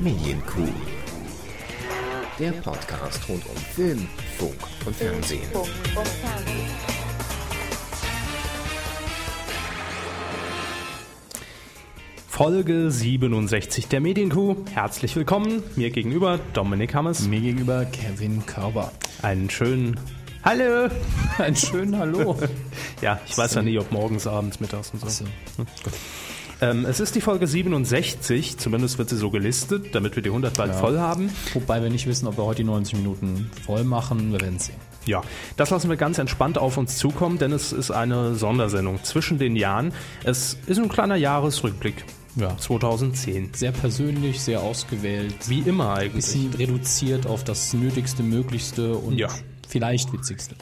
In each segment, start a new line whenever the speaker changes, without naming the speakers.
Medienkuh. Der Podcast rund um Film, Funk und Fernsehen.
Funk und Fernsehen.
Folge 67 der Medienkuh. Herzlich willkommen. Mir gegenüber Dominik Hammes.
Mir gegenüber Kevin Körber.
Einen schönen Hallo.
Einen schönen Hallo.
Ja, ich weiß ja nie, ob morgens, abends, mittags und so. Hm,
So.
Ähm, es ist die Folge 67. Zumindest wird sie so gelistet, damit wir die 100 bald
Genau.
voll haben.
Wobei wir nicht wissen, ob wir heute die 90 Minuten voll machen. Wir werden sehen.
Ja, das lassen wir ganz entspannt auf uns zukommen, denn es ist eine Sondersendung zwischen den Jahren. Es ist ein kleiner Jahresrückblick.
Ja.
2010.
Sehr persönlich, sehr ausgewählt.
Wie immer eigentlich.
Bisschen reduziert auf das Nötigste, Möglichste und
Ja.
vielleicht Witzigste.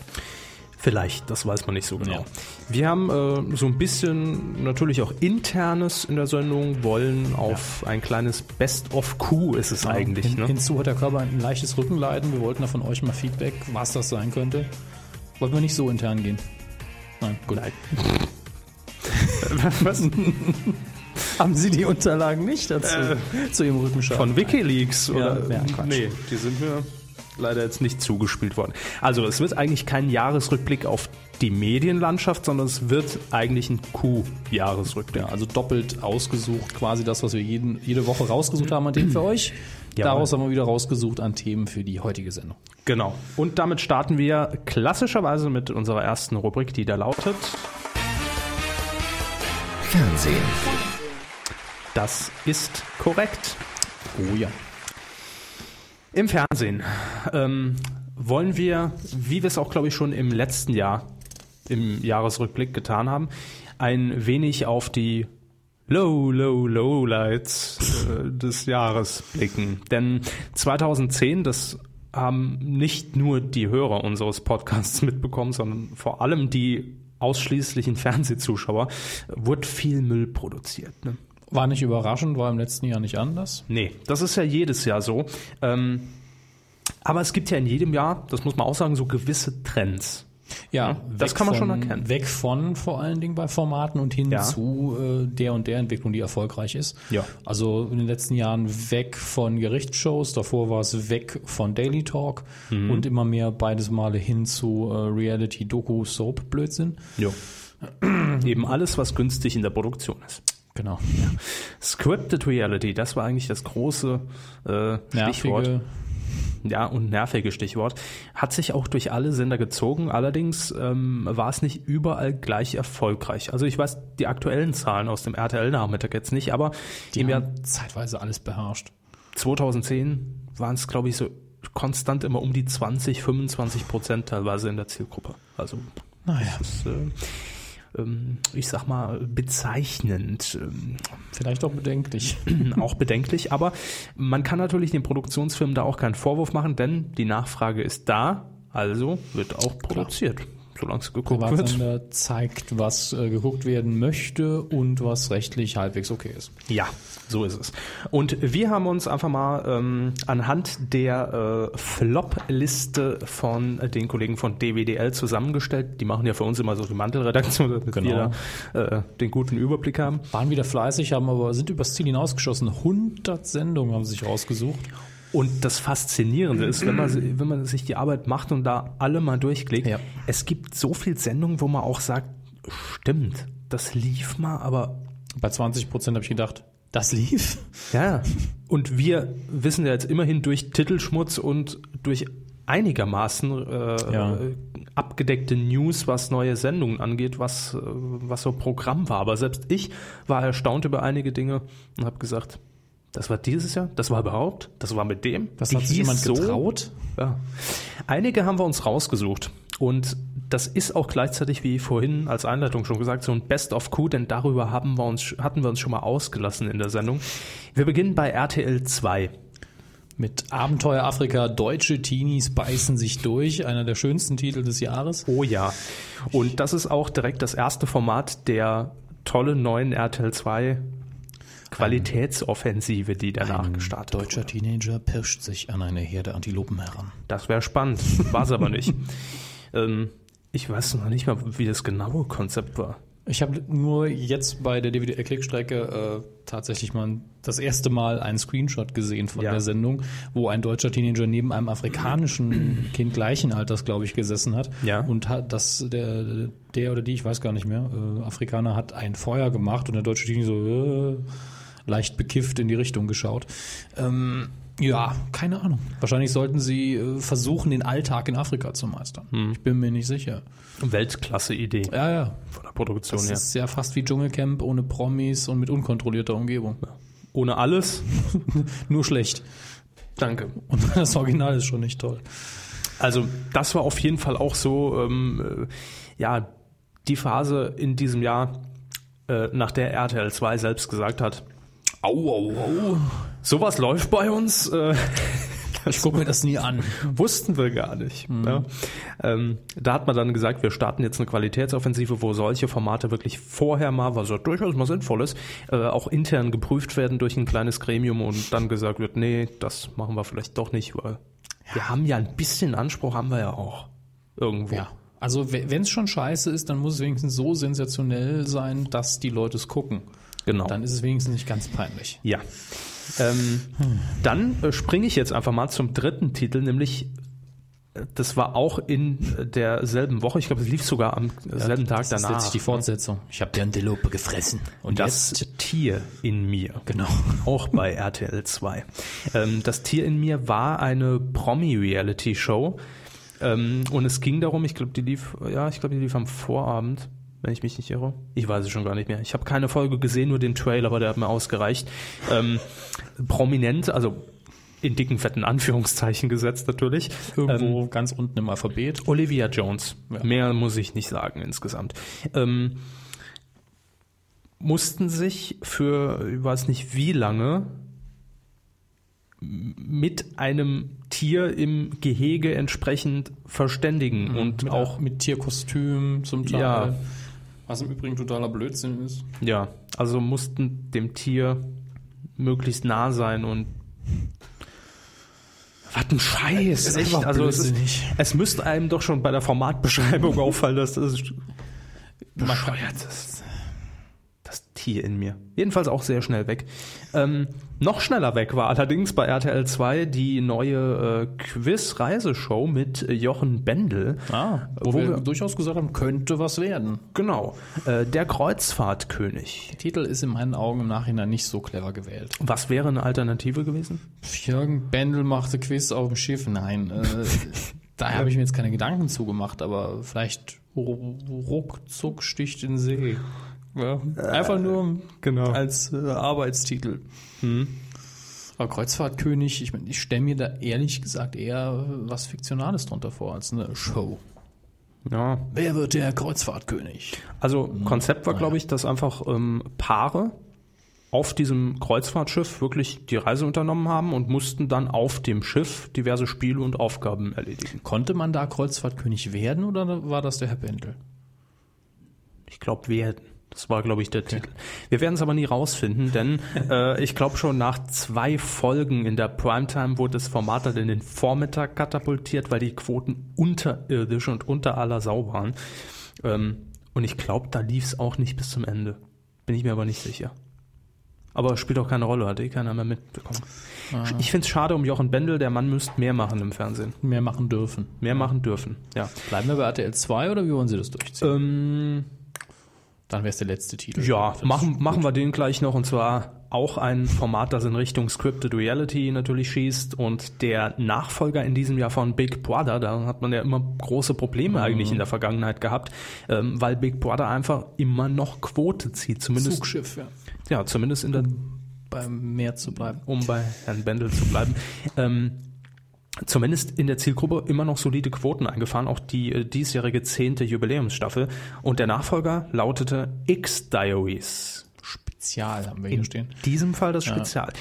Vielleicht, das weiß man nicht so genau.
Ja.
Wir haben äh, so ein bisschen natürlich auch Internes in der Sendung, wollen auf ein kleines Best-of-Q ist es eigentlich.
Hin,
Ne?
Hinzu hat der Körper ein leichtes Rückenleiden. Wir wollten da von euch mal Feedback, was das sein könnte. Wollten wir nicht so intern gehen. Nein, gut.
Was?
Haben Sie die Unterlagen nicht dazu?
Äh,
zu Ihrem Rückenschaden?
Von Wikileaks oder?
ja, Quatsch.
nee, die sind mir leider jetzt nicht zugespielt worden. Also es wird eigentlich kein Jahresrückblick auf die Medienlandschaft, sondern es wird eigentlich ein Q-Jahresrückblick.
Ja, also doppelt ausgesucht, quasi das, was wir jeden, jede Woche rausgesucht haben an Themen für euch.
Jawohl.
Daraus haben wir wieder rausgesucht an Themen für die heutige Sendung.
Genau. Und damit starten wir klassischerweise mit unserer ersten Rubrik, die da lautet
Fernsehen.
Das ist korrekt.
Oh ja.
Im Fernsehen ähm, wollen wir, wie wir es auch, glaube ich, schon im letzten Jahr im Jahresrückblick getan haben, ein wenig auf die Low, Low, Lowlights äh, des Jahres blicken. Denn 2010, das haben nicht nur die Hörer unseres Podcasts mitbekommen, sondern vor allem die ausschließlichen Fernsehzuschauer, wurde viel Müll produziert. Ne?
War nicht überraschend, war im letzten Jahr nicht anders.
Nee, das ist ja jedes Jahr so. Ähm, aber es gibt ja in jedem Jahr, das muss man auch sagen, so gewisse Trends.
Ja,
das
weg
kann man
von,
schon erkennen.
Weg von vor allen Dingen bei Formaten und hin
Ja.
zu äh, der und der Entwicklung, die erfolgreich ist.
Ja.
Also in den letzten Jahren weg von Gerichtsshows, davor war es weg von Daily Talk
Mhm.
und immer mehr beides Male hin zu äh, Reality, Doku, Soap, Blödsinn.
Jo. Eben alles, was günstig in der Produktion ist.
Genau.
Scripted Reality, das war eigentlich das große äh, Stichwort.
Nervige,
Ja, und nervige Stichwort. Hat sich auch durch alle Sender gezogen. Allerdings ähm, war es nicht überall gleich erfolgreich. Also ich weiß die aktuellen Zahlen aus dem RTL-Nachmittag jetzt nicht, aber
die
im Jahr
haben zeitweise alles beherrscht.
2010 waren es, glaube ich, so konstant immer um die 20, 25 Prozent teilweise in der Zielgruppe. Also
Naja,
das, äh, ähm, ich sag mal, bezeichnend, ähm,
vielleicht auch bedenklich.
auch bedenklich, aber man kann natürlich den Produktionsfirmen da auch keinen Vorwurf machen, denn die Nachfrage ist da, also wird auch produziert, solange es geguckt wird.
Privatsender zeigt, was äh, geguckt werden möchte und was rechtlich halbwegs okay ist.
Ja, so ist es. Und wir haben uns einfach mal ähm, anhand der äh, Flop-Liste von den Kollegen von DWDL zusammengestellt. Die machen ja für uns immer so die Mantelredaktion, damit
Genau.
wir da, äh, den guten Überblick haben.
Waren wieder fleißig, haben aber sind übers Ziel hinausgeschossen. 100 Sendungen haben sie sich rausgesucht.
Und das Faszinierende ist, wenn man, wenn man sich die Arbeit macht und da alle mal durchklickt,
Ja.
es gibt so viel Sendungen, wo man auch sagt, stimmt, das lief mal, aber
Bei 20 Prozent habe ich gedacht, das lief.
Ja. Und wir wissen ja jetzt immerhin durch Titelschmutz und durch einigermaßen äh,
Ja.
äh, abgedeckte News, was neue Sendungen angeht, was, äh, was so Programm war. Aber selbst ich war erstaunt über einige Dinge und habe gesagt, das war dieses Jahr, das war überhaupt, das war mit dem.
Das
die
hat sich
hieß
jemand getraut.
ja. Einige haben wir uns rausgesucht. Und das ist auch gleichzeitig, wie vorhin als Einleitung schon gesagt, so ein Best of Q, denn darüber haben wir uns, hatten wir uns schon mal ausgelassen in der Sendung. Wir beginnen bei RTL 2.
Mit Abenteuer Afrika, deutsche Teenies beißen sich durch. Einer der schönsten Titel des Jahres.
Oh ja. Und das ist auch direkt das erste Format der tollen neuen RTL 2 Qualitätsoffensive, die danach gestartet wurde.
Deutscher Teenager pirscht sich an eine Herde Antilopen heran.
Das wäre spannend. War es aber nicht. ähm, ich weiß noch nicht mal, wie das genaue Konzept war.
Ich habe nur jetzt bei der DVD-Klickstrecke äh, tatsächlich mal das erste Mal einen Screenshot gesehen von
Ja.
der Sendung, wo ein deutscher Teenager neben einem afrikanischen Kind gleichen Alters, glaube ich, gesessen hat.
Ja.
Und hat das, der, der oder die, ich weiß gar nicht mehr, äh, Afrikaner hat ein Feuer gemacht und der deutsche Teenager so äh, leicht bekifft in die Richtung geschaut. Ähm, ja, keine Ahnung. Wahrscheinlich sollten sie äh, versuchen, den Alltag in Afrika zu meistern.
Hm.
Ich bin mir nicht sicher.
Weltklasse-Idee
Ja, ja.
von der Produktion
Das
her.
ist ja fast wie Dschungelcamp ohne Promis und mit unkontrollierter Umgebung.
Ohne alles.
Nur schlecht.
Danke.
Und das Original ist schon nicht toll.
Also das war auf jeden Fall auch so, ähm, äh, ja, die Phase in diesem Jahr, äh, nach der RTL 2 selbst gesagt hat, au, au, au, sowas läuft bei uns, äh,
Ich gucke mir das nie an.
wussten wir gar nicht.
Mhm.
Ja. Ähm, da hat man dann gesagt, wir starten jetzt eine Qualitätsoffensive, wo solche Formate wirklich vorher mal, was ja durchaus mal sinnvoll ist, äh, auch intern geprüft werden durch ein kleines Gremium und dann gesagt wird, nee, das machen wir vielleicht doch nicht, weil wir haben ja ein bisschen Anspruch, haben wir ja auch. Irgendwo.
Ja. Also wenn es schon scheiße ist, dann muss es wenigstens so sensationell sein, dass die Leute es gucken.
Genau.
Dann ist es wenigstens nicht ganz peinlich.
Ja. Ähm,
Hm.
dann äh, springe ich jetzt einfach mal zum dritten Titel, nämlich äh, das war auch in äh, derselben Woche, ich glaube, es lief sogar am äh, selben Tag
das ist
danach. ne?
jetzt die Fortsetzung. Ich habe die Antilope gefressen. Und
das
jetzt?
Tier in mir.
Genau.
Auch bei RTL 2. Ähm, das Tier in mir war eine Promi-Reality-Show. Ähm, und es ging darum, ich glaube, die lief, ja, ich glaube, die lief am Vorabend, wenn ich mich nicht irre. Ich weiß es schon gar nicht mehr. Ich habe keine Folge gesehen, nur den Trailer, aber der hat mir ausgereicht. Ähm, prominent, also in dicken, fetten Anführungszeichen gesetzt natürlich.
Irgendwo
Ähm,
ganz unten im Alphabet.
Olivia Jones.
Ja.
Mehr muss ich nicht sagen insgesamt. Ähm, mussten sich für, ich weiß nicht wie lange, m- mit einem Tier im Gehege entsprechend verständigen und
Mhm, mit,
auch,
auch mit Tierkostüm zum Teil.
Ja.
Was im Übrigen totaler Blödsinn ist.
ja, also mussten dem Tier möglichst nah sein und was ein Scheiß,
ist
echt.
einfach
Also es, ist,
blödsinnig.
es müsste einem doch schon bei der Formatbeschreibung auffallen, dass das bescheuert ist. Das Tier in mir. Jedenfalls auch sehr schnell weg. Ähm, noch schneller weg war allerdings bei RTL 2 die neue äh, Quiz-Reiseshow mit äh, Jochen Bendel.
Ah, wo,
Wo
wir,
wir-
durchaus gesagt haben, könnte was werden.
Genau. Äh, der Kreuzfahrtkönig.
Titel ist in meinen Augen im Nachhinein nicht so clever gewählt.
Was wäre eine Alternative gewesen?
Jürgen Bendel machte Quiz auf dem Schiff. Nein, äh, da habe ich mir jetzt keine Gedanken zugemacht, aber vielleicht ru- ruckzuck sticht in den See. Ja, einfach nur
genau.
als äh, Arbeitstitel. Aber Kreuzfahrtkönig, ich, mein, ich stelle mir da ehrlich gesagt eher was Fiktionales drunter vor als eine Show.
Ja.
Wer wird der Kreuzfahrtkönig?
Also Konzept war, glaube ich, dass einfach ähm, Paare auf diesem Kreuzfahrtschiff wirklich die Reise unternommen haben und mussten dann auf dem Schiff diverse Spiele und Aufgaben erledigen.
Konnte man da Kreuzfahrtkönig werden oder war das der Herr Bendel?
Ich glaube, werden. Das war, glaube ich, der Titel. Wir werden es aber nie rausfinden, denn äh, ich glaube schon nach zwei Folgen in der Primetime wurde das Format dann in den Vormittag katapultiert, weil die Quoten unterirdisch und unter aller Sau waren. Ähm, und ich glaube, da lief es auch nicht bis zum Ende. Bin ich mir aber nicht sicher. Aber spielt auch keine Rolle, hat eh keiner mehr mitbekommen. Ich finde es schade um Jochen Bendel, der Mann müsste mehr machen im Fernsehen.
Mehr machen dürfen.
Mehr machen dürfen, ja.
Bleiben wir bei RTL 2 oder wie wollen Sie das durchziehen?
Ähm,
Dann wäre es der letzte Titel.
Äh, Ja,
Das-
machen, machen wir den gleich noch und zwar auch ein Format, das in Richtung Scripted Reality natürlich schießt und der Nachfolger in diesem Jahr von Big Brother, da hat man ja immer große Probleme eigentlich in der Vergangenheit gehabt, ähm, weil Big Brother einfach immer noch Quote zieht, zumindest,
Zugschiff, ja.
ja, zumindest in der
Beim Meer zu bleiben.
um bei Herrn Bendel zu bleiben, ähm, zumindest in der Zielgruppe immer noch solide Quoten eingefahren, auch die äh, diesjährige zehnte Jubiläumsstaffel. Und der Nachfolger lautete X-Diaries.
Spezial haben wir hier
In
stehen.
diesem Fall das Spezial.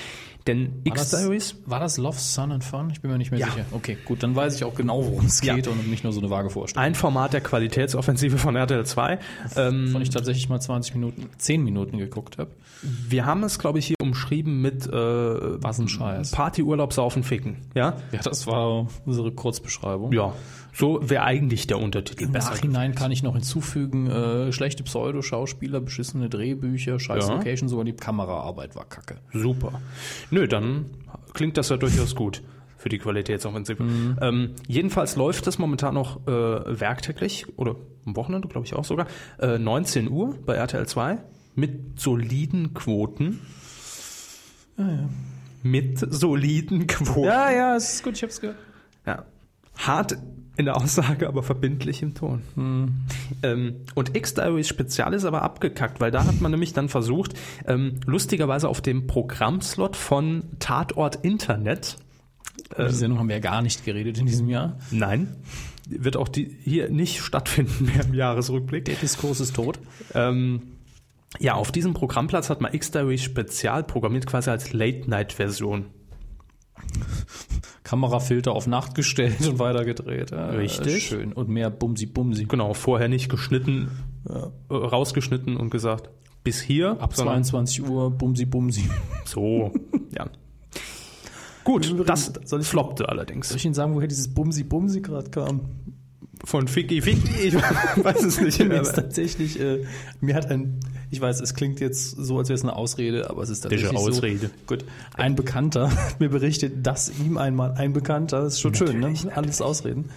Denn
War das-
X-Diaries,
War das Love, Sun and Fun? Ich bin mir nicht mehr
Ja.
sicher. Okay, gut, dann weiß ich auch genau, worum es
Ja.
geht und nicht nur so eine vage Vorstellung.
ein Format der Qualitätsoffensive von RTL 2. Ähm,
Von ich tatsächlich mal 20 Minuten, 10 Minuten geguckt habe.
wir haben es, glaube ich, hier umschrieben mit äh,
Was ein Scheiß.
Partyurlaub, Saufen, Ficken. Ja?
Ja, das war unsere Kurzbeschreibung.
Ja. So wäre eigentlich der Untertitel
Im
besser.
Nachhinein kann ich noch hinzufügen, äh, schlechte Pseudo-Schauspieler, beschissene Drehbücher, scheiß
Ja.
Location, sogar die Kameraarbeit war kacke.
Super. Nö, dann klingt das ja durchaus gut für die Qualitätsoffensive. Ähm, jedenfalls läuft das momentan noch äh, werktäglich oder am Wochenende, glaube ich auch sogar, äh, 19 Uhr bei RTL 2 mit soliden Quoten. Mit soliden Quoten.
Ja, ja, es ist gut, ich hab's gehört.
Ja. Hart in der Aussage, aber verbindlich im Ton.
Hm.
Ähm, und X-Diaries Spezial ist aber abgekackt, weil da hat man nämlich dann versucht, ähm, lustigerweise auf dem Programmslot von Tatort Internet,
Über
Äh.
die Sendung haben wir ja gar nicht geredet in diesem Jahr.
nein, wird auch die hier nicht stattfinden mehr im Jahresrückblick.
Der Diskurs ist tot.
Ähm, ja, auf diesem Programmplatz hat man X-Diaries Spezial programmiert, quasi als Late-Night-Version.
Kamerafilter auf Nacht gestellt und weitergedreht. Ja, äh,
Richtig.
Schön. Und mehr Bumsi Bumsi.
Genau, vorher nicht geschnitten, äh, rausgeschnitten und gesagt, bis hier.
Ab
sondern-
22 Uhr Bumsi Bumsi.
So, ja. Gut, das floppte allerdings.
Soll ich Ihnen sagen, woher dieses Bumsi Bumsi gerade kam?
Von Ficky Ficky, ich weiß es nicht.
Mir ist
aber-
tatsächlich, äh, mir hat ein, ich weiß, es klingt jetzt so, als wäre es eine Ausrede, aber es ist
Diese
tatsächlich
Ausrede.
so. Gut. Ein Bekannter hat mir berichtet, dass ihm einmal ein Bekannter, ist schon schön, ne? alles Ausreden,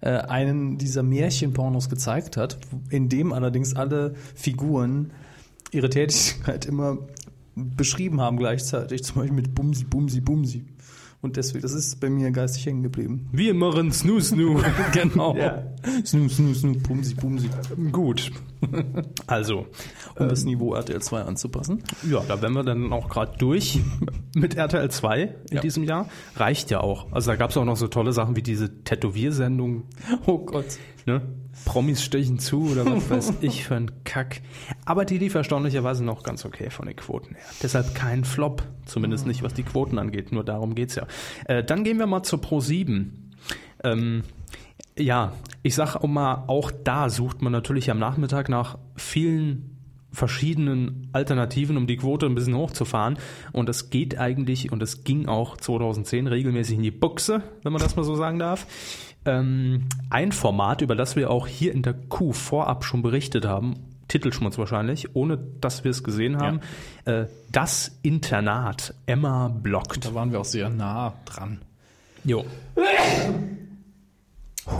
äh, einen dieser Märchenpornos gezeigt hat, in dem allerdings alle Figuren ihre Tätigkeit immer beschrieben haben gleichzeitig, zum Beispiel mit Bumsi, Bumsi, Bumsi. Und deswegen, das ist bei mir geistig hängen geblieben.
Wir machen Snoo Snoo.
Genau.
Ja.
Snoo, snoo, snoo, bumsi, bumsi.
Gut. Also,
Um das Niveau RTL 2 anzupassen.
ja, da wären wir dann auch gerade durch mit RTL 2 in
Ja.
diesem Jahr. Reicht ja auch. Also da gab es auch noch so tolle Sachen wie diese Tätowiersendung.
Oh Gott.
Ne? Promis stechen zu oder was weiß ich für ein Kack. Aber die lief erstaunlicherweise noch ganz okay von den Quoten her. Deshalb kein Flop, zumindest nicht was die Quoten angeht. Nur darum geht's ja. Äh, dann gehen wir mal zur Pro 7. Ähm, ja, ich sag auch mal, auch da sucht man natürlich am Nachmittag nach vielen verschiedenen Alternativen, um die Quote ein bisschen hochzufahren. Und das geht eigentlich, und das ging auch 2010 regelmäßig in die Buchse, wenn man das mal so sagen darf. Ähm, ein Format, über das wir auch hier in der Q vorab schon berichtet haben, Titelschmutz wahrscheinlich, ohne dass wir es gesehen haben, äh, das Internat, Emma blockt.
Da waren wir auch sehr nah dran.
Jo.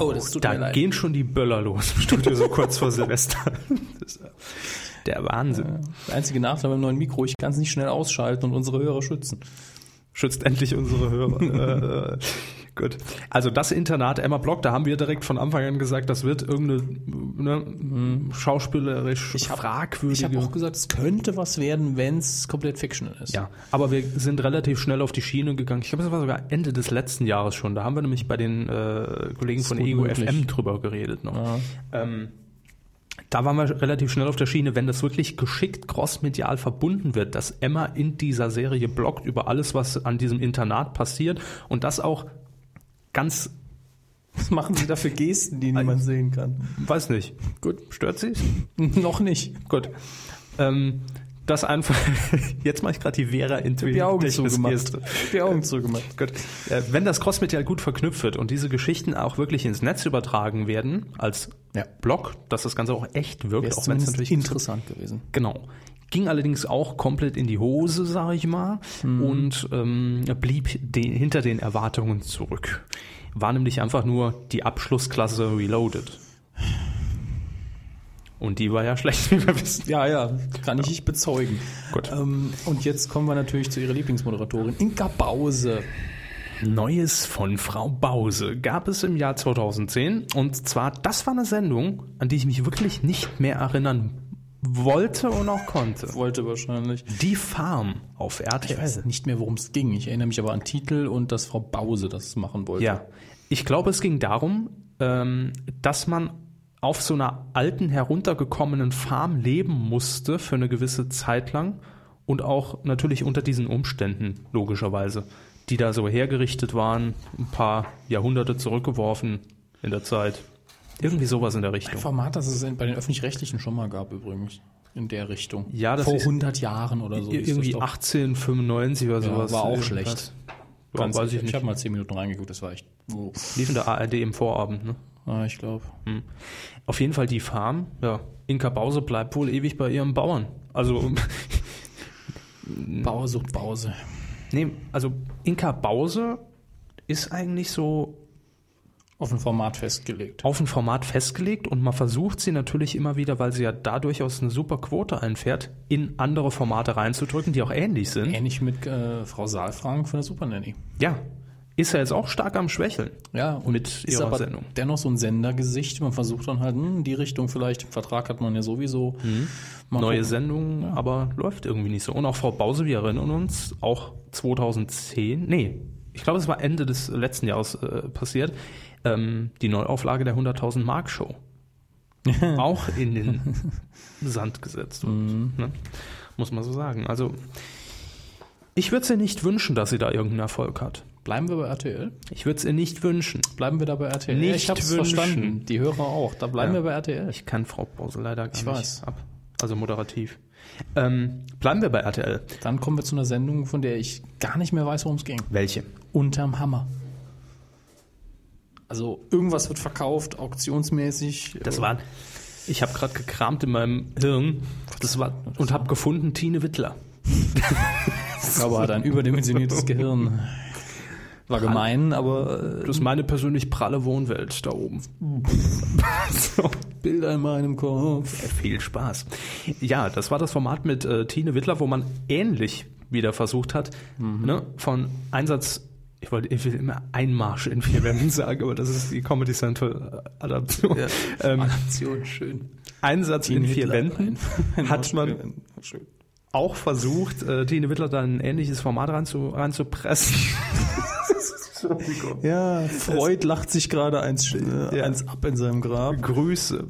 Oh, das tut
Da gehen schon die Böller los im Studio so kurz vor Silvester. Das ist Der Wahnsinn.
Der einzige Nachteil beim neuen Mikro, ich kann es nicht schnell ausschalten und unsere Hörer schützen.
Schützt endlich unsere Hörer. Äh, äh, Gut. Also das Internat Emma Block, da haben wir direkt von Anfang an gesagt, das wird irgendeine ne, schauspielerisch
Mhm. Ich hab-
fragwürdige.
Ich habe auch gesagt, es könnte was werden, wenn es komplett Fiction ist.
ja, aber wir sind relativ schnell auf die Schiene gegangen. Ich glaube, das war sogar Ende des letzten Jahres schon. Da haben wir nämlich bei den äh, Kollegen von
gut
Ego
möglich.
FM drüber geredet noch. Ähm, da waren wir relativ schnell auf der Schiene, wenn das wirklich geschickt crossmedial verbunden wird, dass Emma in dieser Serie bloggt über alles, was an diesem Internat passiert und das auch ganz,
Was machen sie da für Gesten, die niemand sehen kann?
weiß nicht, gut, stört sie?
Noch nicht.
Gut. Ähm, das einfach, jetzt mache ich gerade die Vera
Die Augen
Intuition.
zugemacht. Die Augen zugemacht.
Gut. Äh, wenn das crossmedial gut verknüpft wird und diese Geschichten auch wirklich ins Netz übertragen werden, als
Ja.
Blog, dass das Ganze auch echt wirkt, auch
Wäre
wenn es
zumindest
natürlich
interessant gewesen.
Genau. Ging allerdings auch komplett in die Hose, sage ich mal, und ähm, blieb de hinter den Erwartungen zurück. War nämlich einfach nur die Abschlussklasse Reloaded. Und die war ja schlecht, wie wir wissen.
Ja, ja, kann ich nicht bezeugen.
Gut.
Ähm, und jetzt kommen wir natürlich zu Ihrer Lieblingsmoderatorin, Inka Bause.
Neues von Frau Bause gab es im Jahr 2010. Und zwar, das war eine Sendung, an die ich mich wirklich nicht mehr erinnern wollte und auch konnte.
Wollte wahrscheinlich.
Die Farm auf
Ich
RTL.
weiß nicht mehr, worum es ging. Ich erinnere mich aber an Titel und dass Frau Bause das machen wollte.
Ja, ich glaube, es ging darum, ähm, dass man auf so einer alten, heruntergekommenen Farm leben musste für eine gewisse Zeit lang und auch natürlich unter diesen Umständen, logischerweise, die da so hergerichtet waren, ein paar Jahrhunderte zurückgeworfen in der Zeit. Irgendwie sowas in der Richtung.
Format, das es in- bei den Öffentlich-Rechtlichen schon mal gab übrigens. In der Richtung.
Ja, das
Vor
ist-
100 Jahren oder so. hieß
irgendwie
das doch.
1895 oder
Ja,
sowas.
war auch
Irgendwas.
schlecht.
Ja,
Ganz
weiß ich
Ich
nicht.
habe mal 10 Minuten reingeguckt, das war echt. Oh.
Lief in der ARD im Vorabend, ne?
Ah, ich glaube.
Auf jeden Fall die Farm, ja. Inka Bause bleibt wohl ewig bei ihrem Bauern. Also, Mhm.
Bause sucht Bause.
nee, also Inka Bause ist eigentlich so
Auf ein Format festgelegt.
auf ein Format festgelegt und man versucht sie natürlich immer wieder, weil sie ja da durchaus eine super Quote einfährt, in andere Formate reinzudrücken, die auch ähnlich sind.
Ähnlich mit äh, Frau Saalfrank von der Supernanny.
Ja, ist ja jetzt auch stark am Schwächeln.
Ja, und
Mit
ist
ihrer
aber
Sendung.
dennoch so ein Sendergesicht. Man versucht dann halt, hm, die Richtung vielleicht. Vertrag hat man ja sowieso. Mal
Mhm. Neue
gucken.
Sendung, aber läuft irgendwie nicht so. Und auch Frau Bause, wir erinnern uns, auch 2010, nee, ich glaube, es war Ende des letzten Jahres äh, passiert, ähm, die Neuauflage der 100.000 Mark Show. auch in den Sand gesetzt. wird,
Mhm.
ne? Muss man so sagen. Also, ich würde es ihr nicht wünschen, dass sie da irgendeinen Erfolg hat.
Bleiben wir bei RTL?
Ich würde es ihr nicht wünschen.
Bleiben wir da bei RTL?
Nicht
ich hab's
wünschen.
verstanden. Die Hörer auch. Da bleiben
Ja.
wir bei RTL.
Ich kann Frau Bause leider gar nicht
Ich weiß.
ab. Also moderativ. Ähm, bleiben wir bei RTL.
Dann kommen wir zu einer Sendung, von der ich gar nicht mehr weiß, worum es ging.
Welche?
Unterm Hammer. Also irgendwas wird verkauft, auktionsmäßig.
Das war. Ich habe gerade gekramt in meinem Hirn das war, und habe gefunden Tine Wittler.
aber hat ein überdimensioniertes Gehirn. War gemein, aber äh,
Das ist meine persönlich pralle Wohnwelt da oben. so,
Bilder in meinem Kopf.
viel Spaß. Ja, das war das Format mit äh, Tine Wittler, wo man ähnlich wieder versucht hat, ne, von Einsatz. Ich wollte ich will immer Einmarsch in vier Wänden sagen, aber das ist die Comedy Central äh, Adaption. Ähm,
Aktion, schön.
Einsatz in vier Wänden hat man
Schön.
auch versucht, äh, Tine Wittler da ein ähnliches Format reinzu, reinzupressen.
Ja, Freud lacht sich gerade eins, äh,
Ja.
eins ab in seinem Grab.
Grüße.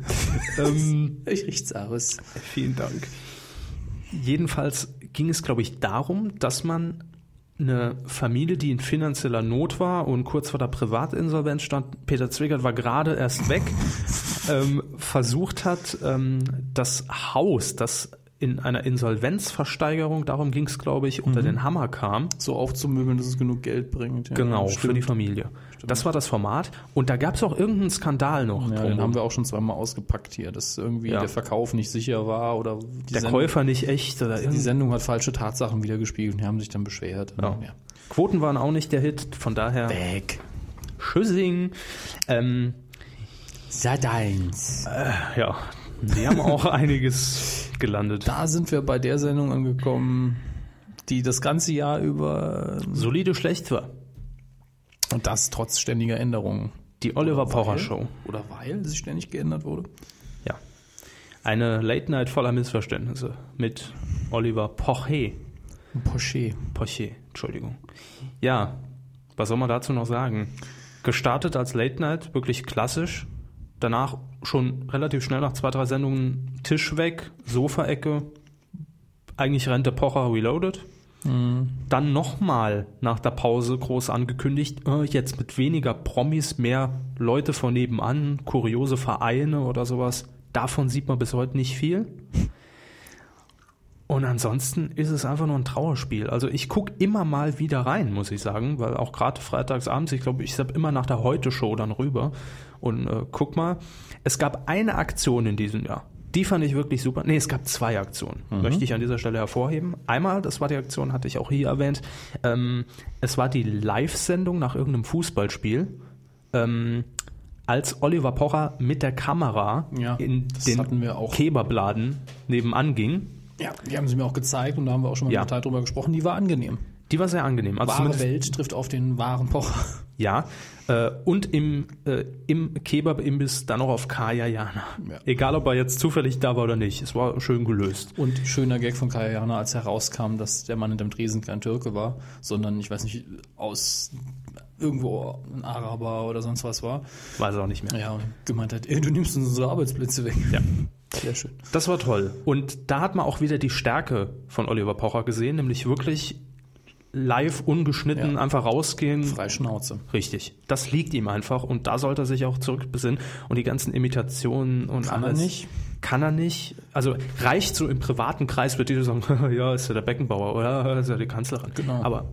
ähm,
Ich riecht's aus.
vielen Dank. Jedenfalls ging es, glaube ich, darum, dass man eine Familie, die in finanzieller Not war und kurz vor der Privatinsolvenz stand, Peter Zwegert war gerade erst weg, ähm, versucht hat, ähm, das Haus, das in einer Insolvenzversteigerung, darum ging es, glaube ich, unter den Hammer kam,
So aufzumöbeln, dass es genug Geld bringt. Ja,
Genau, für
stimmt.
die Familie. Das war das Format. Und da gab es auch irgendeinen Skandal noch.
Ja,
drum.
den haben wir auch schon zweimal ausgepackt hier, dass irgendwie
Ja.
der Verkauf nicht sicher war oder die,
der
Sendung,
Käufer nicht echt. Oder
die
irgend-
Sendung hat falsche Tatsachen wiedergespiegelt und die haben sich dann beschwert.
Ja. Quoten waren auch nicht der Hit. Von daher,
Weg.
Schüssing. Ähm, äh,
Sat eins.
ja, die haben auch einiges gelandet.
Da sind wir bei der Sendung angekommen, die das ganze Jahr über
Solide schlecht war.
und das trotz ständiger Änderungen.
Die Oliver Pocher Show.
Oder weil sie ständig geändert wurde.
Ja. Eine Late Night voller Missverständnisse mit Oliver Pocher.
Porsche.
Pocher, Entschuldigung. Ja, was soll man dazu noch sagen? Gestartet als Late Night, wirklich klassisch. Danach schon relativ schnell nach zwei, drei Sendungen Tisch weg, Sofaecke. Eigentlich rennt der Pocher Reloaded. Dann nochmal nach der Pause groß angekündigt, äh, jetzt mit weniger Promis, mehr Leute von nebenan, kuriose Vereine oder sowas. Davon sieht man bis heute nicht viel. Und ansonsten ist es einfach nur ein Trauerspiel. Also ich gucke immer mal wieder rein, muss ich sagen, weil auch gerade freitagsabends, ich glaube, ich habe immer nach der Heute-Show dann rüber und äh, guck mal. Es gab eine Aktion in diesem Jahr. Die fand ich wirklich super. Nee, es gab zwei Aktionen,
Mhm.
möchte ich an dieser Stelle hervorheben. Einmal, das war die Aktion, hatte ich auch hier erwähnt, ähm, es war die Live-Sendung nach irgendeinem Fußballspiel, ähm, als Oliver Pocher mit der Kamera
Ja,
in
das hatten
den
wir auch.
Kebabladen nebenan ging.
Ja, die haben sie mir auch gezeigt und da haben wir auch schon mal
Ja.
im Detail drüber gesprochen. Die war angenehm.
Die war sehr angenehm. Also
Wahre
zumindest,
Welt trifft auf den wahren Pocher.
ja. Äh, und im, äh, im Kebab-Imbiss dann noch auf Kaya Jana.
Ja.
Egal, ob er jetzt zufällig da war oder nicht. Es war schön gelöst.
Und schöner Gag von Kajana, als herauskam, dass der Mann hinterm Tresen kein Türke war, sondern, ich weiß nicht, aus irgendwo ein Araber oder sonst was war.
Weiß auch nicht mehr.
Ja, und gemeint hat, ey, du nimmst uns unsere Arbeitsplätze weg.
Ja.
Sehr schön.
Das war toll. Und da hat man auch wieder die Stärke von Oliver Pocher gesehen, nämlich wirklich live ungeschnitten
Ja.
einfach rausgehen.
Freie Schnauze.
Richtig. Das liegt ihm einfach und da sollte er sich auch zurückbesinnen. Und die ganzen Imitationen und
Kann er
alles.
nicht?
Kann er nicht. Also reicht so im privaten Kreis, wird jeder sagen, ja, ist ja der Beckenbauer oder ist ja die Kanzlerin.
Genau.
Aber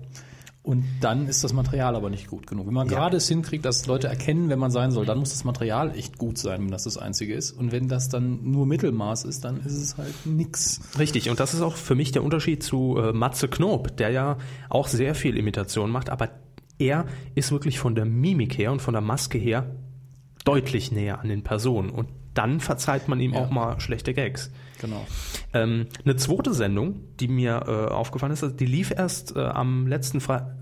Und dann ist das Material aber nicht gut genug. Wenn man gerade es hinkriegt, dass Leute erkennen, wenn man sein soll, dann muss das Material echt gut sein, wenn das das Einzige ist. Und wenn das dann nur Mittelmaß ist, dann ist es halt nix.
Richtig, und das ist auch für mich der Unterschied zu äh, Matze Knob, der ja auch sehr viel Imitation macht, aber er ist wirklich von der Mimik her und von der Maske her deutlich näher an den Personen. Und dann verzeiht man ihm
Ja.
auch mal schlechte Gags.
Genau.
Ähm, eine zweite Sendung, die mir äh, aufgefallen ist, also die lief erst äh, am letzten Freitag.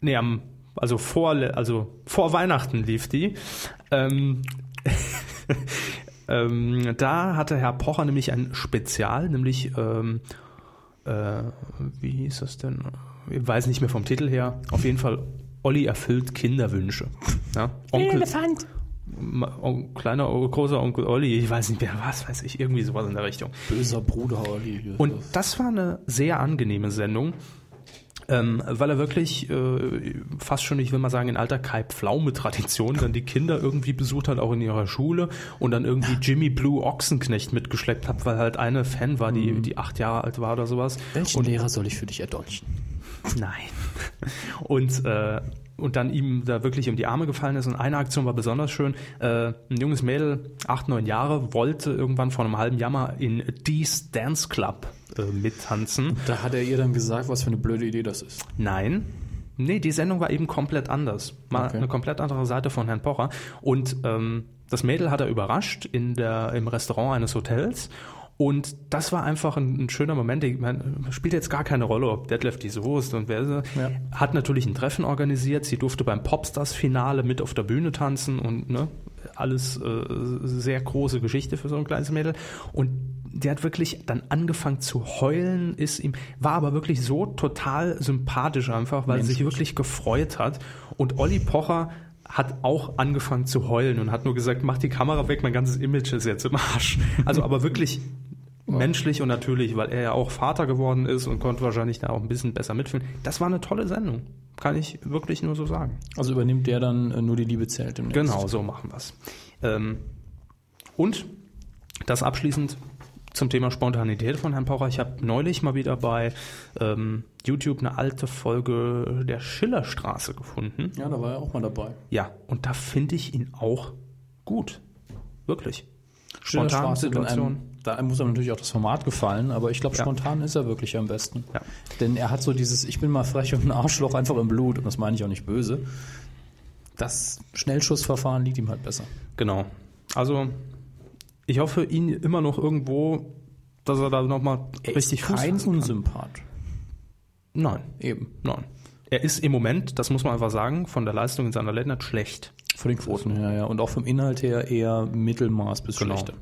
Nee, am, also vor, also vor Weihnachten lief die. Ähm, ähm, da hatte Herr Pocher nämlich ein Spezial, nämlich, ähm, äh, wie hieß das denn? Ich weiß nicht mehr vom Titel her. Auf jeden Fall, Olli erfüllt Kinderwünsche. Ja? Onkel,
Elefant.
ma- on, kleiner, großer Onkel Olli, ich weiß nicht mehr, was weiß ich, irgendwie sowas in der Richtung.
Böser Bruder Olli.
Und das war eine sehr angenehme Sendung, ähm, weil er wirklich äh, fast schon, ich will mal sagen, in alter Kai-Pflaume-Tradition dann die Kinder irgendwie besucht hat, auch in ihrer Schule und dann irgendwie Jimmy Blue Ochsenknecht mitgeschleppt hat, weil halt eine Fan war, die, die acht Jahre alt war oder sowas.
welchen Lehrer soll ich für dich erdolchen?
Nein. Und, äh, und dann ihm da wirklich um die Arme gefallen ist. Und eine Aktion war besonders schön. Äh, ein junges Mädel, acht, neun Jahre, wollte irgendwann vor einem halben Jahr mal in Dee's Dance Club äh, mittanzen.
Da hat er ihr dann gesagt, was für eine blöde Idee das ist.
Nein. Nee, die Sendung war eben komplett anders. Mal
Okay.
eine komplett andere Seite von Herrn Pocher. Und ähm, das Mädel hat er überrascht in der, im Restaurant eines Hotels. Und das war einfach ein, ein schöner Moment. Ich mein, spielt jetzt gar keine Rolle, ob Detlef die Soest und wer so.
Ja.
Hat natürlich ein Treffen organisiert. Sie durfte beim Popstars-Finale mit auf der Bühne tanzen und ne, alles äh, sehr große Geschichte für so ein kleines Mädel. Und der hat wirklich dann angefangen zu heulen, ist ihm, war aber wirklich so total sympathisch einfach, weil er sich wirklich gefreut hat. Und Olli Pocher hat auch angefangen zu heulen und hat nur gesagt, mach die Kamera weg, mein ganzes Image ist jetzt im Arsch. Also aber wirklich menschlich und natürlich, weil er ja auch Vater geworden ist und konnte wahrscheinlich da auch ein bisschen besser mitfühlen. Das war eine tolle Sendung. Kann ich wirklich nur so sagen.
Also übernimmt der dann äh, nur die Liebe zählt im
Genau, so machen wir's. Ähm, und das abschließend zum Thema Spontanität von Herrn Paucher. Ich habe neulich mal wieder bei ähm, YouTube eine alte Folge der Schillerstraße gefunden.
Ja, da war er auch mal dabei.
Ja, und da finde ich ihn auch gut. Wirklich.
Spontan
Spontane
Straße, wenn
Situation.
Einem, da muss einem natürlich auch das Format gefallen, aber ich glaube,
Ja.
spontan ist er wirklich am besten.
Ja.
Denn er hat so dieses, ich bin mal frech und ein Arschloch einfach im Blut und das meine ich auch nicht böse. Das Schnellschussverfahren liegt ihm halt besser.
Genau. Also, ich hoffe, ihn immer noch irgendwo, dass er da nochmal richtig Fuß
Kein
fassen kann.
Unsympath.
Nein,
Eben.
nein. Er ist im Moment, das muss man einfach sagen, von der Leistung in seiner Länder schlecht.
Von den Quoten her, ja. Und auch vom Inhalt her eher Mittelmaß bis
Genau.
schlechter.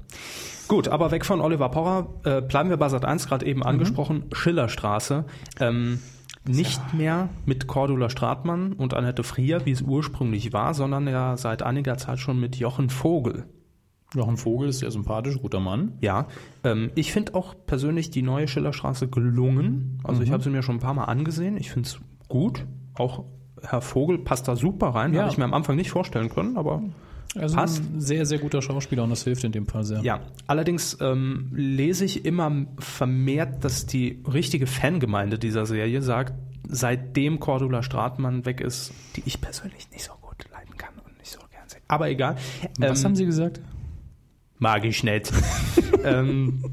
Gut, aber weg von Oliver Pocher. Äh, bleiben wir bei Sat 1 gerade eben angesprochen. Schillerstraße. Ähm, nicht mehr mit Cordula Stratmann und Annette Frier, wie es ursprünglich war, sondern ja seit einiger Zeit schon mit Jochen Vogel.
Jochen Vogel ist sehr sympathisch, guter Mann.
Ja, ähm, ich finde auch persönlich die neue Schillerstraße gelungen. Also
Mhm.
ich habe sie mir schon ein paar Mal angesehen. Ich finde es gut. Auch Herr Vogel passt da super rein.
Ja.
Habe ich mir am Anfang nicht vorstellen können, aber
Also
Passt.
ein sehr, sehr guter Schauspieler und das hilft in dem Fall sehr.
Ja, allerdings ähm, lese ich immer vermehrt, dass die richtige Fangemeinde dieser Serie sagt, seitdem Cordula Stratmann weg ist, die ich persönlich nicht so gut leiden kann und nicht so gern sehe. Aber egal.
Was
Ähm,
haben Sie gesagt?
Mag ich nicht. ähm,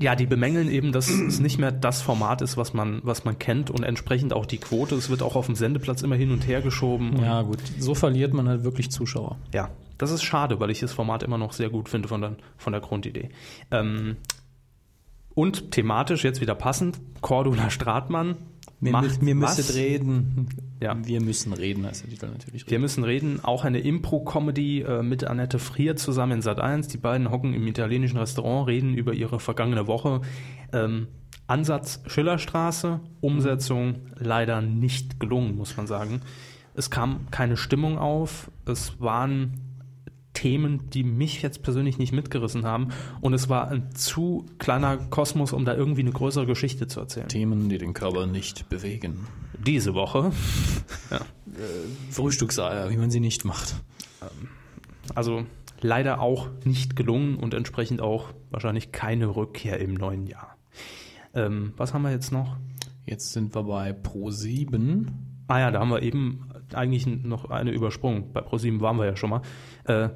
ja, die bemängeln eben, dass es nicht mehr das Format ist, was man, was man kennt und entsprechend auch die Quote. Es wird auch auf dem Sendeplatz immer hin und her geschoben.
Ja, gut. So verliert man halt wirklich Zuschauer.
Ja, das ist schade, weil ich das Format immer noch sehr gut finde von der, von der Grundidee. Ähm, und thematisch jetzt wieder passend, Cordula Stratmann macht
wir
was?
müssen reden.
Ja.
Wir müssen reden, heißt der Titel natürlich.
Wir müssen reden, auch eine Impro-Comedy äh, mit Annette Frier zusammen in Sat 1. Die beiden hocken im italienischen Restaurant, reden über ihre vergangene Woche. Ähm, Ansatz Schillerstraße, Umsetzung leider nicht gelungen, muss man sagen. Es kam keine Stimmung auf, es waren Themen, die mich jetzt persönlich nicht mitgerissen haben. Und es war ein zu kleiner Kosmos, um da irgendwie eine größere Geschichte zu erzählen.
Themen, die den Körper nicht bewegen.
Diese Woche,
Frühstückseier, wie man sie nicht macht.
also leider auch nicht gelungen und entsprechend auch wahrscheinlich keine Rückkehr im neuen Jahr. Ähm, was haben wir jetzt noch?
Jetzt sind wir bei Pro 7.
Ah ja, da haben wir eben eigentlich noch eine übersprungen. Bei ProSieben waren wir ja schon mal. Äh,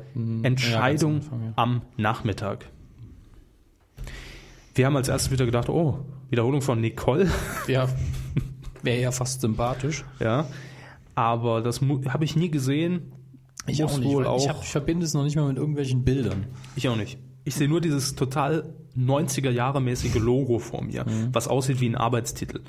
Entscheidung
ganz am Anfang, ja.
am Nachmittag. Wir haben als erstes wieder gedacht, oh, Wiederholung von Nicole.
Ja, wäre ja fast sympathisch.
ja. Aber das habe ich nie gesehen. Muss wohl
weil Ich,
auch.
hab, ich verbinde es noch nicht mal mit irgendwelchen Bildern.
Ich auch nicht. Ich sehe nur dieses total 90er-Jahre-mäßige Logo vor mir, was aussieht wie ein Arbeitstitel.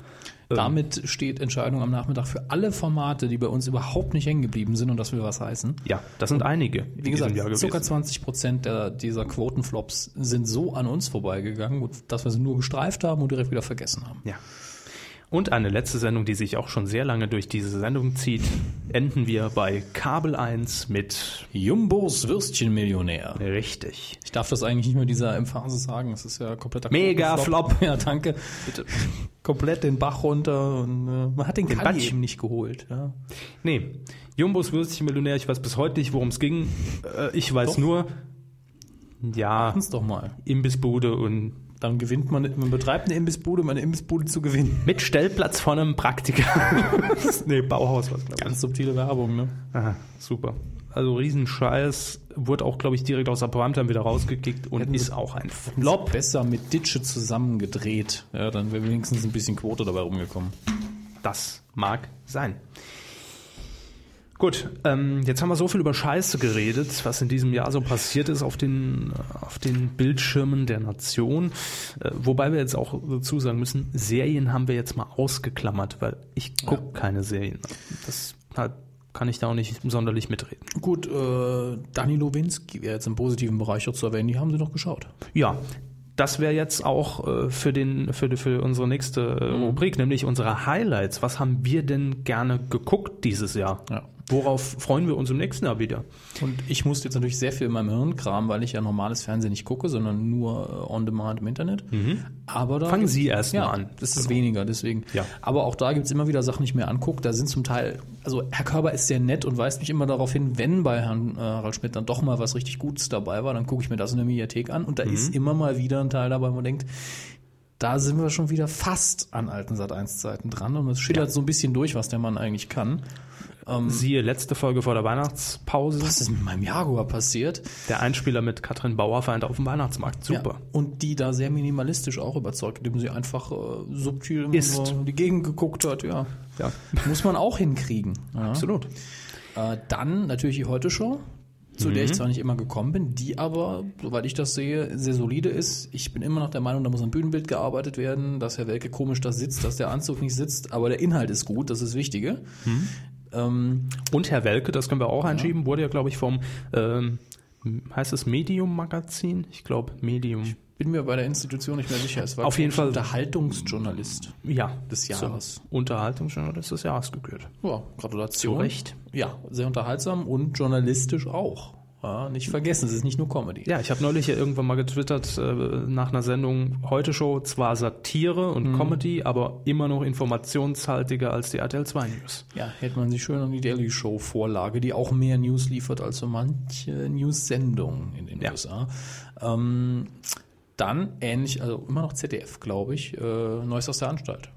Damit steht Entscheidung am Nachmittag für alle Formate, die bei uns überhaupt nicht hängen geblieben sind und das will was heißen.
Ja, das sind einige. in
Wie
diesem
gesagt,
Jahr gewesen.
ca. 20 Prozent der, dieser Quotenflops sind so an uns vorbeigegangen, dass wir sie nur gestreift haben und direkt wieder vergessen haben.
Ja. Und eine letzte Sendung, die sich auch schon sehr lange durch diese Sendung zieht, enden wir bei Kabel 1 mit
Jumbos Würstchenmillionär.
richtig.
Ich darf das eigentlich nicht mehr dieser Emphase sagen. Es ist ja kompletter
Mega Flop.
Ja, danke. Bitte. Komplett den Bach runter und äh, man hat den, den
Batsch.
eben nicht geholt. Ja.
Nee, Jumbos Würstchenmillionär, ich weiß bis heute nicht, worum es ging. Äh, ich weiß
Doch.
nur, ja,
Machen's doch mal.
Imbissbude und
Dann gewinnt man, man betreibt eine Imbissbude, um eine Imbissbude zu gewinnen.
mit Stellplatz von einem Praktiker. nee, Bauhaus was, glaube
Ganz subtile Werbung, ne?
ich. Aha, super. Also Riesenscheiß, wurde auch, glaube ich, direkt aus der Primetime wieder rausgekickt und
Hätten
ist
sie-
auch ein Flop.
Lob. Besser mit Ditsche zusammengedreht. Ja, dann wäre wenigstens ein bisschen Quote dabei rumgekommen.
Das mag sein. Gut, ähm, jetzt haben wir so viel über Scheiße geredet, was in diesem Jahr so passiert ist auf den, äh, auf den Bildschirmen der Nation. Äh, wobei wir jetzt auch dazu sagen müssen, Serien haben wir jetzt mal ausgeklammert, weil ich gucke keine Serien. Das halt, kann ich da auch nicht sonderlich mitreden.
Gut, äh, Danilo Winski wäre jetzt im positiven Bereich auch zu erwähnen. Die haben sie noch geschaut.
Ja, das wäre jetzt auch äh, für, den, für, die- für unsere nächste äh,
Mhm.
Rubrik, nämlich unsere Highlights. Was haben wir denn gerne geguckt dieses Jahr?
Ja.
Worauf freuen wir uns im nächsten Jahr wieder?
Und ich musste jetzt natürlich sehr viel in meinem Hirn kramen, weil ich ja normales Fernsehen nicht gucke, sondern nur äh, on demand im Internet. Aber da
Mhm. Fangen Sie erst
ja,
mal an. Also.
Das ist weniger, deswegen.
Ja.
Aber auch da gibt es immer wieder Sachen, die ich mir angucke. Da sind zum Teil, also Herr Körber ist sehr nett und weist mich immer darauf hin, wenn bei Herrn äh, Harald Schmidt dann doch mal was richtig Gutes dabei war, dann gucke ich mir das in der Mediathek an und da
Mhm.
ist immer mal wieder ein Teil dabei, wo man denkt, da sind wir schon wieder fast an alten Sat 1 Zeiten dran und es schillert so ein bisschen durch, was der Mann eigentlich kann.
Siehe letzte Folge vor der Weihnachtspause.
Mhm. Was ist mit meinem Jaguar passiert?
Der Einspieler mit Katrin Bauerfeind auf dem Weihnachtsmarkt. Super.
Ja, und die da sehr minimalistisch auch überzeugt, indem sie einfach äh, subtil immer
Ist.
so in die Gegend geguckt hat, ja.
Ja.
Muss man auch hinkriegen. Ja.
Absolut.
Äh, dann natürlich die Heute-Show, zu der
Mhm.
ich zwar nicht immer gekommen bin, die aber, soweit ich das sehe, sehr solide ist. Ich bin immer noch der Meinung, da muss ein Bühnenbild gearbeitet werden, dass Herr Welke komisch da sitzt, dass der Anzug nicht sitzt, aber der Inhalt ist gut, das ist das Wichtige.
Mhm.
Ähm,
Und Herr Welke, das können wir auch einschieben, wurde ja, glaube ich, vom, ähm, heißt es Medium-Magazin? Ich glaube, Medium.
bin mir bei der Institution nicht mehr sicher. Es war
Auf jeden Fall-
Unterhaltungsjournalist.
Ja.
Des Jahres.
Zur Unterhaltungsjournalist des Jahres gekürt.
Ja, Gratulation.
Zu Recht.
Ja, sehr unterhaltsam und journalistisch auch. Ja, nicht vergessen, es ist nicht nur Comedy.
Ja, ich habe neulich ja irgendwann mal getwittert äh, nach einer Sendung Heute Show, zwar Satire
Mhm.
und Comedy, aber immer noch informationshaltiger als die RTL 2 News.
Ja, hätte man sich schön an die Daily Show Vorlage, die auch mehr News liefert als so manche News-Sendung in den
Ja.
USA. Ähm, dann ähnlich, also immer noch ZDF, glaube ich, äh, Neues aus der Anstalt.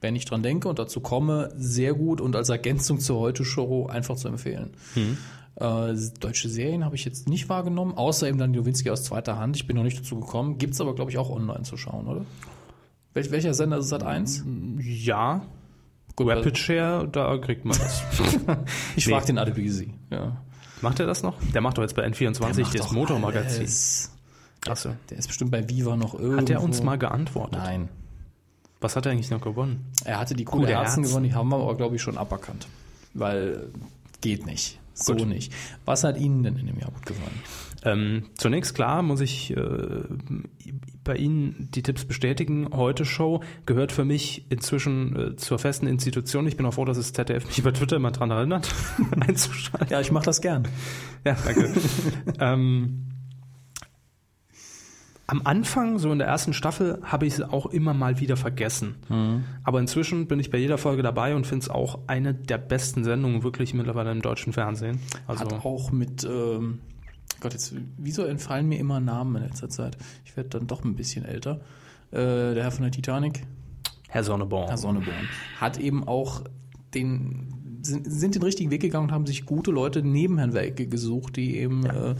Wenn ich dran denke und dazu komme, sehr gut und als Ergänzung zur Heute-Show einfach zu empfehlen.
Hm.
Äh, deutsche Serien habe ich jetzt nicht wahrgenommen, außer eben dann Jowinski aus zweiter Hand. Ich bin noch nicht dazu gekommen. Gibt's aber, glaube ich, auch online zu schauen, oder? Wel welcher Sender ist es? Hat eins?
Ja,
Gut,
Hm. Rapid Share, da kriegt man das.
ich
nee.
frage den ADBC. Ja.
macht er das noch? Der macht doch jetzt bei
Der
N24
macht
das
doch
Motormagazin.
alles.
Achso.
Der ist bestimmt bei Viva noch irgendwo.
Hat er uns mal geantwortet?
Nein.
Was hat er eigentlich noch gewonnen?
Er hatte die Kuh
der
der Herzen
Herzen.
gewonnen, die haben wir aber, glaube ich, schon aberkannt. Weil äh, geht nicht. So nicht. Was hat Ihnen denn in dem Jahr gut gefallen?
Ähm, zunächst klar muss ich äh, bei Ihnen die Tipps bestätigen. Heute Show gehört für mich inzwischen äh, zur festen Institution. Ich bin auch froh, dass es ZDF mich über Twitter immer dran erinnert, einzuschalten.
Ja, ich mache das gern.
Ja, danke. ähm, am Anfang, so in der ersten Staffel, habe ich es auch immer mal wieder vergessen.
Mhm.
Aber inzwischen bin ich bei jeder Folge dabei und finde es auch eine der besten Sendungen wirklich mittlerweile im deutschen Fernsehen. Also
Hat auch mit, ähm, Gott, jetzt, wieso entfallen mir immer Namen in letzter Zeit? Ich werde dann doch ein bisschen älter. Äh, der Herr von der Titanic,
Herr Sonneborn.
Herr Sonneborn, hat eben auch den, sind, sind den richtigen Weg gegangen und haben sich gute Leute neben Herrn Welke gesucht, die eben äh,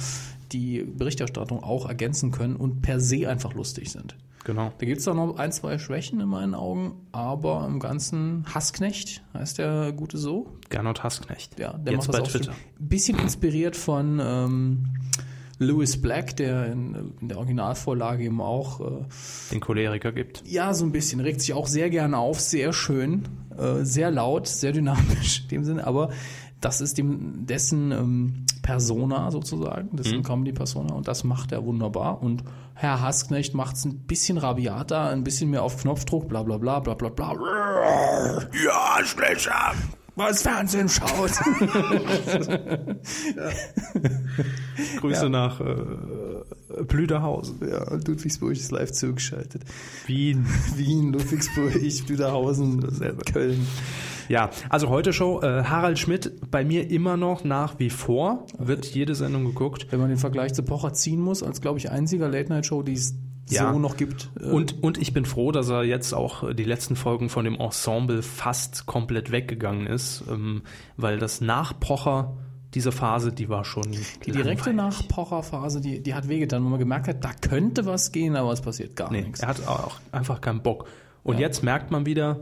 die Berichterstattung auch ergänzen können und per se einfach lustig sind.
Genau.
Da gibt es auch noch ein, zwei Schwächen in meinen Augen, aber im Ganzen Hassknecht heißt der Gute so.
Gernot Hassknecht.
Ja, der
Jetzt
macht das
bei
auch
Twitter.
schon. Ein bisschen inspiriert von ähm, Lewis Black, der in, in der Originalvorlage eben auch, äh,
Den Choleriker gibt.
ja, so ein bisschen, regt sich auch sehr gerne auf, sehr schön, äh, sehr laut, sehr dynamisch in dem Sinne, aber das ist dem, dessen ähm, Persona sozusagen, dessen Comedy-Persona und das macht er wunderbar und Herr Hasknecht macht es ein bisschen rabiater, ein bisschen mehr auf Knopfdruck, bla bla bla bla bla bla. Ja, Schlechter! Was Fernsehen schaut!
Grüße nach äh, Blüderhausen.
Ja, und Ludwigsburg ist live zugeschaltet.
Wien.
Wien, Ludwigsburg, Düderhausen, Köln.
Ja, also heute Show, äh, Harald Schmidt bei mir immer noch nach wie vor, wird jede Sendung geguckt.
Wenn man den Vergleich zu Pocher ziehen muss, als glaube ich einziger Late-Night-Show, die es
Ja.
so noch gibt. äh,
Und, und ich bin froh, dass er jetzt auch äh, die letzten Folgen von dem Ensemble fast komplett weggegangen ist, ähm, weil das Nachpocher, diese Phase, die war schon
die direkte Nachpocher-Phase, die, die hat wehgetan, wo man gemerkt hat, da könnte was gehen, aber es passiert gar
Nee,
nichts.
er hat auch einfach keinen Bock. Und jetzt merkt man wieder,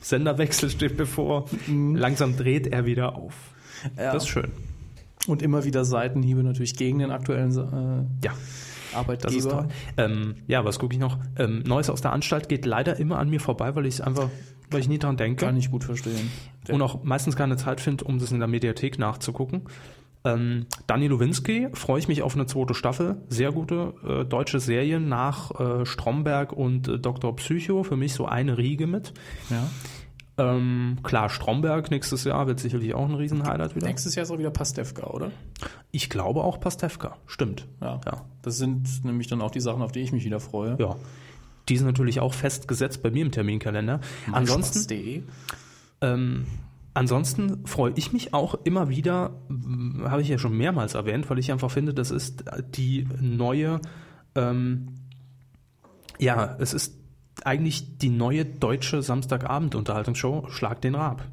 Senderwechsel steht bevor. Langsam dreht er wieder auf. Das ist schön.
Und immer wieder Seitenhiebe natürlich gegen den aktuellen
Ja,
äh, Arbeitgeber.
das ist toll. Ähm, ja, was gucke ich noch? Ähm, Neues aus der Anstalt geht leider immer an mir vorbei, weil ich einfach, weil ich nie dran denke.
Kann ich gut verstehen.
und auch meistens keine Zeit finde, um das in der Mediathek nachzugucken. Ähm, Dani Lowinski, freue ich mich auf eine zweite Staffel. Sehr gute äh, deutsche Serie nach äh, Stromberg und äh, Dr. Psycho. Für mich so eine Riege mit.
Ja.
Ähm, klar, Stromberg nächstes Jahr wird sicherlich auch ein Riesenhighlight wieder.
Nächstes Jahr ist auch wieder Pastewka, oder?
Ich glaube auch Pastewka. Stimmt.
Ja.
Ja.
Das sind nämlich dann auch die Sachen, auf die ich mich wieder freue.
ja. Die sind natürlich auch festgesetzt bei mir im Terminkalender. Ansonsten
Spaß.de.
Ähm, ansonsten freue ich mich auch immer wieder, m, habe ich ja schon mehrmals erwähnt, weil ich einfach finde, das ist die neue, ähm, ja, es ist eigentlich die neue deutsche Samstagabend-Unterhaltungsshow Schlag den Raab.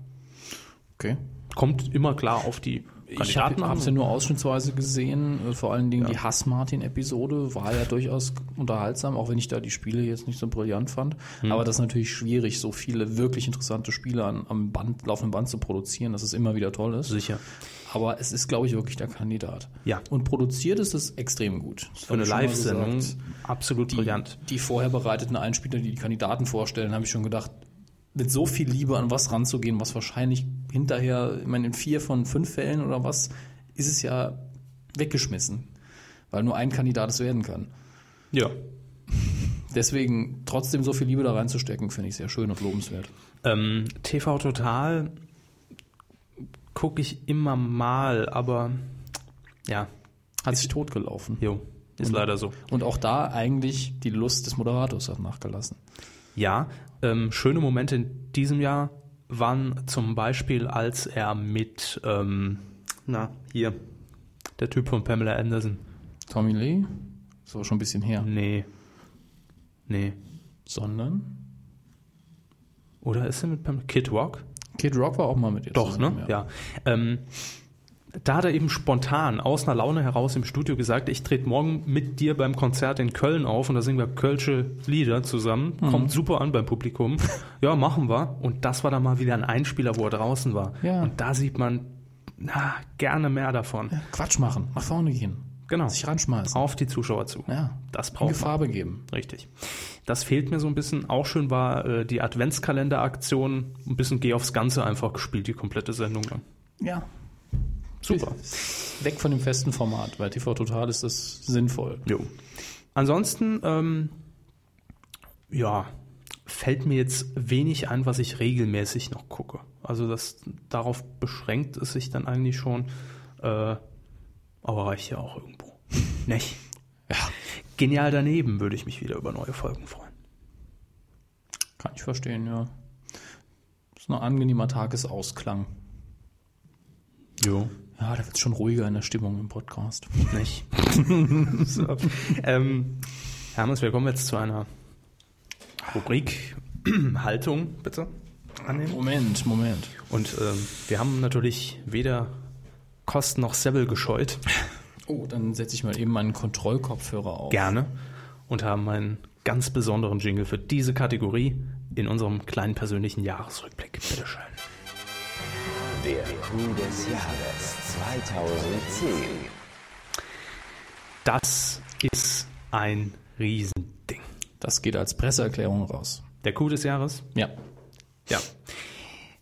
Okay.
Kommt immer klar auf die
Ich habe
Kandidaten an.
es ja nur ausschnittsweise gesehen, äh, vor allen Dingen die Hass-Martin-Episode war ja durchaus unterhaltsam, auch wenn ich da die Spiele jetzt nicht so brillant fand.
Hm.
Aber das ist natürlich schwierig, so viele wirklich interessante Spiele an, am Band, laufenden Band zu produzieren, dass es immer wieder toll ist.
Sicher.
Aber es ist, glaube ich, wirklich der Kandidat.
Ja.
Und produziert ist es extrem gut. Das
Für eine
hab ich schon mal
Live-Sendung
gesagt.
absolut brillant.
Die vorher bereiteten Einspieler, die die Kandidaten vorstellen, habe ich schon gedacht, mit so viel Liebe an was ranzugehen, was wahrscheinlich hinterher, ich meine, in vier von fünf Fällen oder was, ist es ja weggeschmissen, weil nur ein Kandidat es werden kann.
Ja.
Deswegen trotzdem so viel Liebe da reinzustecken, finde ich sehr schön und lobenswert.
Ähm, TV Total gucke ich immer mal, aber ja,
Hat sich totgelaufen.
jo, ist leider so.
Und auch da eigentlich die Lust des Moderators hat nachgelassen.
Ja, ähm, schöne Momente in diesem Jahr waren zum Beispiel, als er mit, ähm, na, hier, der Typ von Pamela Anderson.
Tommy Lee, das war schon ein bisschen her.
Nee. Nee.
Sondern
Oder ist er mit Pamela? Kid Rock?
Kid Rock war auch mal mit ihr
Doch,
zusammen,
ne? Ja. Ähm, da hat er eben spontan aus einer Laune heraus im Studio gesagt, ich trete morgen mit dir beim Konzert in Köln auf und da singen wir kölsche Lieder zusammen.
Mhm.
Kommt super an beim Publikum. Ja, machen wir. Und das war dann mal wieder ein Einspieler, wo er draußen war.
Ja.
Und da sieht man na, gerne mehr davon.
Quatsch machen, nach vorne gehen,
Genau.
sich reinschmeißen.
Auf die Zuschauer zu.
Ja,
Das
in
braucht man.
Gefahr begeben.
Richtig. Das fehlt mir so ein bisschen. Auch schön war äh, die Adventskalenderaktion. Ein bisschen Geh aufs Ganze einfach gespielt, die komplette Sendung. lang.
Ja.
Super.
Weg von dem festen Format. Bei TV Total ist das sinnvoll.
Jo. Ansonsten, ähm, ja, fällt mir jetzt wenig ein, was ich regelmäßig noch gucke. Also das darauf beschränkt es sich dann eigentlich schon. Äh, aber reicht ja auch irgendwo. Nicht?
Ja.
Genial daneben würde ich mich wieder über neue Folgen freuen.
Kann ich verstehen, ja. Ist ein angenehmer Tagesausklang.
Jo.
Ja, da wird es schon ruhiger in der Stimmung im Podcast.
Nicht? so. ähm, Hermes, wir kommen jetzt zu einer Rubrik Haltung, bitte. Annehmen.
Moment, Moment.
Und ähm, wir haben natürlich weder Kost noch Sebel gescheut.
Oh, dann setze ich mal eben meinen Kontrollkopfhörer auf.
Gerne. Und haben einen ganz besonderen Jingle für diese Kategorie in unserem kleinen persönlichen Jahresrückblick. Bitteschön.
Der Coup des Jahres 2010.
Das ist ein Riesending.
Das geht als Presseerklärung raus.
Der Coup des Jahres?
Ja.
Ja.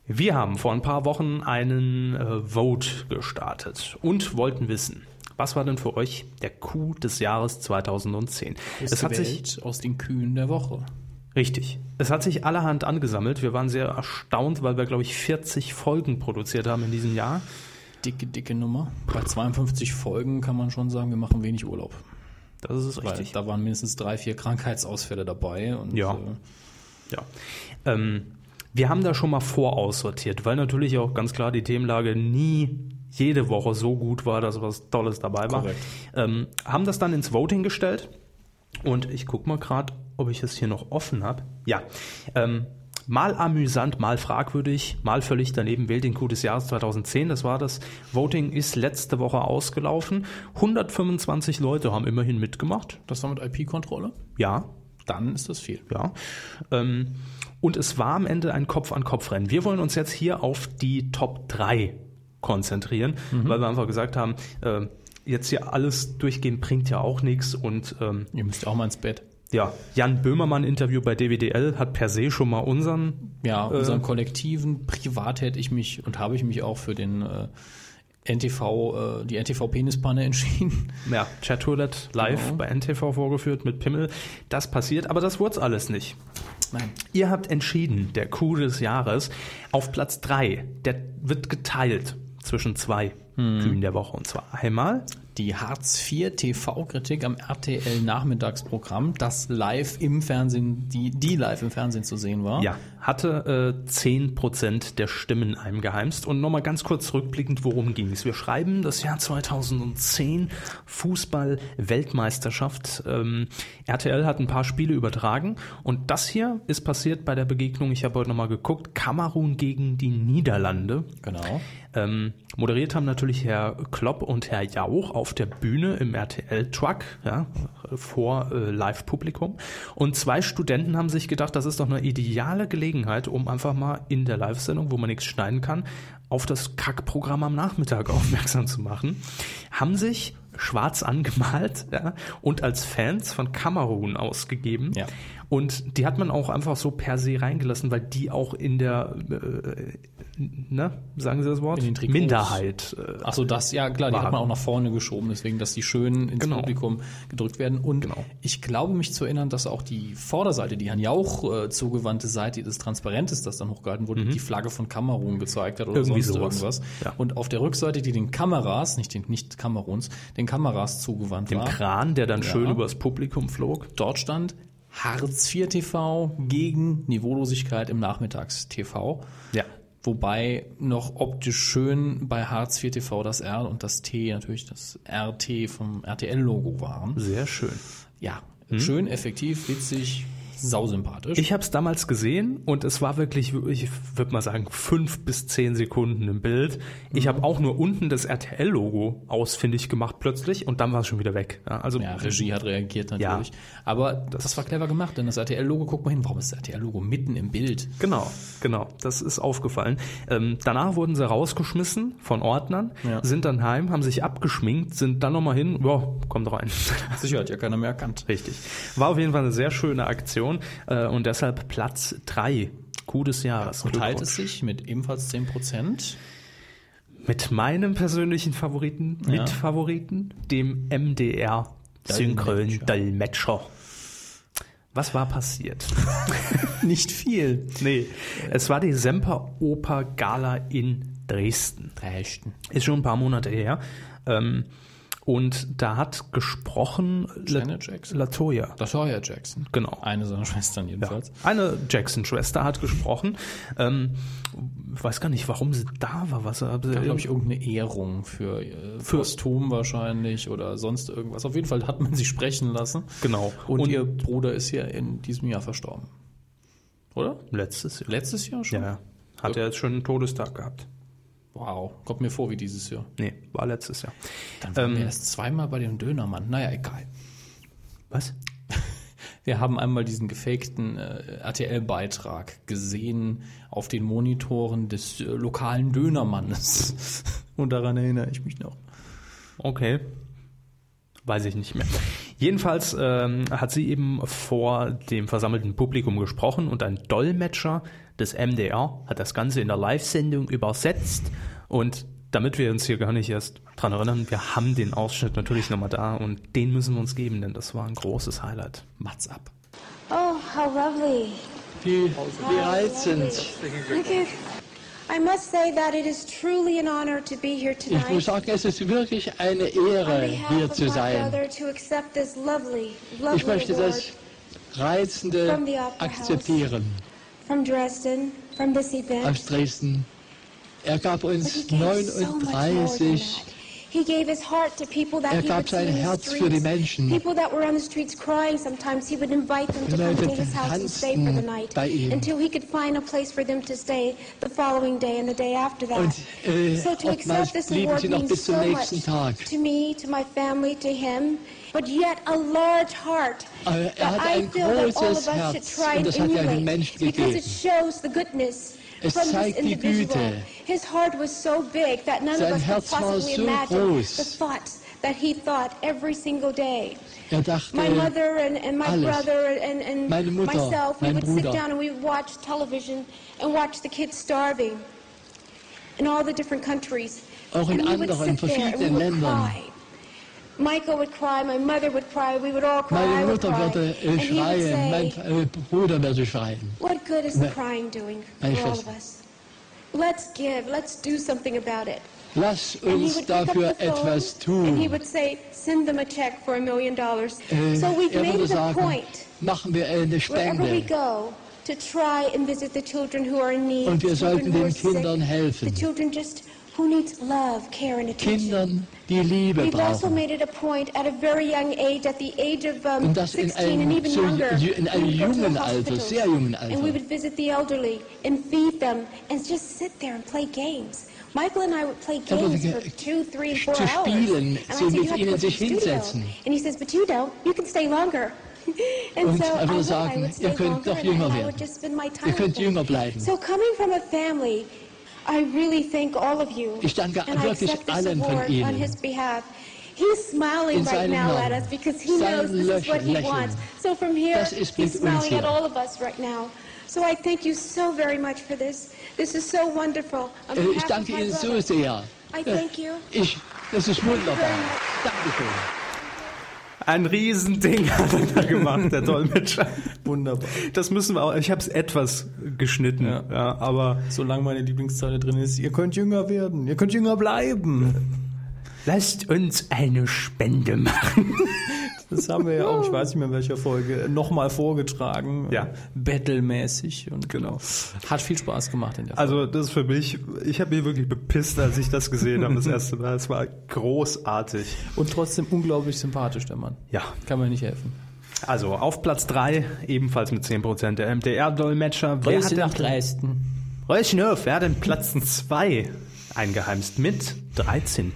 Wir haben vor ein paar Wochen einen äh, Vote gestartet und wollten wissen, was war denn für euch der Coup des Jahres 2010? es hat sich
Ausgewählt aus den Kühen der Woche.
Richtig. Es hat sich allerhand angesammelt. Wir waren sehr erstaunt, weil wir, glaube ich, 40 Folgen produziert haben in diesem Jahr.
Dicke, dicke Nummer. Bei 52 Folgen kann man schon sagen, wir machen wenig Urlaub.
Das ist es
Weil
richtig.
da waren mindestens drei, vier Krankheitsausfälle dabei. Und
Ja.
Äh,
Ja. Ähm, wir haben da schon mal voraussortiert, weil natürlich auch ganz klar die Themenlage nie jede Woche so gut war, dass was Tolles dabei war.
Korrekt.
Ähm, haben das dann ins Voting gestellt und ich gucke mal gerade, ob ich es hier noch offen habe. Ja. Ähm, mal amüsant, mal fragwürdig, mal völlig daneben wählt den Coup des Jahres 2010. Das war das. Voting ist letzte Woche ausgelaufen. 125 Leute haben immerhin mitgemacht.
das war mit IP-Kontrolle.
Ja,
Dann ist das viel.
ja. Ähm, und es war am Ende ein Kopf-an-Kopf-Rennen. Wir wollen uns jetzt hier auf die Top 3 konzentrieren, weil wir einfach gesagt haben, ähm, jetzt hier alles durchgehen bringt ja auch nichts. Und ähm,
Ihr müsst ja auch mal ins Bett.
ja, Jan Böhmermann-Interview bei DWDL hat per se schon mal unseren.
Ja, unseren Kollektiven. Privat hätte ich mich und habe ich mich auch für den äh, NTV, äh, die NTV-Penispanne entschieden.
Ja, Chat-Roulette live bei NTV vorgeführt mit Pimmel. Das passiert, aber das wurde alles nicht.
Nein.
Ihr habt entschieden, der Coup des Jahres auf Platz 3, der wird geteilt zwischen zwei Kühen der Woche. Und zwar einmal,
Die Hartz IV TV-Kritik am RTL-Nachmittagsprogramm, das live im Fernsehen, die, die live im Fernsehen zu sehen war.
ja, hatte äh, 10% der Stimmen eingeheimst. Und nochmal ganz kurz rückblickend, worum ging es? Wir schreiben das Jahr 2010, Fußball-Weltmeisterschaft. Ähm, RTL hat ein paar Spiele übertragen. Und das hier ist passiert bei der Begegnung, ich habe heute nochmal geguckt, Kamerun gegen die Niederlande.
Genau.
Ähm, moderiert haben natürlich Herr Klopp und Herr Jauch auf der Bühne im RTL-Truck ja, vor äh, Live-Publikum. Und zwei Studenten haben sich gedacht, das ist doch eine ideale Gelegenheit, um einfach mal in der Live-Sendung, wo man nichts schneiden kann, auf das Kackprogramm am Nachmittag aufmerksam zu machen. Haben sich schwarz angemalt ja, und als Fans von Kamerun ausgegeben.
Ja.
Und die hat man auch einfach so per se reingelassen, weil die auch in der, äh, ne, sagen Sie das Wort?
In den Trikots.
Minderheit. Äh,
Achso, das, ja klar, die
Waren.
hat man auch nach vorne geschoben, deswegen, dass die schön ins
Genau.
Publikum gedrückt werden. Und ich glaube mich zu erinnern, dass auch die Vorderseite, die Herrn Jauch äh, zugewandte Seite des Transparentes, das dann hochgehalten wurde, die Flagge von Kamerun gezeigt hat oder
Mhm. Irgendwie
sonst
sowas.
irgendwas.
Ja.
Und auf der Rückseite, die den Kameras, nicht den nicht Kameruns, den Kameras zugewandt
dem
war,
Kran, der dann schön
Ja.
übers Publikum flog.
dort stand Hartz IV TV gegen Niveaulosigkeit im Nachmittags-TV.
Ja.
Wobei noch optisch schön bei Hartz IV TV das R und das T natürlich das RT vom RTL-Logo waren.
Sehr schön.
Ja, schön, effektiv, witzig, sausympathisch.
Hm? Ich habe es damals gesehen und es war wirklich, ich würde mal sagen, fünf bis zehn Sekunden im Bild. Ich
Mhm.
habe auch nur unten das RTL-Logo ausfindig gemacht plötzlich und dann war es schon wieder weg. Ja, also
ja, Regie hat reagiert natürlich.
Ja.
Aber das, war clever gemacht, denn das RTL-Logo, guck mal hin, warum ist das RTL-Logo mitten im Bild?
Genau, genau, das ist aufgefallen. Ähm, danach wurden sie rausgeschmissen von Ordnern,
Ja.
sind dann heim, haben sich abgeschminkt, sind dann nochmal hin, ja, kommt rein.
Sicher hat ja keiner mehr erkannt.
Richtig. War auf jeden Fall eine sehr schöne Aktion äh, und deshalb Platz drei Coup des Jahres.
Und teilt
Glückwunsch.
es sich mit ebenfalls 10 Prozent
mit meinem persönlichen Favoriten,
Ja.
Mitfavoriten, dem MDR
Dolmetscher.
Synchron Dolmetscher. Was war passiert?
Nicht viel.
nee, es war die Semperoper Gala in Dresden.
Dresden.
Ist schon ein paar Monate her. Ähm, und da hat gesprochen La-
Janet Jackson.
Latoya.
Das war ja Jackson.
Genau.
Eine seiner Schwestern
Ja.
jedenfalls.
Eine Jackson-Schwester hat gesprochen. Ähm, ich weiß gar nicht, warum sie da war. Was, äh, ob sie
Ja, glaube ich, irgendeine Ehrung für, äh,
Für-
für Posthum wahrscheinlich oder sonst irgendwas. Auf jeden Fall hat man sie sprechen lassen.
Genau.
Und,
Und-
ihr Bruder ist ja in diesem Jahr verstorben. Oder?
letztes Jahr.
Letztes Jahr schon?
Ja, hat er jetzt schon einen Todestag gehabt.
Wow, kommt mir vor wie dieses Jahr.
Nee, war letztes Jahr.
Dann waren wir erst zweimal bei dem Dönermann. Naja, egal.
Was?
Wir haben einmal diesen gefakten äh, RTL-Beitrag gesehen auf den Monitoren des äh, lokalen Dönermannes. Und daran erinnere ich mich noch.
Okay. Weiß ich nicht mehr. Jedenfalls ähm, hat sie eben vor dem versammelten Publikum gesprochen und ein Dolmetscher des MDR hat das Ganze in der Live-Sendung übersetzt. Und damit wir uns hier gar nicht erst dran erinnern, wir haben den Ausschnitt natürlich nochmal da und den müssen wir uns geben, denn das war ein großes Highlight.
Mats ab.
Oh, how lovely.
Wie alt sind.
Thank you. I must say that it is truly an honor to be here
Ich muss
tonight.
sagen, es ist wirklich eine
On
Ehre,
behalf
hier
of
zu
my
sein.
brother to accept this lovely,
Ich
lovely
möchte
award
das Reizende
From the Opera House.
akzeptieren
from Dresden, from this
aus
event.
Dresden. Er gab
But he
uns
gave so much more than that.
39
He gave his heart to people that
Er
he
gab
would see
sein
in the
Herz für die
streets.
Menschen.
People that were on the streets crying sometimes, he would invite them to
Die
come
Leute
to his house and stay for the
tanzten
night
bei ihm.
until he could find a place for them to stay the following day and uh, the day after that.
und äh,
So to
oftmals
accept this
blieben
award
sie noch
means
bis zum
so
nächsten
much
Tag.
to me, to my family, to him. But yet a large heart
Aber er
that
hat
I
ein
feel that all
großes
of us should
Herz,
try
und
and
das hat er den
emulate
Menschen
because it
gegeben.
shows the goodness
Es
from this
zeigt die
individual.
Güte.
His heart was so big that none
Sein
of us
Herz war
could possibly
so
imagine
groß.
the thoughts that he thought every single day.
Er dachte,
My mother and, and my
alles.
brother and, and
Meine Mutter,
myself, we
mein
would
Bruder.
sit down and we would watch television and watch the kids starving in all the different countries.
Auch in
and we would
anderen,
sit there and we
verschiedenen
would
Ländern.
cry. Michael would cry, my mother would cry, we would all cry, I
meine
would
Mutter
cry.
würde äh,
and he would
schreien, mein
say,
äh, Bruder würde schreien.
what good is
Me-
the crying doing for
Meine
all of
Schwester.
us? Let's give, let's do something about it.
Lass
And he
uns
would pick up
dafür
the phone,
etwas
And he
tun.
would say, send them a check for a million dollars.
Äh,
So we've
er
made
würde
it a
sagen,
point
machen wir eine
wherever we
Spende.
go to try and visit the children who are in need.
Und wir
the children
sollten
who
den
are sick,
Kindern helfen.
The children just who needs love, care and attention.
Kindern, die Liebe
We've also
brauchen.
made it a point at a very young age, at the age of um,
Und das in
16 and
einem
even
so
younger,
ju- in
we
einem
would go to the
jungen
hospitals,
Alter, sehr jungen
And we
Alter.
would visit the elderly and feed them and just sit there and play games. Michael and I would play
Er würde
games
ge-
for two, three, and four
zu
hours. and
spielen,
I
sie
said,
mit
you have to
ihnen
go to the
sich
studio.
hinsetzen.
And he says, but you don't. You can stay longer. and
Und
so
er
I
würde
would, I
sagen,
would
ihr
stay
könnt
longer
noch
and
jünger
I would
werden.
just spend my time
Ihr könnt
with them.
jünger bleiben.
So coming from a family, I really thank all of you.
Ich danke
and I
wirklich
accept this
allen von
award on
Ihnen.
his behalf. He's smiling
In
right
seinem
now at
Namen.
us because he
Sein
knows this is what he
Lächeln.
wants. So from here,
Das ist mit
he's
uns
smiling
hier.
at all of us right now. So I thank you so very much for this. This is so wonderful. On
Äh, Ich
behalf
danke
of my
Ihnen so
brother,
sehr.
I Also thank you.
Ich, das ist wunderbar. Dankeschön.
Ein Riesending hat er da gemacht, der Dolmetscher.
Wunderbar.
Das müssen wir auch. Ich habe es etwas geschnitten,
Ja.
ja, aber
Solange meine Lieblingszeile drin ist, ihr könnt jünger werden, ihr könnt jünger bleiben.
lasst uns eine Spende machen.
Das haben wir ja auch, ich weiß nicht mehr in welcher Folge, nochmal vorgetragen.
Ja.
Battlemäßig. Und genau. Hat viel Spaß gemacht in der
Also das ist für mich, ich habe mich wirklich bepisst, als ich das gesehen habe das erste Mal. Es war großartig.
Folge. Und trotzdem unglaublich sympathisch, der Mann.
Ja,
Kann mir nicht helfen.
also auf Platz 3, ebenfalls mit 10% der MDR-Dolmetscher. Wer hat denn,
Dresden.
Röschenhof, wer hat denn Platz 2 eingeheimst mit 13%?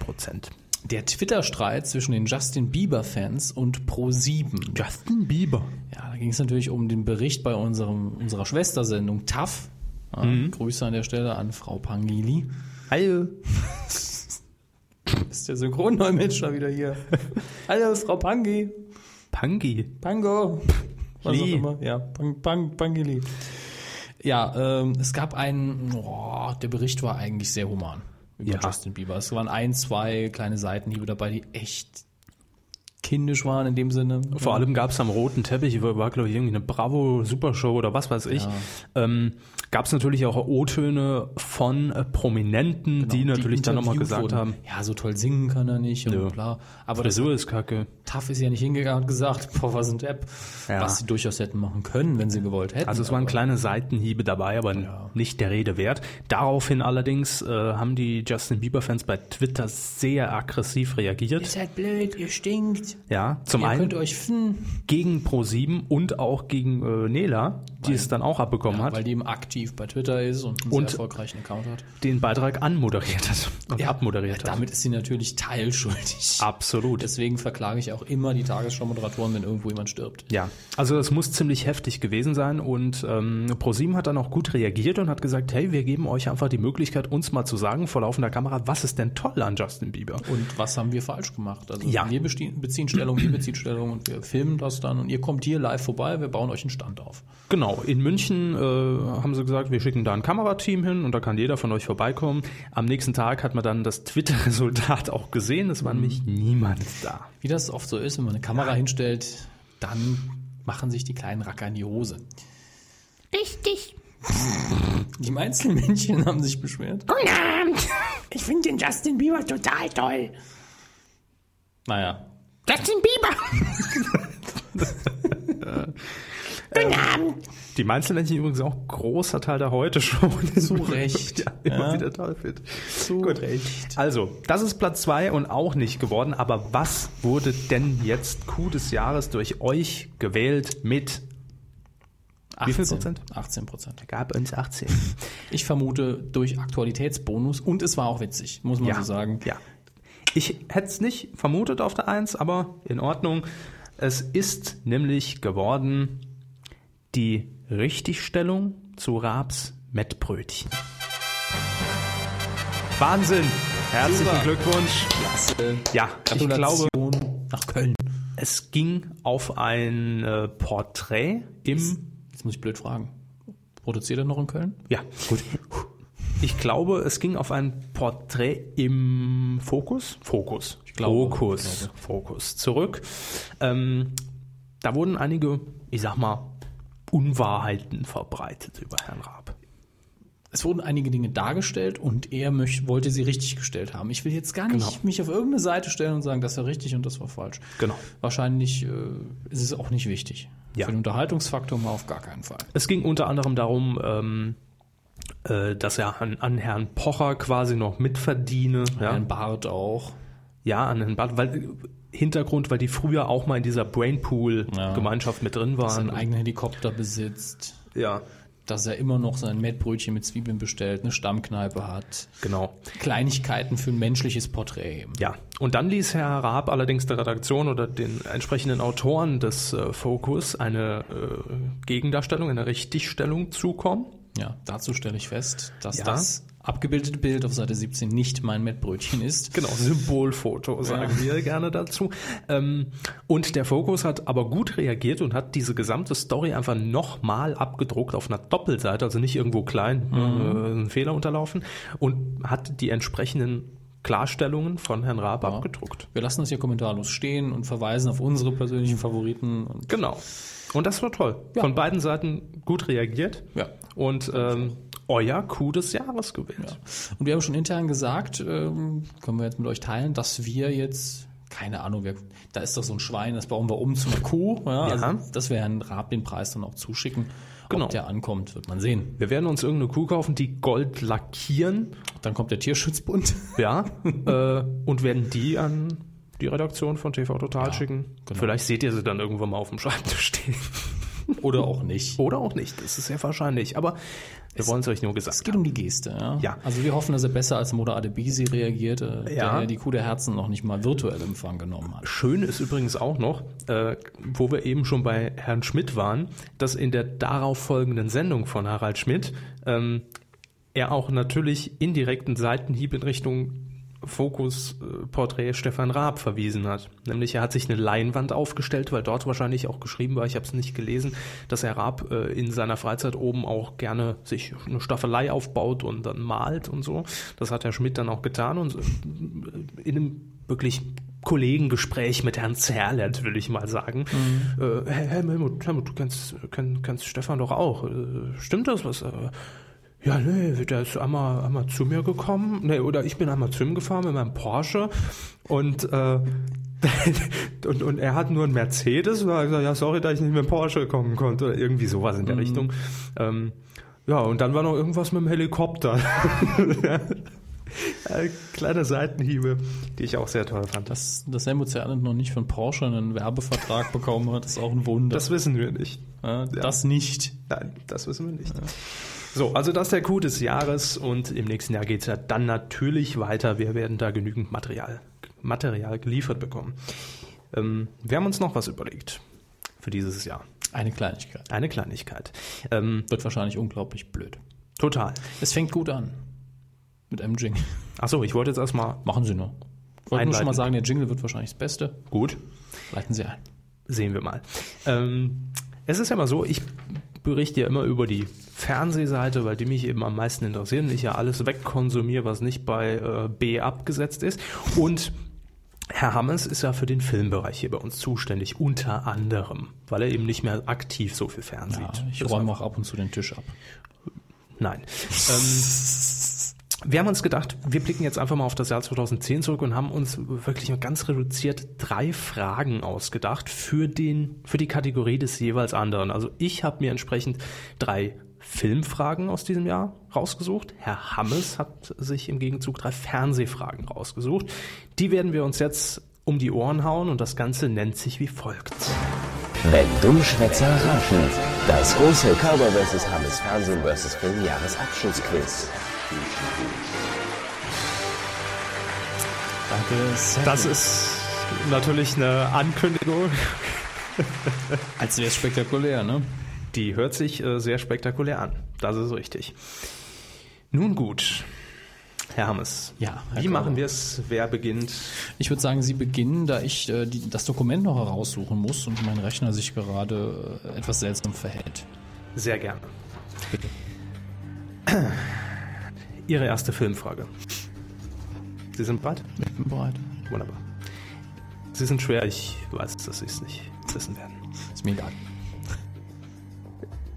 Der Twitter-Streit zwischen den Justin Bieber-Fans und Pro7.
Justin Bieber.
Ja, da ging es natürlich um den Bericht bei unserem, unserer Schwestersendung TAF. Ja,
Mhm.
Grüße an der Stelle an Frau Pangili.
Hallo.
Ist der Synchrondolmetscher wieder hier. Hallo, Frau Pangi.
Pangi.
Pango. Was
Lee.
auch immer. Ja, Pang, Pang, Pangili. Ja, ähm, es gab einen, oh, der Bericht war eigentlich sehr human. über
Ja.
Justin Bieber. Es waren ein, zwei kleine Seitenhiebe dabei, die echt kindisch waren in dem Sinne.
Vor allem gab es am roten Teppich, war, war glaube ich irgendwie eine Bravo-Supershow oder was weiß ich, ähm, gab es natürlich auch O-Töne von äh, Prominenten, die natürlich dann nochmal
Genau, interviewt
gesagt
wurden.
haben,
Ja, so toll singen kann er nicht und
Nö.
bla. Aber das
Frisur ist kacke.
Taff ist ja nicht hingegangen und gesagt, boah, was ein Depp.
Ja.
Was sie durchaus hätten machen können, wenn sie gewollt hätten.
Also es waren
Aber-
kleine Seitenhiebe dabei, aber nicht der Rede wert. Daraufhin allerdings äh, haben die Justin Bieber-Fans bei Twitter sehr aggressiv reagiert.
Ihr seid blöd, ihr stinkt.
ja, zum
ihr
einen
könnt euch finden.
gegen Pro7 und auch gegen äh, Nela, die es dann auch abbekommen hat,
Weil die eben aktiv bei Twitter ist und einen
Und-
sehr erfolgreichen Account hat.
den Beitrag anmoderiert hat und abmoderiert hat.
Damit ist sie natürlich teilschuldig.
Absolut.
Deswegen verklage ich auch immer die Tagesschau-Moderatoren, wenn irgendwo jemand stirbt.
Ja, also das muss ziemlich heftig gewesen sein und ähm, ProSieben hat dann auch gut reagiert und hat gesagt, hey, wir geben euch einfach die Möglichkeit, uns mal zu sagen vor laufender Kamera, was ist denn toll an Justin Bieber?
Und was haben wir falsch gemacht? Also
Ja.
wir bestehen, beziehen Stellung, ihr bezieht Stellung und wir filmen das dann und ihr kommt hier live vorbei, wir bauen euch einen Stand auf.
Genau, in München äh, haben sie gesagt, wir schicken da ein Kamerateam hin und da kann jeder von euch vorbeikommen. Am nächsten Tag hat man dann das Twitter-Resultat auch gesehen, es war nämlich
Mhm.
niemand da.
Wie das oft so ist, wenn man eine Kamera hinstellt, dann machen sich die kleinen Racker in die Hose.
Richtig.
Die Einzelmännchen haben sich beschwert.
Guten Abend. Ich finde den Justin Bieber total toll.
Naja,
Justin Bieber. Guten Abend.
Die Mainzelmännchen übrigens auch großer Teil der Heute-Show. Zu
Recht.
Ja, immer
Ja.
wieder toll fit.
Zu Recht.
Also, das ist Platz zwei und auch nicht geworden. Aber was wurde denn jetzt Coup des Jahres durch euch gewählt mit?
18,
Wie viel Prozent?
18 Prozent.
Gab uns 18.
Ich vermute durch Aktualitätsbonus und es war auch witzig, muss man
Ja,
so sagen.
ja. Ich hätte es nicht vermutet auf der Eins, aber in Ordnung. Es ist nämlich geworden die Richtigstellung zu Raps Mettbrötchen. Wahnsinn! Herzlichen
Super.
Glückwunsch!
Klasse.
Ja, ich glaube,
Gratulation nach Köln.
es ging auf ein äh, Porträt im.
Jetzt muss ich blöd fragen. Produziert er noch in Köln?
Ja, gut. Ich glaube, es ging auf ein Porträt im Fokus. Fokus. Ich
glaube,
Fokus.
ich glaube.
Fokus. Zurück. Ähm, da wurden einige, ich sag mal, Unwahrheiten verbreitet über Herrn Raab.
Es wurden einige Dinge dargestellt und er möcht, wollte sie richtig gestellt haben. Ich will jetzt gar nicht
Genau.
mich auf irgendeine Seite stellen und sagen, das war richtig und das war falsch.
Genau.
Wahrscheinlich äh, ist es auch nicht wichtig.
Ja.
Für den Unterhaltungsfaktor mal auf gar keinen Fall.
Es ging unter anderem darum, ähm, äh, dass er an, an Herrn Pocher quasi noch mitverdiene. ja.
Ein Bart auch.
Ja, an den Bad, weil Hintergrund, weil die früher auch mal in dieser Brainpool-Gemeinschaft mit drin
Dass er einen
waren.
eigenen Helikopter besitzt.
ja,
Dass er immer noch sein Mettbrötchen mit Zwiebeln bestellt, eine Stammkneipe hat.
genau.
Kleinigkeiten für ein menschliches Porträt eben.
Ja. Und dann ließ Herr Raab allerdings der Redaktion oder den entsprechenden Autoren des äh, Focus eine äh, Gegendarstellung, eine Richtigstellung zukommen.
Ja, dazu stelle ich fest, dass
Ja.
das abgebildete Bild auf Seite 17 nicht mein Mettbrötchen ist.
Genau, Symbolfoto sagen wir gerne dazu. Ähm, und der Fokus hat aber gut reagiert und hat diese gesamte Story einfach nochmal abgedruckt auf einer Doppelseite, also nicht irgendwo klein, äh, ein Fehler unterlaufen und hat die entsprechenden Klarstellungen von Herrn Raab abgedruckt.
Wir lassen das hier kommentarlos stehen und verweisen auf unsere persönlichen Favoriten. Und
Genau. Und das war toll. Von beiden Seiten gut reagiert
Ja.
und ähm, euer Coup des Jahres gewählt.
Und wir haben schon intern gesagt, ähm, können wir jetzt mit euch teilen, dass wir jetzt, keine Ahnung, wir, da ist doch so ein Schwein, das bauen wir um zu einer Kuh. Ja,
Ja.
Also, dass wir Herrn Raab den Preis dann auch zuschicken.
Genau.
Ob der ankommt, wird man sehen.
Wir werden uns irgendeine Kuh kaufen, die Gold lackieren
Dann kommt der Tierschutzbund.
Ja, äh, und werden die an die Redaktion von TV Total schicken.
genau.
Vielleicht seht ihr sie dann irgendwann mal auf dem Schreibtisch stehen.
Oder auch nicht.
Oder auch nicht, das ist sehr wahrscheinlich. Aber wir wollen es euch nur
Es
gesagt
geht
haben.
um die Geste, ja.
Ja.
Also wir hoffen, dass er besser als Moda Adebisi reagiert, äh,
Ja.
der ja die Kuh der Herzen noch nicht mal virtuell in Empfang genommen hat.
Schön ist übrigens auch noch, äh, wo wir eben schon bei Herrn Schmidt waren, dass in der darauf folgenden Sendung von Harald Schmidt ähm, er auch natürlich indirekten Seitenhieb in Richtung Fokus-Porträt Stefan Raab verwiesen hat. Nämlich er hat sich eine Leinwand aufgestellt, weil dort wahrscheinlich auch geschrieben war, ich habe es nicht gelesen, dass Herr Raab äh, in seiner Freizeit oben auch gerne sich eine Staffelei aufbaut und dann malt und so. Das hat Herr Schmidt dann auch getan und äh, in einem wirklich Kollegengespräch mit Herrn Zerlert, will ich mal sagen. Äh, Hel- Hel- Helmut, Helmut, du kennst, kenn, kennst Stefan doch auch. Äh, stimmt das? Was, äh, ja, nee, der ist einmal, einmal zu mir gekommen. Nee, oder ich bin einmal zu ihm gefahren mit meinem Porsche und, äh, und, und er hat nur einen Mercedes und er hat gesagt, ja, sorry, dass ich nicht mit dem Porsche kommen konnte. Oder irgendwie sowas in der Richtung. Ähm, ja, und dann war noch irgendwas mit dem Helikopter. Äh, Kleine Seitenhiebe, die ich auch sehr toll fand. Das,
Dass, dass Helmut Zerlett noch nicht von Porsche einen Werbevertrag bekommen hat, ist auch ein Wunder.
das wissen wir nicht.
ja, das nicht.
Nein, das wissen wir nicht. So, also das ist der Coup des Jahres und im nächsten Jahr geht es ja dann natürlich weiter. Wir werden da genügend Material, Material geliefert bekommen. Ähm, wir haben uns noch was überlegt für dieses Jahr.
Eine Kleinigkeit.
Eine Kleinigkeit. Ähm,
Wird wahrscheinlich unglaublich blöd.
total.
Es fängt gut an. Mit einem Jingle.
Achso, ich wollte jetzt erstmal.
Machen Sie nur. Ich wollte nur schon
Einleiten.
mal sagen, der Jingle wird wahrscheinlich das Beste.
Gut.
Leiten Sie ein.
sehen wir mal. Ähm, es ist ja mal so, ich berichte ja immer über die Fernsehseite, weil die mich eben am meisten interessieren. Ich ja alles wegkonsumiere, was nicht bei äh, B abgesetzt ist. Und Herr Hammers ist ja für den Filmbereich hier bei uns zuständig, unter anderem, weil er eben nicht mehr aktiv so viel Fernsehen
Ja,
sieht.
ich
Das
räume auch ab und zu den Tisch ab.
Nein. ähm, wir haben uns gedacht, wir blicken jetzt einfach mal auf das Jahr 2010 zurück und haben uns wirklich mal ganz reduziert drei Fragen ausgedacht für, den, für die Kategorie des jeweils anderen. Also ich habe mir entsprechend drei Filmfragen aus diesem Jahr rausgesucht. Herr Hammes hat sich im Gegenzug drei Fernsehfragen rausgesucht. Die werden wir uns jetzt um die Ohren hauen und das Ganze nennt sich wie folgt.
Wenn Dummschwätzer raschen. Das große Cowboy vs. Hammes Fernsehen vs. Film Jahresabschlussquiz.
Danke. Sam.
Das ist natürlich eine Ankündigung.
als wäre es spektakulär, ne?
Die hört sich äh, sehr spektakulär an. Das ist richtig. Nun gut, Herr Hammes.
Ja, Herr
Wie
Körber.
machen wir es? Wer beginnt?
Ich würde sagen, Sie beginnen, da ich äh, die, das Dokument noch heraussuchen muss und mein Rechner sich gerade äh, etwas seltsam verhält.
Sehr gerne. Ihre erste Filmfrage. Sie sind bereit?
Ich bin bereit.
Wunderbar. Sie sind schwer, ich weiß, dass Sie es nicht wissen werden.
Ist mir egal.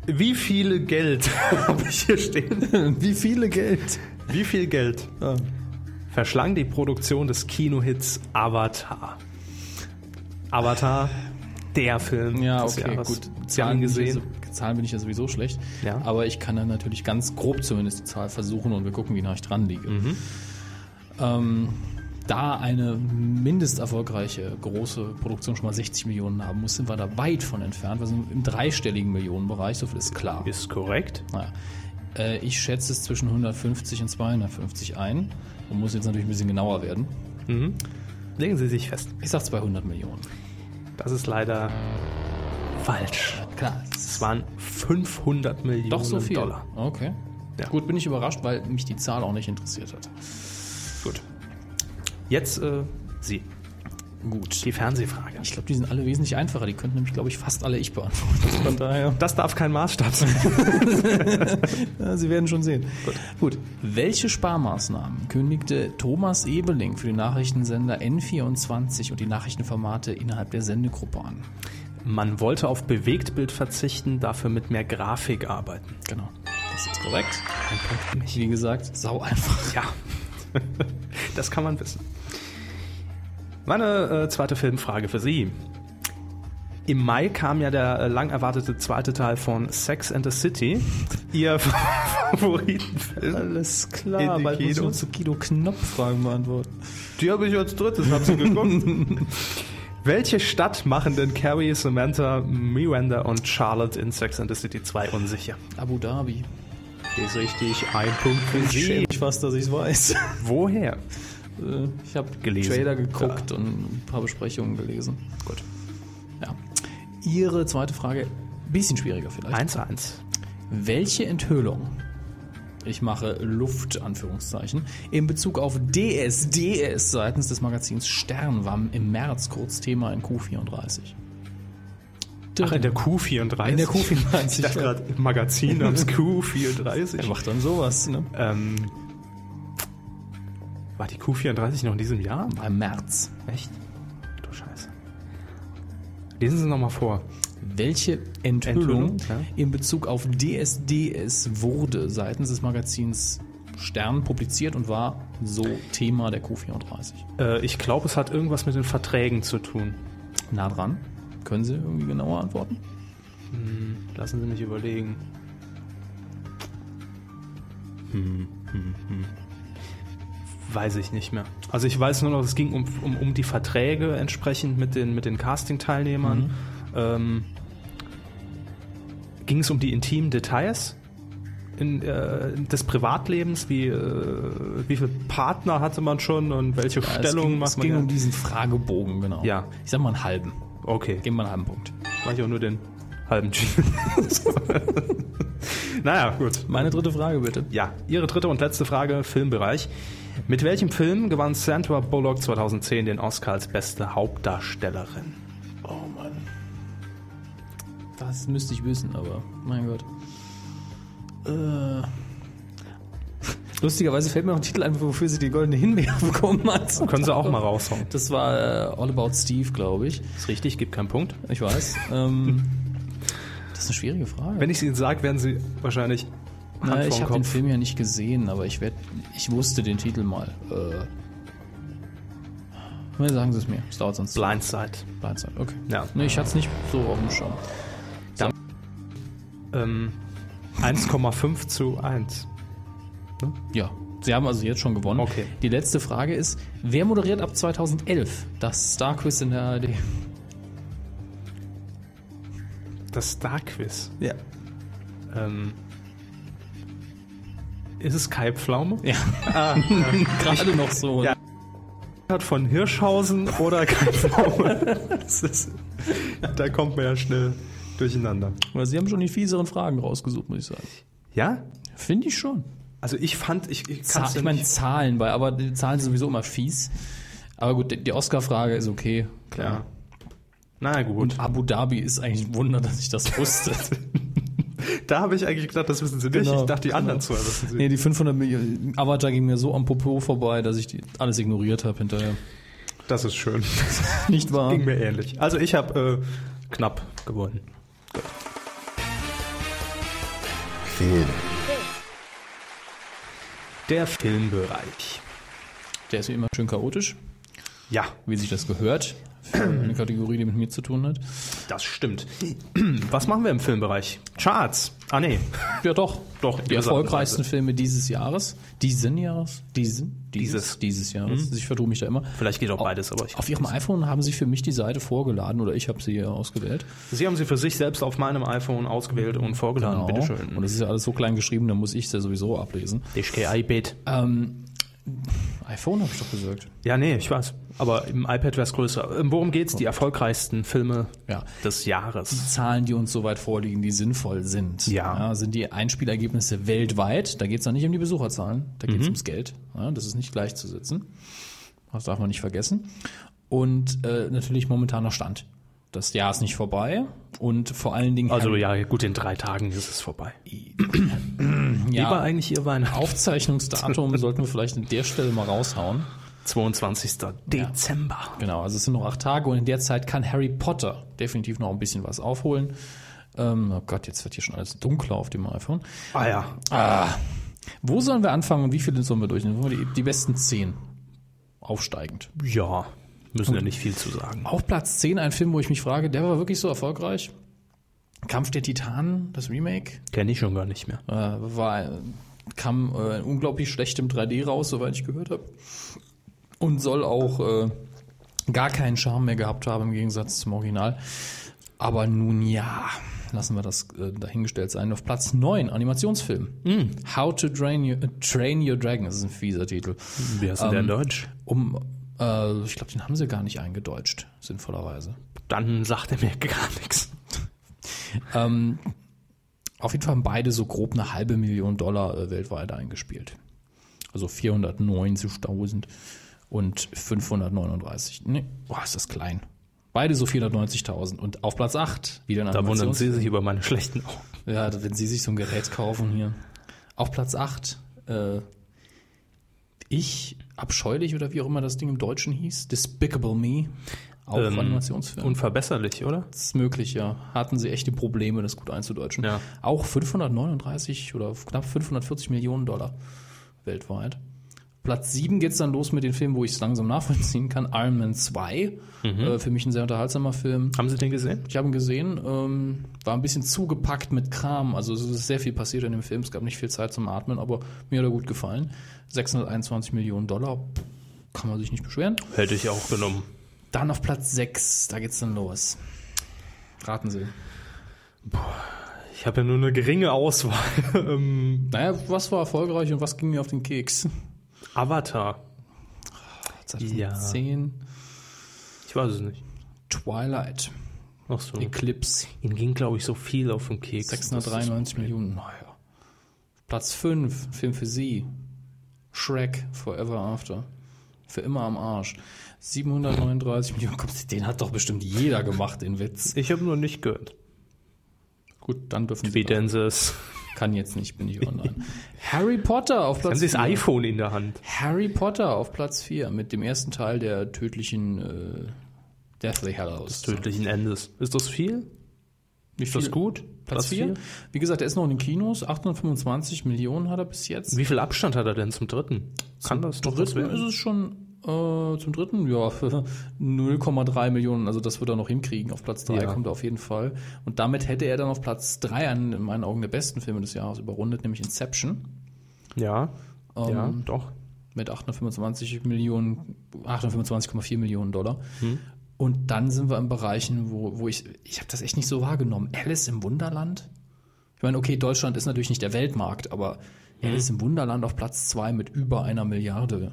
Wie viel Geld habe ich hier stehen? Wie viele Geld? Wie viel Geld verschlang die Produktion des Kinohits Avatar? Avatar, der Film.
Ja,
des
okay,
Jahres.
gut.
Sie haben ihn gesehen.
Bin ich ja, so- Zahlen bin ich ja sowieso schlecht.
Ja.
Aber ich kann dann natürlich ganz grob zumindest die Zahl versuchen und wir gucken, wie nah ich dran liege.
Mhm.
Ähm, da eine mindesterfolgreiche große Produktion schon mal 60 Millionen haben muss, sind wir da weit von entfernt. Wir sind im dreistelligen Millionenbereich, so viel ist klar.
Ist korrekt.
Naja. Äh, ich schätze es zwischen 150 und 250 ein und muss jetzt natürlich ein bisschen genauer werden.
Legen Sie sich fest.
Ich sag 200 Millionen.
Das ist leider falsch.
Klar.
Es waren 500 Millionen
Doch so viel.
Dollar.
Okay.
Ja.
Gut, bin ich überrascht, weil mich die Zahl auch nicht interessiert hat.
Gut. Jetzt äh, Sie.
Gut.
Die Fernsehfrage.
Ich glaube, die sind alle wesentlich einfacher. Die könnten nämlich, glaube ich, fast alle ich beantworten. Von daher.
Das darf kein Maßstab sein.
Ja, Sie werden schon sehen. Gut. Welche Sparmaßnahmen kündigte Thomas Ebeling für den Nachrichtensender N24 und die Nachrichtenformate innerhalb der Sendegruppe an?
Man wollte auf Bewegtbild verzichten, dafür mit mehr Grafik arbeiten.
Genau. Das ist korrekt. Wie gesagt, sau einfach.
Ja, das kann man wissen. Meine äh, zweite Filmfrage für Sie. Im Mai kam ja der äh, lang erwartete zweite Teil von Sex and the City. Ihr Favoritenfilm.
Alles
In
klar,
die
bald muss ich
Kinos.
uns zu Guido Knopf Fragen beantworten.
Die habe ich als drittes, hab sie geguckt. Welche Stadt machen denn Carrie, Samantha, Miranda und Charlotte in Sex and the City 2 unsicher?
Abu Dhabi.
Ist richtig, ein Punkt für Sie.
mich fast, dass ich es weiß.
Woher?
Äh, Ich habe
Gelesen.
Trailer geguckt und ein paar Besprechungen gelesen. Gut. Ja. Ihre zweite Frage, bisschen schwieriger vielleicht.
1-1.
Welche Enthüllung ich mache Luft, Anführungszeichen, in Bezug auf DSDS seitens des Magazins Stern war im März kurz Thema in Q34.
Ach, in der Q34.
In der Q34.
Ich dachte gerade, im Magazin namens
Er
Q34.
macht dann sowas, ne?
Ähm, war die Q34 noch in diesem Jahr?
Im März.
Echt? Du Scheiße. Lesen Sie nochmal vor.
Welche Enthüllung,
Enthüllung, ja.
in Bezug auf DSDS wurde seitens des Magazins Stern publiziert und war so Thema der Q34?
Äh, ich glaube, es hat irgendwas mit den Verträgen zu tun.
Nah dran. Können Sie irgendwie genauer antworten?
Lassen Sie mich überlegen. Weiß ich nicht mehr. Also ich weiß nur noch, es ging um, um, um die Verträge entsprechend mit den, mit den Casting-Teilnehmern.
Mhm.
Ähm, ging es um die intimen Details in, äh, des Privatlebens, wie, äh, wie viele Partner hatte man schon und welche
es
Stellung
ging,
macht
es
man?
ging
ja?
um diesen Fragebogen, genau.
Ja.
Ich sag mal einen halben.
okay.
Geben wir einen halben Punkt.
Mach ich auch nur den halben Jingle. naja, gut.
Meine dritte Frage bitte.
Ja, Ihre dritte und letzte Frage, Filmbereich. Mit welchem Film gewann Sandra Bullock 2010 den Oscar als beste Hauptdarstellerin?
Oh Mann. Das müsste ich wissen, aber mein Gott. Äh. Lustigerweise fällt mir noch ein Titel ein, wofür sie die goldene Himbeere bekommen hat.
Können Sie auch mal raushauen.
Das war äh, All About Steve, glaube ich.
Ist richtig, gibt keinen Punkt.
Ich weiß. ähm, das ist eine schwierige Frage.
Wenn ich es Ihnen sage, werden Sie wahrscheinlich Hand
Na,
vorm
ich habe den
Kopf.
Film ja nicht gesehen, aber ich, werd, ich wusste den Titel mal. Äh, na, sagen Sie es mir. Es dauert sonst.
Blindside.
Blindside. Okay.
Ja.
Nee, ich hatte es nicht so auf dem Schirm.
Ähm, 1,5 zu 1.
Ja, sie haben also jetzt schon gewonnen.
Okay.
Die letzte Frage ist, wer moderiert ab 2011 das Star-Quiz in der ARD?
Das Star Quiz.
Ja.
Ähm, ist es Kai Pflaume?
Ja. Gerade noch so.
Ja. hat von Hirschhausen oder Kai Pflaume. Das ist, da kommt man ja schnell durcheinander.
Weil sie haben schon die fieseren Fragen rausgesucht, muss ich sagen.
Ja?
Finde ich schon.
Also ich fand, ich, ich
Zahl,
kann's ja
ich meine
nicht-
Zahlen bei, aber die Zahlen sind sowieso immer fies. Aber gut, die- die Oscar-Frage ist okay.
Ja. Na gut.
Und Abu Dhabi ist eigentlich ein Wunder, dass ich das wusste.
da habe ich eigentlich gedacht, das wissen sie nicht.
Genau.
Ich dachte, die anderen zwei
Genau.
wissen sie.
nee, die 500 Millionen Avatar ging mir so am Popo vorbei, dass ich die alles ignoriert habe hinterher.
Das ist schön.
Nicht wahr?
Ging mir ähnlich. Also ich habe äh, knapp gewonnen.
Film.
Der Filmbereich.
Der ist wie immer schön chaotisch.
Ja,
wie sich das gehört. Für eine Kategorie, die mit mir zu tun hat.
das stimmt. Was machen wir im Filmbereich? Charts. Ah nee.
Ja, doch.
Doch,
Die erfolgreichsten Filme dieses Jahres, diesen Jahres, diesen,
Dieses.
dieses, Mhm. dieses Jahres. Ich vertue mich da immer.
Vielleicht geht auch beides, aber ich.
Auf ihrem iPhone haben sie für mich die Seite vorgeladen oder ich habe sie ja ausgewählt.
Sie haben sie für sich selbst auf meinem iPhone ausgewählt Genau. und vorgeladen.
Genau. Und
Bitteschön.
das ist ja alles so klein geschrieben, da muss ich es ja sowieso ablesen.
Ich gehe iPad.
Ähm, iPhone habe ich doch gesagt.
Ja, nee, ich weiß. Aber im iPad wäre es größer. Ähm, Worum geht's? Die erfolgreichsten Filme
Ja.
des Jahres.
Zahlen, die uns soweit vorliegen, die sinnvoll sind.
Ja.
sind die Einspielergebnisse weltweit. Da geht es noch nicht um die Besucherzahlen, da
Mhm.
geht es ums Geld. Ja, das ist nicht gleichzusetzen. Das darf man nicht vergessen. Und äh, natürlich momentaner Stand. Das Jahr ist nicht vorbei und vor allen Dingen
Also ja, gut, in drei Tagen ist es vorbei. Wie war
ja,
eigentlich Ihr Weihnachten?
Aufzeichnungsdatum sollten wir vielleicht an der Stelle mal raushauen.
22. Dezember.
Genau, also es sind noch acht Tage und in der Zeit kann Harry Potter definitiv noch ein bisschen was aufholen. Ähm, oh Gott, jetzt wird hier schon alles dunkler auf dem iPhone.
Ah ja.
Wo sollen wir anfangen und wie viele sollen wir durchnehmen? Wollen wir Die, die besten zehn. Aufsteigend.
Ja, müssen ja nicht viel zu sagen.
Auf Platz 10 ein Film, wo ich mich frage, der war wirklich so erfolgreich? Kampf der Titanen, das Remake,
Kenne ich schon gar nicht mehr.
äh, war, kam äh, unglaublich schlecht im 3D raus, soweit ich gehört habe. Und soll auch äh, gar keinen Charme mehr gehabt haben im Gegensatz zum Original. Aber nun ja, lassen wir das äh, dahingestellt sein. Auf Platz 9, Animationsfilm. How to Drain Your, Train Your Dragon, das ist ein fieser Titel.
Wie heißt denn der in Deutsch?
Um, äh, ich glaube, den haben sie gar nicht eingedeutscht, sinnvollerweise.
Dann sagt er mir gar nichts.
Ähm, Auf jeden Fall haben beide so grob eine halbe Million Dollar äh, weltweit eingespielt. Also 490.000 und 539. Nee, boah, ist das klein. Beide so 490.000. Und auf Platz 8 wieder ein
Da wundern
Animations-
Sie sich über meine schlechten Augen.
ja, wenn Sie sich so ein Gerät kaufen hier. Auf Platz 8, äh, ich, abscheulich oder wie auch immer das Ding im Deutschen hieß, Despicable Me, auch
Ähm,
Animationsfilm.
Unverbesserlich, oder?
Das ist möglich, ja. Hatten sie echte Probleme, das gut einzudeutschen.
Ja.
Auch 539 oder knapp 540 Millionen Dollar weltweit. Platz 7 geht's dann los mit den Filmen, wo ich es langsam nachvollziehen kann. Iron Man 2, äh, für mich ein sehr unterhaltsamer Film.
Haben Sie den gesehen?
Ich habe ihn gesehen, ähm, war ein bisschen zugepackt mit Kram. Also es ist sehr viel passiert in dem Film. Es gab nicht viel Zeit zum Atmen, aber mir hat er gut gefallen. 621 Millionen Dollar, kann man sich nicht beschweren.
Hätte ich auch genommen.
Dann auf Platz 6, da geht's dann los. Raten Sie.
Ich habe ja nur eine geringe Auswahl. Ähm,
Naja, was war erfolgreich und was ging mir auf den Keks?
Avatar. Ja.
2010,
Ich weiß es nicht.
Twilight,
Ach so.
Eclipse,
Ihnen ging, glaube ich, so viel auf den Keks.
693 Millionen. Naja. Platz 5, Film für Sie. Shrek, Forever After. Für immer am Arsch. 739 Millionen. Komm, den hat doch bestimmt jeder gemacht, den Witz.
Ich habe nur nicht gehört.
Gut, dann dürfen
Wie
Sie.
denn es?
Kann jetzt nicht, bin ich online. Harry Potter auf
Haben
Platz
Sie das
vier.
iPhone in der Hand?
Harry Potter auf Platz 4 mit dem ersten Teil der tödlichen äh, Deathly Hallows.
Tödlichen Endes. Ist das viel?
Wie
Ist das
viel?
gut?
Platz 4? Wie gesagt, er ist noch in den Kinos. 825 Millionen hat er bis jetzt.
Wie viel Abstand hat er denn zum dritten? Kann das doch was
dritten ist
werden?
es schon äh, zum dritten, ja, 0,3 Millionen. Also das wird er noch hinkriegen. Auf Platz 3
Ja.
kommt er auf jeden Fall. Und damit hätte er dann auf Platz 3 einen in meinen Augen der besten Filme des Jahres überrundet, nämlich Inception.
Ja. ja,
Ähm,
doch.
mit 825 Millionen, 825,4 Millionen Dollar.
Hm.
Und dann sind wir in Bereichen, wo, wo ich, ich habe das echt nicht so wahrgenommen. Alice im Wunderland? Ich meine, okay, Deutschland ist natürlich nicht der Weltmarkt, aber
Hm.
Alice im Wunderland auf Platz zwei mit über einer Milliarde.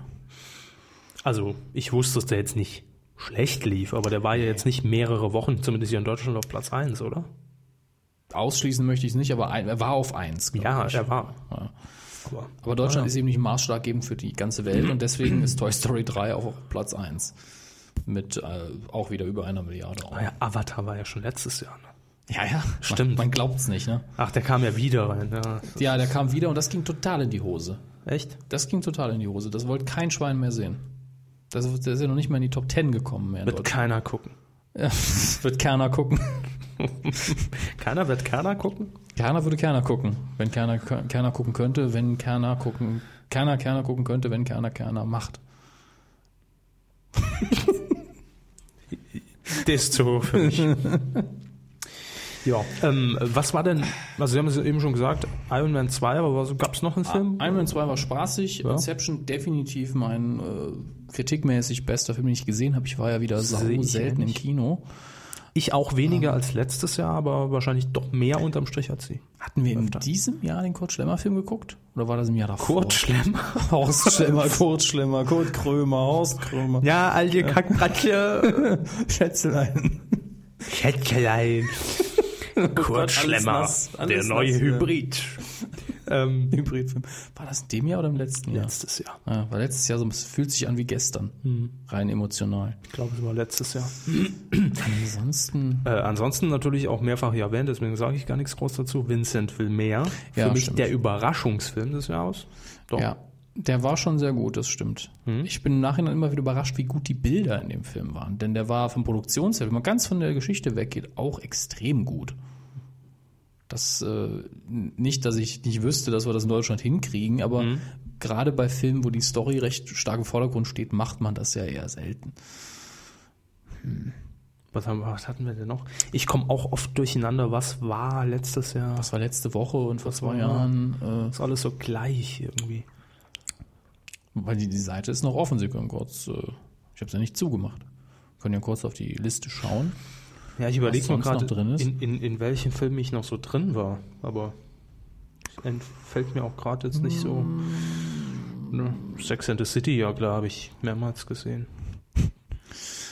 Also, ich wusste, dass der jetzt nicht schlecht lief, aber der war ja jetzt nicht mehrere Wochen, zumindest hier in Deutschland, auf Platz 1, oder?
Ausschließen möchte ich es nicht, aber ein, er war auf eins. glaub
Ja,
ich.
er war. Aber
Aber Deutschland ist eben nicht maßschlaggebend für die ganze Welt und deswegen ist Toy Story 3 auch auf Platz eins Mit äh, auch wieder über einer Milliarde.
Ah ja, Avatar war ja schon letztes Jahr. Ne?
Ja, ja,
Stimmt.
Man, man glaubt's nicht, ne?
Ach, der kam ja wieder rein. Ja.
Ja, der
äh,
kam wieder und das ging total in die Hose.
Echt?
Das ging total in die Hose. Das wollte kein Schwein mehr sehen. Das, der ist ja noch nicht mal in die Top Ten gekommen mehr in
Wird
Deutschland.
keiner gucken.
Ja, wird keiner gucken.
Keiner wird keiner gucken?
Kerner würde Kerner gucken, wenn Kerner Kerner gucken könnte, wenn Kerner gucken, Kerner Kerner gucken könnte, wenn Kerner Kerner macht.
Das ist zu hoch für mich. ja, ähm, was war denn, also Sie haben es eben schon gesagt, Iron Man 2, aber gab es noch einen Film?
Iron Man 2 war spaßig, Inception definitiv mein äh, kritikmäßig bester Film, den ich gesehen habe. Ich war ja wieder sau
Seh ich ja
selten im
nicht.
Kino.
Ich auch weniger als letztes Jahr, aber wahrscheinlich doch mehr unterm Strich als Sie.
Hatten wir in diesem Jahr den Kurt Schlemmer Film geguckt? Oder war das im Jahr davor?
Schlemmer.
Horst Schlemmer, Kurt Schlemmer, Kurt Krömer, Horst Krömer.
Ja, alte Kackbratsche.
Schätzelein.
Schätzelein. Kurt
alles
Schlemmer,
nass, alles
der neue
nass, ja.
Hybrid. Ähm,
Hybridfilm. War das in dem Jahr oder im letzten Jahr?
letztes Jahr.
Ja, war letztes Jahr so, es fühlt sich an wie gestern. Rein emotional.
Ich glaube, es war letztes Jahr.
Ansonsten,
Äh, ansonsten natürlich auch mehrfach hier erwähnt, deswegen sage ich gar nichts groß dazu. Vincent will mehr. Für
Ja,
mich
stimmt.
der Überraschungsfilm des Jahres. Doch.
ja, der war schon sehr gut, das stimmt. Ich bin im Nachhinein immer wieder überrascht, wie gut die Bilder in dem Film waren. Denn der war vom Produktionswert, wenn man ganz von der Geschichte weggeht, auch extrem gut. Das äh, nicht, dass ich nicht wüsste, dass wir das in Deutschland hinkriegen, aber gerade bei Filmen, wo die Story recht stark im Vordergrund steht, macht man das ja eher selten.
Was, haben, was hatten wir denn noch? Ich komme auch oft durcheinander. Was war letztes Jahr?
Das war letzte Woche und vor zwei
war-
Jahren. Äh,
ist alles so gleich irgendwie.
weil die, die Seite ist noch offen. Sie können kurz, äh, ich habe es ja nicht zugemacht. Können ja kurz auf die Liste schauen.
Ja, ich überlege mal
sonst
gerade,
noch drin ist?
in, in, in welchem Film ich noch so drin war. Aber es entfällt mir auch gerade jetzt nicht so.
Mm.
Ne? Sex and the City, ja klar, habe ich mehrmals gesehen.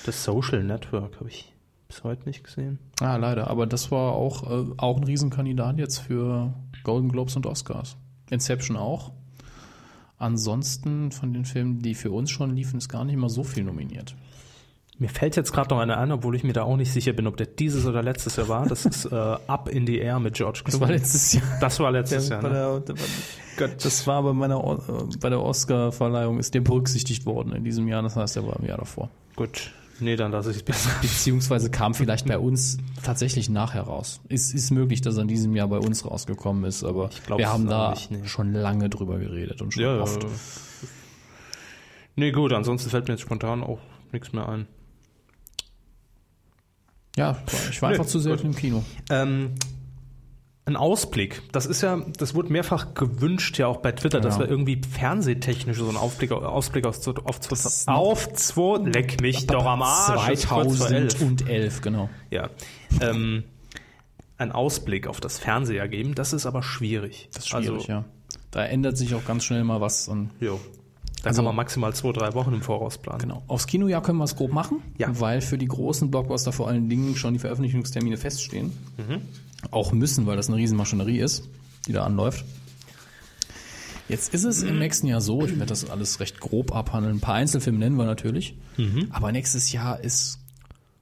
Das Social Network habe ich Bis heute nicht gesehen.
Ah, leider. Aber das war auch, äh, auch ein Riesenkandidat jetzt für Golden Globes und Oscars. Inception auch. Ansonsten von den Filmen, die für uns schon liefen, ist gar nicht mal so viel nominiert.
Mir fällt jetzt gerade noch einer ein, obwohl ich mir da auch nicht sicher bin, ob der dieses oder letztes Jahr war. Das ist äh, Up in the Air mit George Clooney.
letztes Jahr.
Das war letztes
Ja,
Jahr.
bei
Ne?
der, Gott, das war bei meiner O- äh, bei der Oscar-Verleihung ist der berücksichtigt worden in diesem Jahr. Das heißt, er war im Jahr davor.
Gut. Nee, dann lasse ich es besser.
Beziehungsweise kam vielleicht bei uns tatsächlich nachher raus. Es ist möglich, dass er in diesem Jahr bei uns rausgekommen ist, aber
glaub's
wir haben
auch
da
nicht, nee.
schon lange drüber geredet und schon
Ja,
oft.
ja. Nee, gut, ansonsten fällt mir jetzt spontan auch nichts mehr ein.
Ja, ich war
Nö,
einfach zu selten im Kino.
Ähm, ein Ausblick. Das ist ja, das wurde mehrfach gewünscht, ja auch bei Twitter, dass
Ja.
wir irgendwie fernsehtechnisch so einen Aufblick, Ausblick aus, zu- auf,
Das-
zu, auf zwei, leck mich doch am Arsch. es ist kurz vor elf.
2011, genau.
Ja. Ähm, einen Ausblick auf das Fernseher geben, das ist aber schwierig. Also,
Das ist schwierig, ja. Da ändert sich auch ganz schnell mal was. Und
Jo. Da
Also-
kann man maximal zwei, drei Wochen im Voraus planen.
genau. Aufs Kinojahr können wir es grob machen,
Ja.
weil für die großen Blockbuster vor allen Dingen schon die Veröffentlichungstermine feststehen.
Mhm.
Auch müssen, weil das eine Riesenmaschinerie ist, die da anläuft. Jetzt ist es im nächsten Jahr so, ich werde das alles recht grob abhandeln. Ein paar Einzelfilme nennen wir natürlich.
Mhm.
Aber nächstes Jahr ist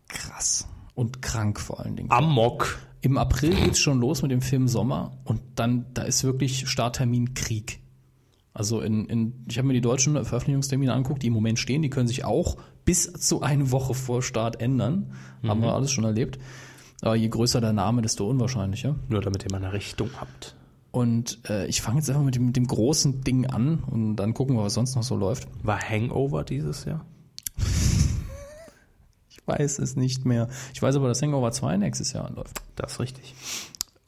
krass und krank vor allen Dingen.
Amok.
Im April geht's schon los mit dem Film Sommer und dann, da ist wirklich Starttermin Krieg. Also in, in ich habe mir die deutschen Veröffentlichungstermine angeguckt, die im Moment stehen, die können sich auch bis zu eine Woche vor Start ändern. Haben wir alles schon erlebt. Aber je größer der Name, desto unwahrscheinlicher.
Nur damit ihr mal eine Richtung habt.
Und äh, ich fange jetzt einfach mit dem, mit dem großen Ding an und dann gucken wir, was sonst noch so läuft.
War Hangover dieses Jahr?
Ich weiß es nicht mehr. Ich weiß aber, dass Hangover 2 nächstes Jahr anläuft.
Das ist richtig.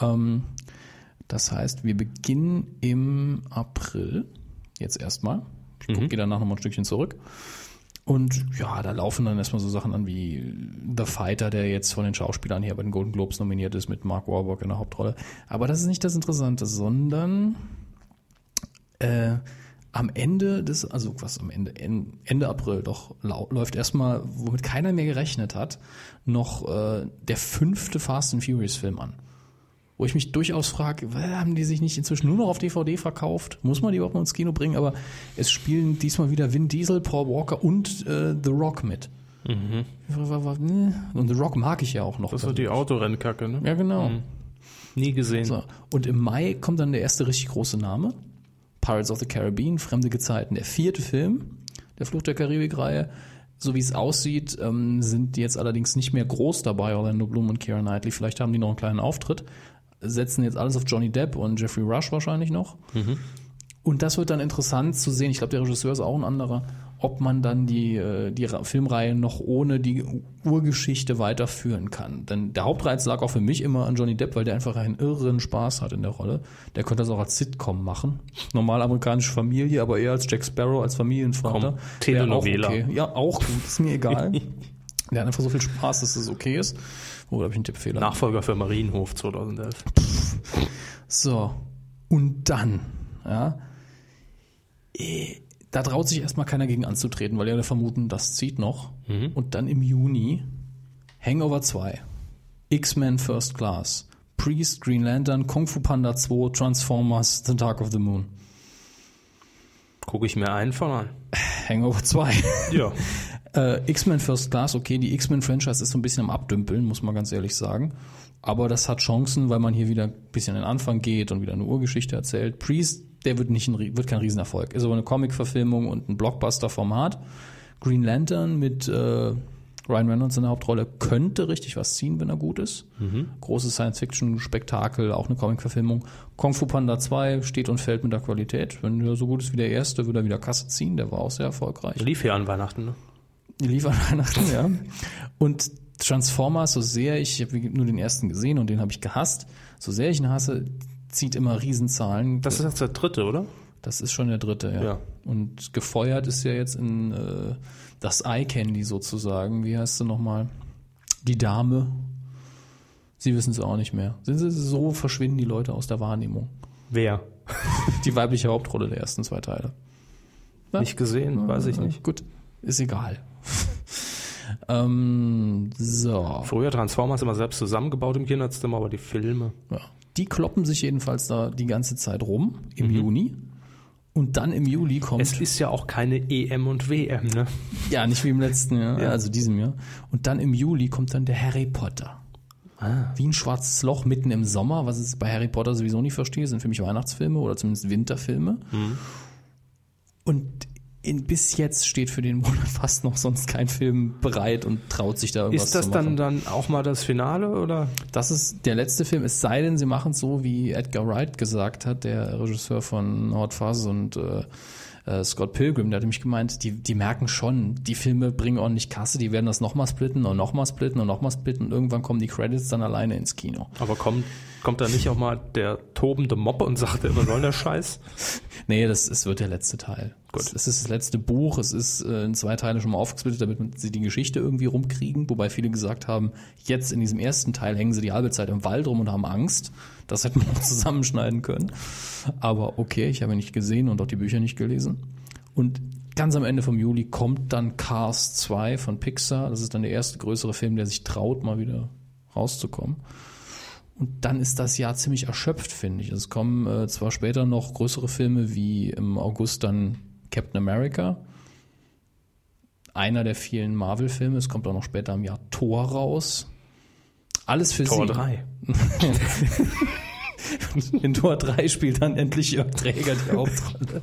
Ähm, das heißt, wir beginnen im April, jetzt erstmal. Ich guck, gehe danach nochmal ein Stückchen zurück. Und ja, da laufen dann erstmal so Sachen an wie The Fighter, der jetzt von den Schauspielern hier bei den Golden Globes nominiert ist, mit Mark Warburg in der Hauptrolle. Aber das ist nicht das Interessante, sondern äh, am Ende des, also was am Ende, En- Ende April doch, lau- läuft erstmal, womit keiner mehr gerechnet hat, noch äh, der fünfte Fast and Furious Film an wo ich mich durchaus frage, haben die sich nicht inzwischen nur noch auf DVD verkauft? Muss man die überhaupt mal ins Kino bringen? Aber es spielen diesmal wieder Vin Diesel, Paul Walker und äh, The Rock mit. ne? Und The Rock mag ich ja auch noch.
Mhm. Das war die Autorennkacke, ne?
ja, genau.
Nie gesehen.
So. Und im Mai kommt dann der erste richtig große Name. Pirates of the Caribbean, Fremde Gezeiten. Der vierte Film der Flucht der Karibik-Reihe. So wie es aussieht, ähm, sind die jetzt allerdings nicht mehr groß dabei, Orlando Bloom und Keira Knightley. Vielleicht haben die noch einen kleinen Auftritt. Setzen jetzt alles auf Johnny Depp und Jeffrey Rush wahrscheinlich noch.
Mhm.
Und das wird dann interessant zu sehen. Ich glaube, der Regisseur ist auch ein anderer, ob man dann die, äh, die Ra- Filmreihe noch ohne die Urgeschichte weiterführen kann. Denn der Hauptreiz lag auch für mich immer an Johnny Depp, weil der einfach einen irren Spaß hat in der Rolle. Der könnte das auch als Sitcom machen. Normal amerikanische Familie, aber eher als Jack Sparrow, als Familienvater.
Komm,
Wär auch
Telenovela.
Okay. Ja, auch gut, ist mir egal. Der hat einfach so viel Spaß, dass es okay ist. Oh, da habe ich einen Tippfehler.
Nachfolger für Marienhof 2011.
So, und dann, ja, eh, da traut sich erstmal keiner gegen anzutreten, weil ja alle vermuten, das zieht noch. Und dann im Juni Hangover 2, X-Men First Class, Priest, Green Lantern, Kung Fu Panda 2, Transformers, The Dark of the Moon.
Gucke ich mir einen von an.
Hangover 2.
Ja.
Äh, X-Men First Class, okay, die X-Men-Franchise ist so ein bisschen am Abdümpeln, muss man ganz ehrlich sagen. Aber das hat Chancen, weil man hier wieder ein bisschen in den Anfang geht und wieder eine Urgeschichte erzählt. Priest, der wird, nicht ein, Rie- wird kein Riesenerfolg. Ist aber eine Comic-Verfilmung und ein Blockbuster-Format. Green Lantern mit äh, Ryan Reynolds in der Hauptrolle könnte richtig was ziehen, wenn er gut ist. Großes Science-Fiction-Spektakel, auch eine Comic-Verfilmung. Kung Fu Panda 2 steht und fällt mit der Qualität. Wenn er so gut ist wie der erste, wird er wieder Kasse ziehen. Der war auch sehr erfolgreich.
Lief hier an Weihnachten, ne?
Die lief an Weihnachten, ja. Und Transformers, so sehr ich, ich habe nur den ersten gesehen und den habe ich gehasst, so sehr ich ihn hasse, zieht immer Riesenzahlen.
Das ist jetzt der dritte, oder?
Das ist schon der dritte, ja.
Ja.
Und gefeuert ist ja jetzt in äh, das Eye Candy sozusagen. Wie heißt sie nochmal? Die Dame. Sie wissen es auch nicht mehr. Sind sie so verschwinden die Leute aus der Wahrnehmung.
Wer?
Die weibliche Hauptrolle der ersten zwei Teile.
Nicht gesehen, weiß ich nicht.
Gut, ist egal. Ähm, so.
Früher Transformers immer selbst zusammengebaut im Kinderzimmer, aber die Filme.
Ja. Die kloppen sich jedenfalls da die ganze Zeit rum im Juni. Und dann im Juli kommt.
Mhm. Es ist ja auch keine EM und WM, ne?
ja, nicht wie im letzten Jahr, also diesem Jahr. Und dann im Juli kommt dann der Harry Potter.
Ah.
Wie ein schwarzes Loch mitten im Sommer, was ich bei Harry Potter sowieso nicht verstehe, sind für mich Weihnachtsfilme oder zumindest Winterfilme.
Mhm.
Und in, bis jetzt steht für den Monat fast noch sonst kein Film bereit und traut sich da irgendwas
Ist das
zu machen.
dann, dann auch mal das Finale oder?
Das ist der letzte Film, es sei denn, sie machen es so, wie Edgar Wright gesagt hat, der Regisseur von Hot Fuzz und äh, äh, Scott Pilgrim, der hat nämlich gemeint, die, die merken schon, die Filme bringen ordentlich Kasse, die werden das nochmal splitten und nochmal splitten und nochmal splitten und irgendwann kommen die Credits dann alleine ins Kino.
Aber kommt, kommt da nicht auch mal der tobende Mob und sagt, was soll der Scheiß?
Nee, das, es wird der letzte Teil. Gut. Es ist das letzte Buch, es ist äh, in zwei Teile schon mal aufgesplittet, damit man- sie die Geschichte irgendwie rumkriegen, wobei viele gesagt haben, jetzt in diesem ersten Teil hängen sie die halbe Zeit im Wald rum und haben Angst. Das hätten wir noch zusammenschneiden können. Aber okay, ich habe ihn nicht gesehen und auch die Bücher nicht gelesen. Und ganz am Ende vom Juli kommt dann Cars 2 von Pixar. Das ist dann der erste größere Film, der sich traut, mal wieder rauszukommen. Und dann ist das Jahr ziemlich erschöpft, finde ich. Es kommen äh, zwar später noch größere Filme wie im August dann Captain America, einer der vielen Marvel-Filme. Es kommt auch noch später im Jahr Thor raus. Alles für
Tor
Sie.
3.
In Tor 3 spielt dann endlich Jörg Träger die Hauptrolle.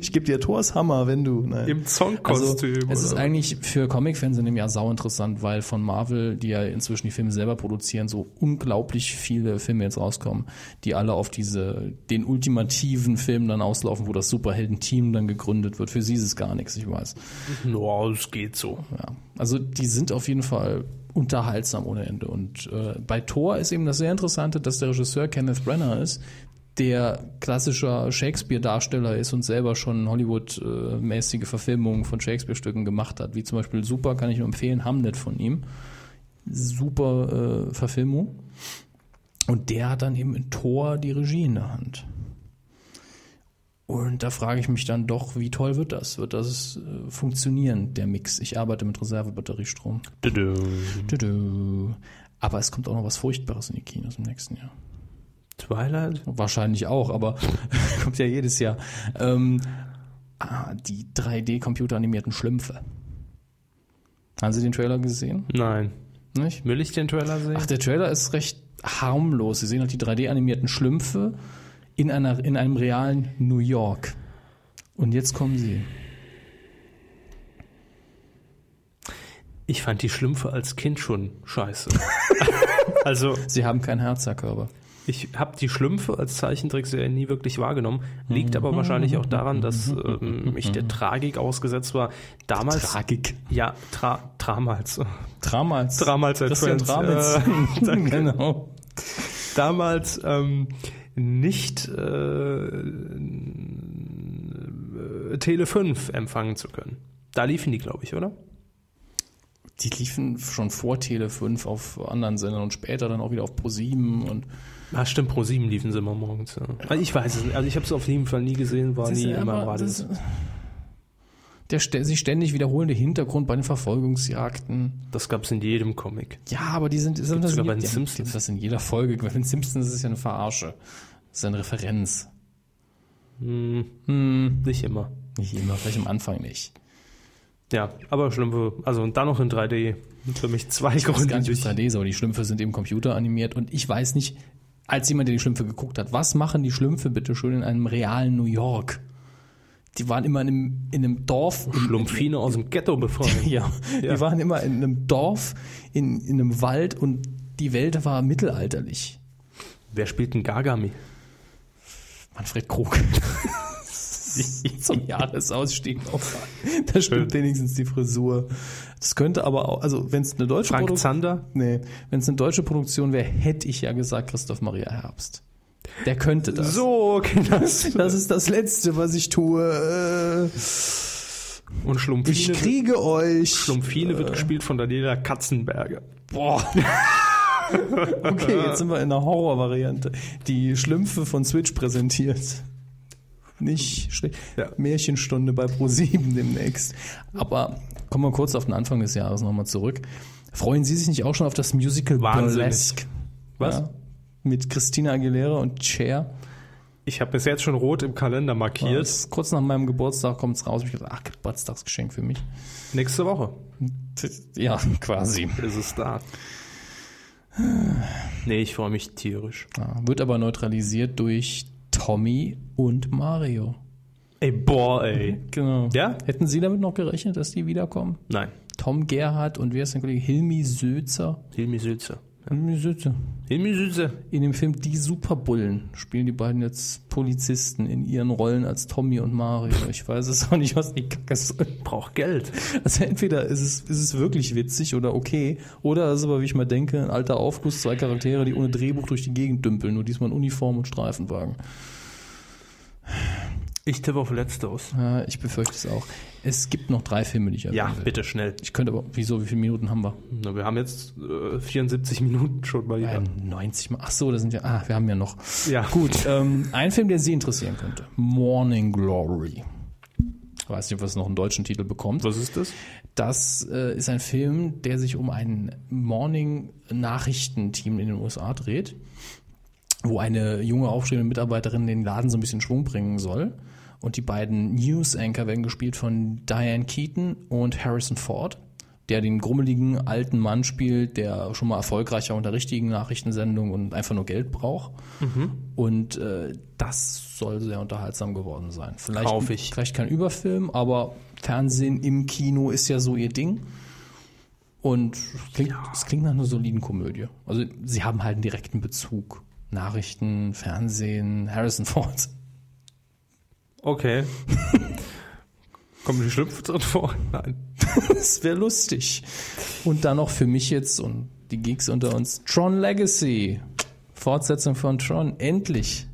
Ich gebe dir Thors Hammer, wenn du. Nein.
Im Songkostüm.
Also, es ist
oder?
eigentlich für Comic-Fans in dem Jahr sau interessant, weil von Marvel, die ja inzwischen die Filme selber produzieren, so unglaublich viele Filme jetzt rauskommen, die alle auf diese, den ultimativen Film dann auslaufen, wo das Superhelden-Team dann gegründet wird. Für sie ist es gar nichts, ich weiß.
no, es geht so.
Ja. Also die sind auf jeden Fall unterhaltsam ohne Ende. Und äh, bei Thor ist eben das sehr Interessante, dass der Regisseur Kenneth Brenner ist, der klassischer Shakespeare-Darsteller ist und selber schon Hollywood-mäßige Verfilmungen von Shakespeare-Stücken gemacht hat. Wie zum Beispiel Super, kann ich nur empfehlen, Hamlet von ihm. Super äh, Verfilmung. Und der hat dann eben in Thor die Regie in der Hand. Und da frage ich mich dann doch, wie toll wird das? Wird das äh, funktionieren, der Mix? Ich arbeite mit Reservebatteriestrom. Tudu. Aber es kommt auch noch was Furchtbares in die Kinos im nächsten Jahr.
Twilight?
Wahrscheinlich auch, aber kommt ja jedes Jahr. Ähm, ah, die 3D-computeranimierten Schlümpfe. Haben Sie den Trailer gesehen?
Nein.
Nicht?
Will ich den Trailer sehen?
Ach, der Trailer ist recht harmlos. Sie sehen halt die 3D-animierten Schlümpfe in, einer, in einem realen New York. Und jetzt kommen sie.
Ich fand die Schlümpfe als Kind schon scheiße. also,
Sie haben kein Herz, Herr Körber.
ich habe die Schlümpfe als Zeichentrickserie nie wirklich wahrgenommen. Liegt aber wahrscheinlich auch daran, dass ähm, ich der Tragik ausgesetzt war. Damals.
Tragik.
ja, tra damals.
Tramals.
Tramals, Herr
Christian
Trends.
Tramals.
Äh,
genau.
damals ähm, nicht äh, äh, Tele 5 empfangen zu können. Da liefen die, glaube ich, oder?
Die liefen schon vor Tele 5 auf anderen Sendern und später dann auch wieder auf Pro 7 und
Ah, stimmt, pro 7 liefen sie immer morgens. Ja. Also ich weiß es nicht. Also ich habe es auf jeden Fall nie gesehen, war
Das
nie
ist
immer im
aber-
Radio.
das- der stä- sich ständig wiederholende Hintergrund bei den Verfolgungsjagden.
Das gab's in jedem Comic.
Ja, aber die sind, sind das,
sogar
in,
bei den
ja,
Simpsons.
gibt's das in jeder Folge. Bei den Simpsons ist es ja eine Verarsche. Das ist ja eine Referenz.
Nicht immer.
Nicht immer, vielleicht am Anfang nicht.
Ja, aber Schlümpfe. Also und dann noch in 3D. Für mich zwei
Ich weiß gar
Gründe.
nicht, ob es
die-
3D ist, aber die Schlümpfe sind eben computeranimiert und ich weiß nicht, als jemand, der die Schlümpfe geguckt hat, was machen die Schlümpfe bitte schön in einem realen New York? Die waren immer in einem, in einem Dorf. im-
Schlumpfine aus dem Ghetto befreien.
Ja,
Ja.
die waren immer in einem Dorf, in, in einem Wald und die Welt war mittelalterlich.
Wer spielt denn Gagami?
Manfred Krug. Zum Jahresausstieg nochmal. Da stimmt wenigstens die Frisur. Das könnte aber auch, also wenn es eine deutsche
Frank
Produ-
Zander?
Nee, wenn es eine deutsche Produktion wäre, hätte ich ja gesagt Christoph Maria Herbst. Der könnte das.
So,
genau.
Kinders.
Das ist das Letzte, was ich tue. Äh,
Und Schlumpfine.
Ich Äh. kriege euch.
Schlumpfine wird gespielt von Daniela Katzenberger.
Boah. Okay, jetzt sind wir in der Horrorvariante. Die Schlümpfe von Switch präsentiert. nicht schlecht.
Ja.
Märchenstunde bei Pro7 demnächst. Aber kommen wir kurz auf den Anfang des Jahres nochmal zurück. Freuen Sie sich nicht auch schon auf das Musical
Wahnsinnig.
Burlesque?
Was?
Ja, mit Christina Aguilera und Cher.
Ich habe bis jetzt schon rot im Kalender markiert.
Das- Kurz nach meinem Geburtstag kommt's raus. Ich dachte, ach, Geburtstagsgeschenk für mich.
Nächste Woche
Ja, quasi.
ist es da. Nee, ich freue mich tierisch.
Ja, wird aber neutralisiert durch Tommy und Mario.
Ey, boah, ey.
Genau.
Ja?
Hätten Sie damit noch gerechnet, dass die wiederkommen?
Nein.
Tom Gerhardt und wer ist dein Kollege? Hilmi Sözer.
Hilmi Sülze.
Hilmi Sözer.
Hilmi Sülze.
In dem Film Die Superbullen spielen die beiden jetzt Polizisten in ihren Rollen als Tommy und Mario. Ich weiß es auch nicht, was die Kacke soll.
Braucht Geld.
Also entweder ist es, ist es wirklich witzig oder okay, oder es ist aber, wie ich mal denke, ein alter Aufguss, zwei Charaktere, die ohne Drehbuch durch die Gegend dümpeln, nur diesmal in Uniform und Streifenwagen.
Ich tippe auf Letzteres.
Ja, ich befürchte es auch. Es gibt noch drei Filme, die ich erwähnen
Ja,
will.
bitte schnell.
Ich könnte aber, wieso, wie viele Minuten haben wir?
Na, wir haben jetzt äh, 74 Minuten schon mal.
Ja. 90 Mal. Ach so, da sind ja, ah, wir haben ja noch.
Ja.
Gut, ähm, ein Film, der Sie interessieren könnte. Morning Glory. Weiß nicht, ob es noch einen deutschen Titel bekommt.
Was ist das?
Das äh, ist ein Film, der sich um ein Morning-Nachrichtenteam in den USA dreht, wo eine junge aufstrebende Mitarbeiterin den Laden so ein bisschen Schwung bringen soll. Und die beiden News-Anchor werden gespielt von Diane Keaton und Harrison Ford, der den grummeligen alten Mann spielt, der schon mal erfolgreicher unter richtigen Nachrichtensendungen und einfach nur Geld braucht.
Mhm.
Und äh, das soll sehr unterhaltsam geworden sein. Vielleicht,
Kauf ich.
vielleicht kein Überfilm, aber Fernsehen im Kino ist ja so ihr Ding. Und es klingt, es klingt nach einer soliden Komödie. Also sie haben halt einen direkten Bezug. Nachrichten, Fernsehen, Harrison Ford.
Okay. Kommen die Schlümpfe drin vor? Nein.
Das wäre lustig. Und dann noch für mich jetzt und die Geeks unter uns. Tron Legacy. Fortsetzung von Tron. Endlich.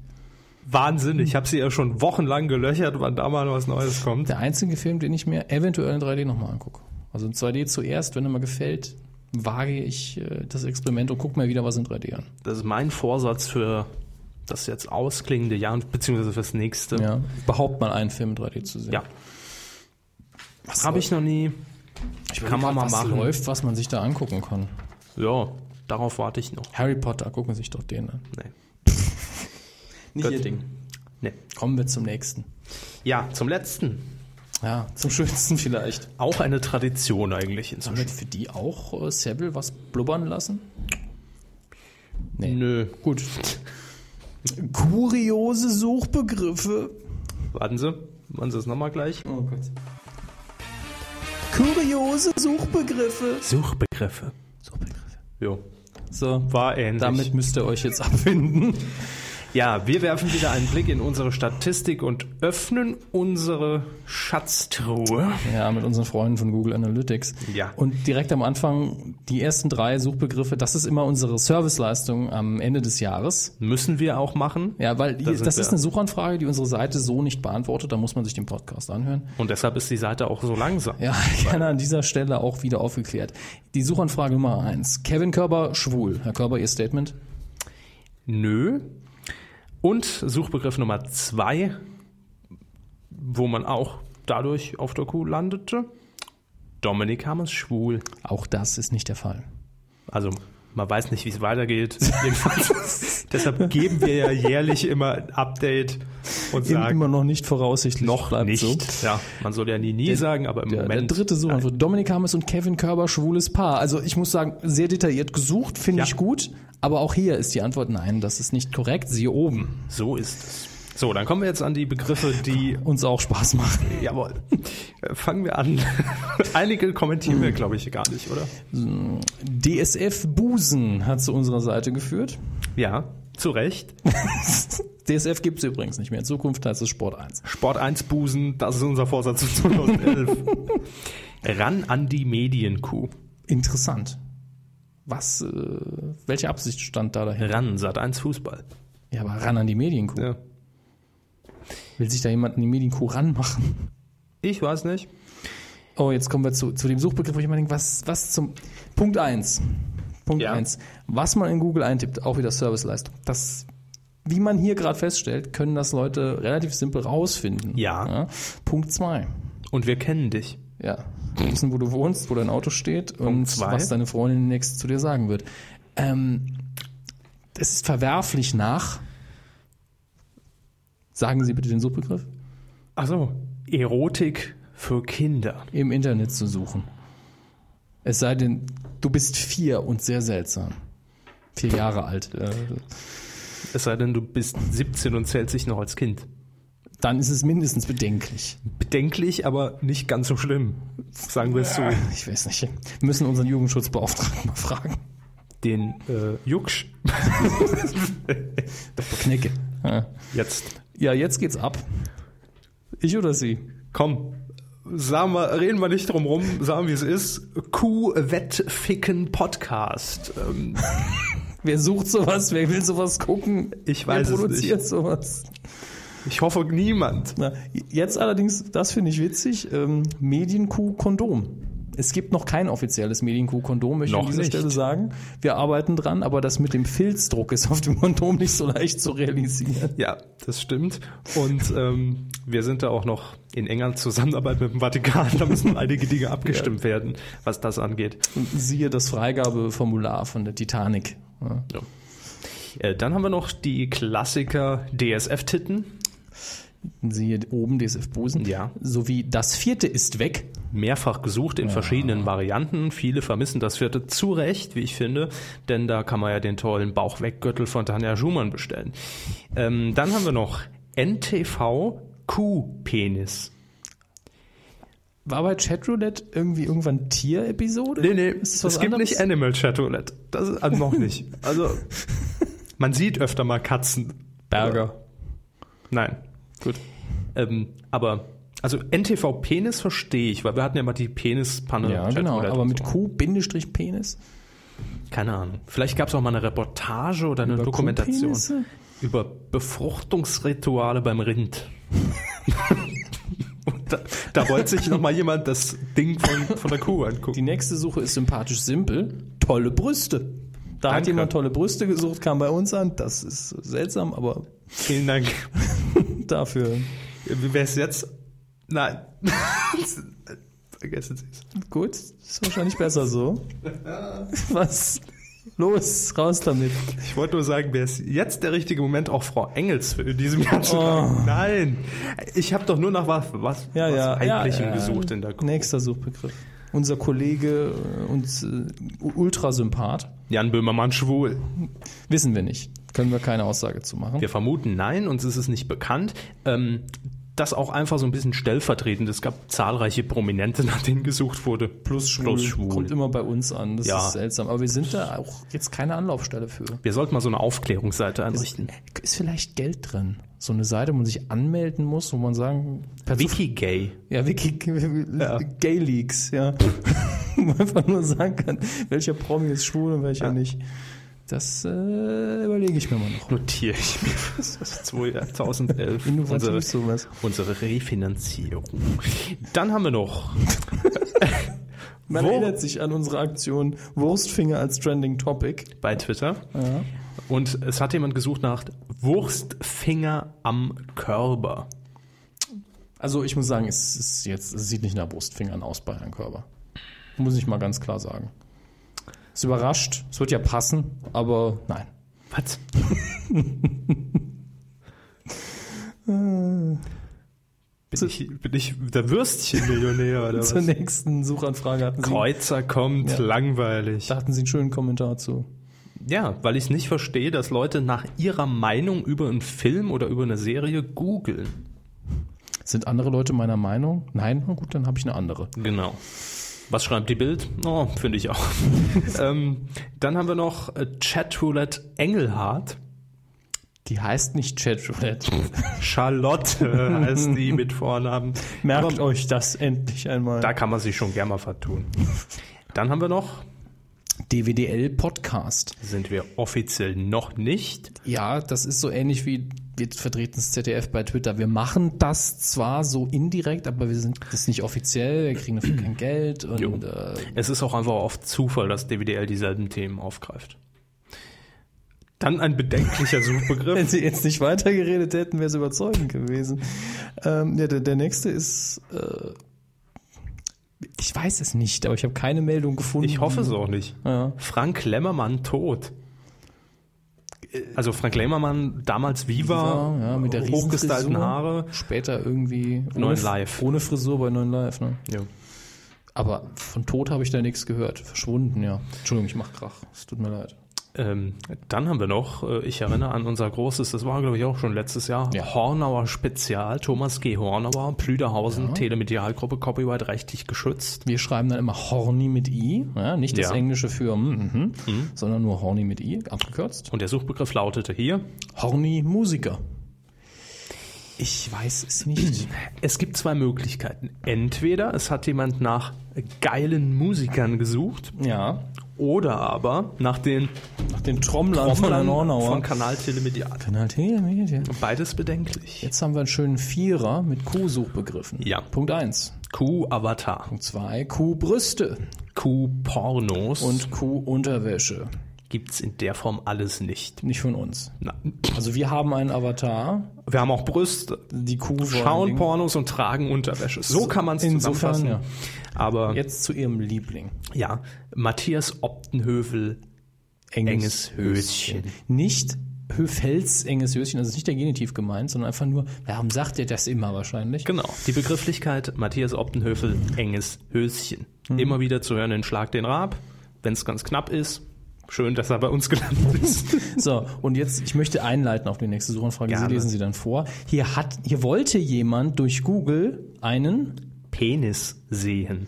Wahnsinn. Ich habe sie ja schon wochenlang gelöchert, wann da mal was Neues kommt.
Der einzige Film, den ich mir eventuell in 3D nochmal angucke. Also in 2D zuerst, wenn er mir gefällt, wage ich äh, das Experiment und gucke mir wieder was in 3D an.
Das ist mein Vorsatz für das jetzt ausklingende Jahr, beziehungsweise fürs nächste.
Ja. Überhaupt mal einen Film in 3D zu sehen.
Ja. Habe ich noch nie. Kann man mal
was
machen.
läuft, was man sich da angucken kann.
Ja, darauf warte ich noch.
Harry Potter, gucken Sie sich doch den an.
Nee.
Nicht
Ihr Ding. Nee.
Kommen wir zum nächsten.
Ja, zum letzten.
Ja, zum schönsten vielleicht.
Auch eine Tradition eigentlich
Haben wir
inzwischen.
für die auch äh, Sebel was blubbern lassen?
Nö, gut.
Kuriose Suchbegriffe.
Warten Sie. Machen Sie es nochmal gleich.
Oh Gott. Kuriose Suchbegriffe.
Suchbegriffe.
Suchbegriffe.
Jo.
So,
War ähnlich.
damit müsst ihr euch jetzt abfinden.
Ja, wir werfen wieder einen Blick in unsere Statistik und öffnen unsere Schatztruhe.
Ja, mit unseren Freunden von Google Analytics.
Ja.
Und direkt am Anfang die ersten drei Suchbegriffe, das ist immer unsere Serviceleistung am Ende des Jahres.
Müssen wir auch machen.
Ja, weil
Da
das,
sind wir.
ist eine Suchanfrage, die unsere Seite so nicht beantwortet, da muss man sich den Podcast anhören.
Und deshalb ist die Seite auch so langsam.
Ja, gerne an dieser Stelle auch wieder aufgeklärt. Die Suchanfrage Nummer eins. Kevin Körber schwul. Herr Körber, Ihr Statement?
Nö. Und Suchbegriff Nummer zwei, wo man auch dadurch auf der Kuh landete. Dominik Hammers schwul.
Auch das ist nicht der Fall.
Also man weiß nicht, wie es weitergeht. Jedenfalls. Deshalb geben wir ja jährlich immer ein Update und sagen
Immer noch nicht voraussichtlich.
noch
Bleibt
nicht.
so.
Ja, man soll ja nie nie sagen, aber im
Der, der
Moment.
dritte Suchanfrage. Dominik Hammes und Kevin Körber, schwules Paar. Also ich muss sagen, sehr detailliert gesucht, finde
Ja.
ich gut. Aber auch hier ist die Antwort nein, das ist nicht korrekt. Siehe oben.
So ist es. So, dann kommen wir jetzt an die Begriffe, die.
Uns auch Spaß machen.
Jawohl. Äh, Fangen wir an. Einige kommentieren wir, glaube ich, gar nicht, oder?
DSF Busen hat zu unserer Seite geführt.
Ja, zu Recht.
DSF gibt es übrigens nicht mehr. In Zukunft heißt es Sport 1.
Sport 1 Busen, das ist unser Vorsatz für 2011. Ran an die Medienkuh.
Interessant. Was, äh, welche Absicht stand da dahinter?
Ran, Sat 1 Fußball.
Ja, aber ran an die Medienkuh.
Ja.
Will sich da jemand an die Medienkuh ranmachen?
Ich weiß nicht.
Oh, jetzt kommen wir zu, zu dem Suchbegriff, wo ich immer denke, was, was zum. Punkt eins. Punkt
Ja.
eins. Was man in Google eintippt, auch wieder Serviceleistung. Das wie man hier gerade feststellt, können das Leute relativ simpel rausfinden.
Ja.
Punkt zwei.
Und wir kennen dich.
Ja. Wir wissen, wo du wohnst, wo dein Auto steht und
zwei.
was deine Freundin demnächst zu dir sagen wird. Ähm, es ist verwerflich nach. Sagen Sie bitte den Suchbegriff.
Also Erotik für Kinder.
Im Internet zu suchen. Es sei denn, du bist vier und sehr seltsam. Vier Jahre alt. Äh,
Es sei denn, du bist 17 und zählst dich noch als Kind.
dann ist es mindestens bedenklich.
Bedenklich, aber nicht ganz so schlimm. Sagen wir es so.
Ich weiß nicht. Wir müssen unseren Jugendschutzbeauftragten mal fragen.
Den äh, Jucksch.
Dr. Knecke. Ja.
Jetzt.
ja, jetzt geht's ab. Ich oder Sie?
Komm. Sagen wir, reden wir nicht drum rum, sagen wie es ist. Kuh-Wettficken Podcast. Ähm,
Wer sucht sowas? Wer will sowas gucken?
Ich weiß
Wer
es
produziert sowas?
ich hoffe niemand.
Na, jetzt allerdings, das finde ich witzig, ähm, Medienkuh-Kondom. Es gibt noch kein offizielles Medienkuh-Kondom, möchte
Noch
ich an dieser
nicht.
Stelle sagen. Wir arbeiten dran, aber das mit dem Filzdruck ist auf dem Kondom nicht so leicht zu realisieren.
Ja, das stimmt. Und ähm, wir sind da auch noch in enger Zusammenarbeit mit dem Vatikan. Da müssen einige Dinge abgestimmt werden, was das angeht.
Siehe das Freigabeformular von der Titanic. Ja.
Äh, dann haben wir noch die Klassiker DSF-Titten.
Siehe oben DSF Busen.
Ja.
Sowie das vierte ist weg.
Mehrfach gesucht in verschiedenen Varianten. Viele vermissen das vierte zu Recht, wie ich finde, denn da kann man ja den tollen Bauchweggürtel von Tanja Schumann bestellen. Ähm, dann haben wir noch NTV Kuhpenis.
War bei Chatroulette irgendwie irgendwann Tier-Episode?
Nee, nee,
Ist das was
es gibt
anderes?
nicht Animal Chatulette. Das ist also noch nicht. Also, man sieht öfter mal Katzen.
Berger.
Nein. Gut. Ähm, aber, also NTV Penis verstehe ich, weil wir hatten ja mal die Penispanne.
Ja, genau,
Chatroulette
aber
und
mit
so.
Q-Penis?
Keine Ahnung. Vielleicht gab es auch mal eine Reportage oder eine
Über
Dokumentation
Kuhpenisse?
über Befruchtungsrituale beim Rind. Und da, da wollte sich nochmal jemand das Ding von, von der Kuh angucken.
Die nächste Suche ist sympathisch simpel. Tolle Brüste. Da hat
Danke.
jemand tolle Brüste gesucht, kam bei uns an. Das ist seltsam, aber
Vielen Dank.
dafür
Wie wäre es jetzt? Nein. Vergessen Sie es.
gut. Ist wahrscheinlich besser so. Was? Los, raus damit.
Ich wollte nur sagen, wäre es jetzt der richtige Moment, auch Frau Engels in diesem Jahr
Oh.
zu sagen. Nein. Ich habe doch nur nach was, was,
Ja,
was
ja, ja,
Weiblichem
ja.
gesucht in der Kuh.
Nächster Suchbegriff. Unser Kollege äh, uns äh, ultrasympath.
Jan Böhmermann schwul.
Wissen wir nicht. Können wir keine Aussage zu machen.
Wir vermuten nein, uns ist es nicht bekannt. Ähm, das auch einfach so ein bisschen stellvertretend. Es gab zahlreiche Prominente, nach denen gesucht wurde. Plus schwul.
Kommt immer bei uns an. Das
Ja.
ist seltsam. Aber wir sind da auch jetzt keine Anlaufstelle für.
Wir sollten mal so eine Aufklärungsseite einrichten.
Äh, Ist vielleicht Geld drin? So eine Seite, wo man sich anmelden muss, wo man sagen, per
Wikigay.
ja, Wiki, Gay Leaks, ja. wo man einfach nur sagen kann, welcher Promi ist schwul und welcher nicht. Das äh, überlege ich mir mal noch.
Notiere ich mir. Das ist 2011.
Innovativ
Unsere-
sowas.
Unsere Refinanzierung. Dann haben wir noch.
Man
Wo-
erinnert sich an unsere Aktion Wurstfinger als Trending Topic.
bei Twitter. Und es hat jemand gesucht nach Wurstfinger am Körper.
Also ich muss sagen, es, ist jetzt, es sieht nicht nach Brustfingern aus bei Herrn Körber. Muss ich mal ganz klar sagen. Es überrascht, es wird ja passen, aber nein.
Was? bin, ich, bin ich der Würstchenmillionär oder
Zur
was?
nächsten Suchanfrage hatten Sie,
Kreuzer kommt,
Ja.
langweilig.
da hatten Sie einen schönen Kommentar zu.
Ja, weil ich es nicht verstehe, dass Leute nach ihrer Meinung über einen Film oder über eine Serie googeln.
Sind andere Leute meiner Meinung? Nein? Na gut, dann habe ich eine andere.
Genau. Was schreibt die Bild? Oh, finde ich auch. ähm, dann haben wir noch äh, Chatroulette Engelhardt.
Die heißt nicht Chatroulette.
Charlotte heißt die mit Vornamen.
Merkt euch das endlich einmal.
Da kann man sich schon gerne mal vertun. Dann haben wir noch,
DWDL Podcast.
sind wir offiziell noch nicht.
Ja, das ist so ähnlich wie wir vertreten das ZDF bei Twitter. Wir machen das zwar so indirekt, aber wir sind das ist nicht offiziell, wir kriegen dafür kein Geld und äh,
Es ist auch einfach oft Zufall, dass DWDL dieselben Themen aufgreift. Dann ein bedenklicher
Wenn
Suchbegriff.
sie jetzt nicht weitergeredet hätten, wäre es überzeugend gewesen. Ähm, ja, der, der nächste ist. Äh, ich weiß es nicht, aber ich habe keine Meldung gefunden.
Ich hoffe es auch nicht.
Mhm. Ja.
Frank Lämmermann tot. Also Frank Lämmermann, damals Viva,
ja, mit der
hochgestylten
Riesenfrisur.
Haare.
Später irgendwie. ohne-
Neuen Live.
Ohne Frisur bei Neuen Live, ne?
Ja.
Aber von Tod habe ich da nichts gehört. Verschwunden, ja. Entschuldigung, ich mache Krach. Es tut mir leid.
Ähm, dann haben wir noch, äh, ich erinnere an unser großes, das war glaube ich auch schon letztes Jahr,
Ja.
Hornauer Spezial, Thomas G. Hornauer, Plüderhausen, Telemedialgruppe, Copyright rechtlich geschützt.
Wir schreiben dann immer Horny mit I, ja, nicht das
Ja.
Englische für mhm, sondern nur Horny mit I, abgekürzt.
Und der Suchbegriff lautete hier,
Horny Musiker. Ich weiß es nicht.
es gibt zwei Möglichkeiten. Entweder es hat jemand nach geilen Musikern gesucht
ja,
oder aber nach den
nach den Trommlern von der
Trommlern
Nornauer.
von Kanal Telemedial.
Kanal T, Medien.
Beides bedenklich.
Jetzt haben wir einen schönen Vierer mit Q-Suchbegriffen.
Ja.
Punkt 1.
Q-Avatar,
Punkt 2. Q-Brüste
Q-Pornos
und Q-Unterwäsche.
gibt's in der Form alles nicht.
Nicht von uns.
Nein.
Also wir haben einen Avatar,
Wir haben auch Brüste.
die Kuh vor allen
Schauen
Dingen.
Pornos und tragen Unterwäsche. So kann man es
Insofern,
zusammenfassen. Aber
Jetzt zu ihrem Liebling.
ja, Matthias Optenhövel, Enges Höschen.
Nicht Höfels enges Höschen, also nicht der Genitiv gemeint, sondern einfach nur, warum sagt ihr das immer wahrscheinlich?
genau. Die Begrifflichkeit Matthias Optenhövel, enges Höschen.
Hm.
Immer wieder zu hören in Schlag den Rab, wenn es ganz knapp ist. Schön, dass er bei uns gelandet ist.
So, und jetzt, ich möchte einleiten auf die nächste Suchanfrage. Sie
Gerne.
lesen sie dann vor. Hier hat, hier wollte jemand durch Google einen
Penis sehen.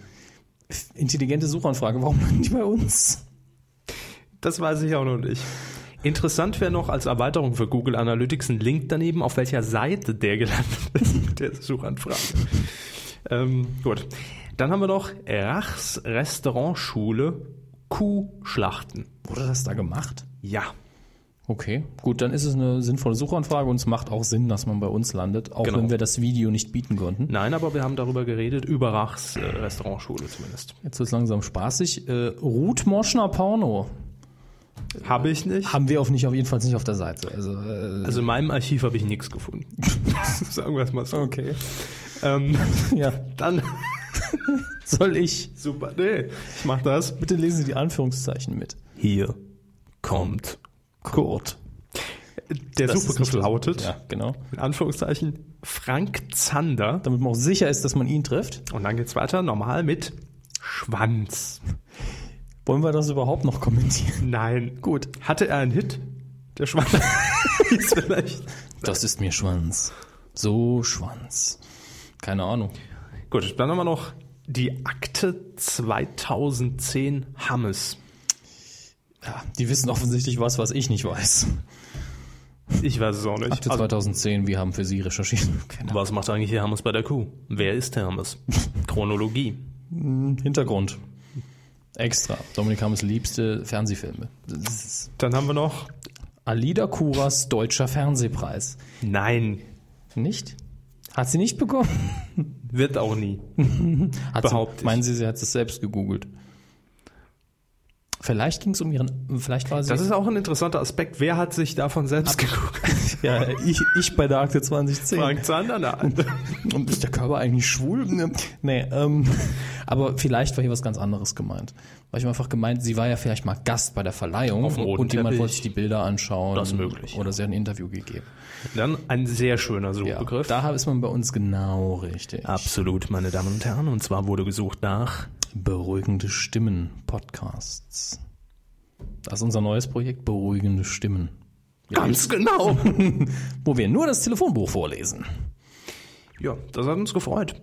intelligente Suchanfrage. Warum landen die bei uns?
Das weiß ich auch noch nicht. Interessant wäre noch als Erweiterung für Google Analytics ein Link daneben, auf welcher Seite der gelandet ist mit der Suchanfrage. ähm, gut. Dann haben wir noch Rachs Restaurantschule Kuhschlachten.
Wurde das da gemacht?
Ja.
Okay, gut, dann ist es eine sinnvolle Suchanfrage und es macht auch Sinn, dass man bei uns landet, auch
Genau.
wenn wir das Video nicht bieten konnten.
Nein, aber wir haben darüber geredet, über Rachs äh, Restaurantschule zumindest.
Jetzt wird es langsam spaßig. Äh, Ruth Moschner Porno
Habe ich nicht.
haben wir auf nicht auf jeden Fall nicht auf der Seite. Also äh,
Also in meinem Archiv habe ich nichts gefunden. Sagen wir es mal so.
okay,
Ähm,
ja,
dann,
soll ich?
super, nee, ich mach das.
Bitte lesen Sie die Anführungszeichen mit.
Hier kommt
Kurt.
Der
Das ist
Suchbegriff
nicht-
lautet,
Ja, genau.
in Anführungszeichen, Frank Zander.
damit man auch sicher ist, dass man ihn trifft.
Und dann geht's weiter, normal mit Schwanz.
Wollen wir das überhaupt noch kommentieren?
Nein. Gut. Hatte er einen Hit? Der Schwanz. Ist vielleicht.
Das ist mir Schwanz. So Schwanz. Keine Ahnung.
Gut, dann haben wir noch die Akte 2010 Hammes.
Ja, die wissen offensichtlich was, was ich nicht weiß.
Ich weiß es auch nicht. Also,
Akte 2010, wir haben für sie recherchiert. Also- Keine
was macht eigentlich Hermes bei der Kuh? Wer ist Hermes? Chronologie.
Ahnung. Hintergrund. Extra. Dominik Hammes liebste Fernsehfilme. Das ist
Dann haben wir noch.
Alida Kuras deutscher Fernsehpreis.
Nein.
Nicht? Hat sie nicht bekommen?
Wird auch nie.
Hat
Behaupte
sie,
ich.
meinen Sie, sie hat es selbst gegoogelt? Vielleicht ging es um ihren, vielleicht war sie.
Das ist auch ein interessanter Aspekt. Wer hat sich davon selbst geguckt?
Ja, ich, ich bei der Akte 2010.
Frank Zander, nein.
Und ist der Körper eigentlich schwul? Ne. Nee, ähm, aber vielleicht war hier was ganz anderes gemeint. Weil ich hab einfach gemeint, sie war ja vielleicht mal Gast bei der Verleihung
Auf dem roten
und jemand
Teppich.
wollte sich die Bilder anschauen.
Das ist möglich,
Oder sie hat ein Interview gegeben.
Dann ein sehr schöner
Ja,
Suchbegriff.
da ist man bei uns genau richtig.
Absolut, meine Damen und Herren. Und zwar wurde gesucht nach.
Beruhigende Stimmen Podcasts. Das ist unser neues Projekt, Beruhigende Stimmen.
Ganz genau.
Wo wir nur das Telefonbuch vorlesen.
ja, das hat uns gefreut.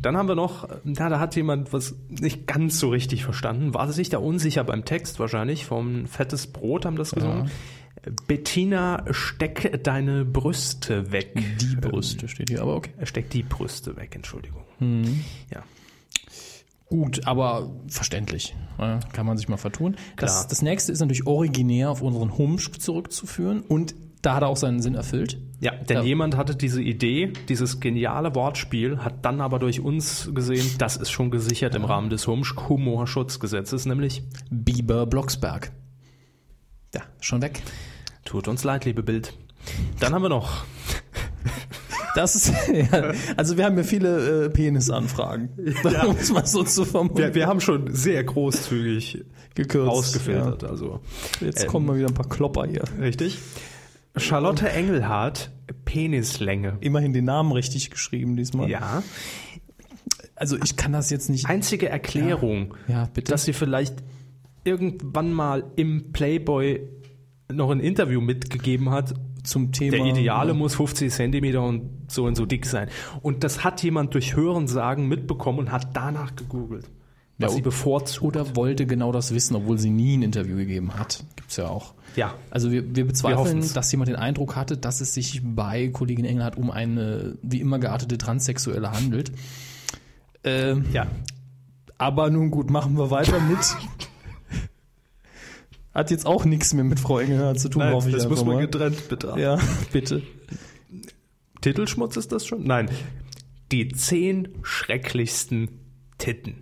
Dann haben wir noch, na, da hat jemand was nicht ganz so richtig verstanden, war sich da unsicher beim Text wahrscheinlich, vom Fettes Brot haben das gesungen. Bettina, steck deine Brüste weg. Äh,
Die Brüste steht hier, aber okay.
Steck die Brüste weg, Entschuldigung.
Hm.
Ja.
Gut, aber verständlich. Ja, Kann man sich mal vertun.
Klar.
Das, das nächste ist natürlich originär auf unseren Humsch zurückzuführen und da hat er auch seinen Sinn erfüllt.
Ja, denn
Ja.
jemand hatte diese Idee, dieses geniale Wortspiel, hat dann aber durch uns gesehen, das ist schon gesichert im Rahmen des Humor-Schutzgesetzes, nämlich
Bieber Blocksberg. Ja, schon weg.
Tut uns leid, liebe Bild. Dann haben wir noch.
Das ist, ja, also wir haben ja viele äh, Penisanfragen. Ja. Um es mal so zu
Wir,
formulieren.
wir haben schon sehr großzügig
Gekürzt,
ausgefiltert. Also
Ja. Jetzt
Ähm.
kommen mal wieder ein paar Klopper hier.
richtig. Charlotte Engelhardt, Penislänge.
Immerhin den Namen richtig geschrieben diesmal.
Ja.
Also ich kann das jetzt nicht.
Einzige Erklärung,
Ja, bitte.
dass sie vielleicht irgendwann mal im Playboy noch ein Interview mitgegeben hat.
zum Thema.
Der Ideale muss 50 Zentimeter und so und so dick sein. Und das hat jemand durch Hörensagen mitbekommen und hat danach gegoogelt. Was
Ja,
sie
o-
bevorzugt.
Oder wollte genau das wissen, obwohl sie nie ein Interview gegeben hat. Gibt's ja auch.
Ja.
Also wir, wir bezweifeln,
hoffen's.
dass jemand den Eindruck hatte, dass es sich bei Kollegin Engelhardt um eine wie immer geartete Transsexuelle handelt. Ähm,
Ja.
aber nun gut, machen wir weiter mit. Hat jetzt auch nichts mehr mit Frau Engelhardt zu tun, hoffe ich einfach mal.
getrennt betrachten.
Ja, bitte.
Titelschmutz ist das schon? Nein. Die zehn schrecklichsten Titten.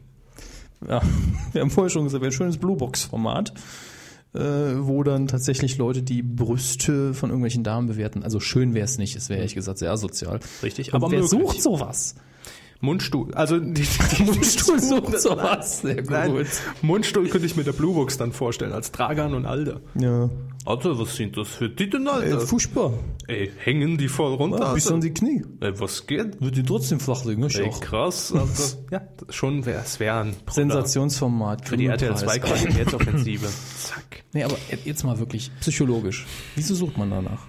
Ja, wir haben vorher schon gesagt, wir haben ein schönes Bluebox-Format, äh, wo dann tatsächlich Leute die Brüste von irgendwelchen Damen bewerten. Also schön wäre es nicht, es wäre ehrlich gesagt sehr asozial.
Mhm. Richtig,
aber
aber
wer
möglich.
sucht sowas?
Mundstuhl. Also die, die
Mundstuhl sucht sowas. Sehr gut.
Nein, Mundstuhl könnte ich mir der Bluebox dann vorstellen, als Dragan und Alde.
Ja.
Alter, Also, was sind das für Titten,
Äh,
Alter?
furchtbar.
Ey, hängen die voll runter,
bis an
Alter?
die Knie.
Ey, was geht?
Wird die trotzdem flach liegen, ne?
Ey,
Schock.
krass, Alter. Ja, Also, das- schon wäre es wär ein Brüller.
Sensationsformat.
Für die RTL 2 Qualitätsoffensive. Zack.
Nee, aber jetzt mal wirklich psychologisch. Wieso sucht man danach?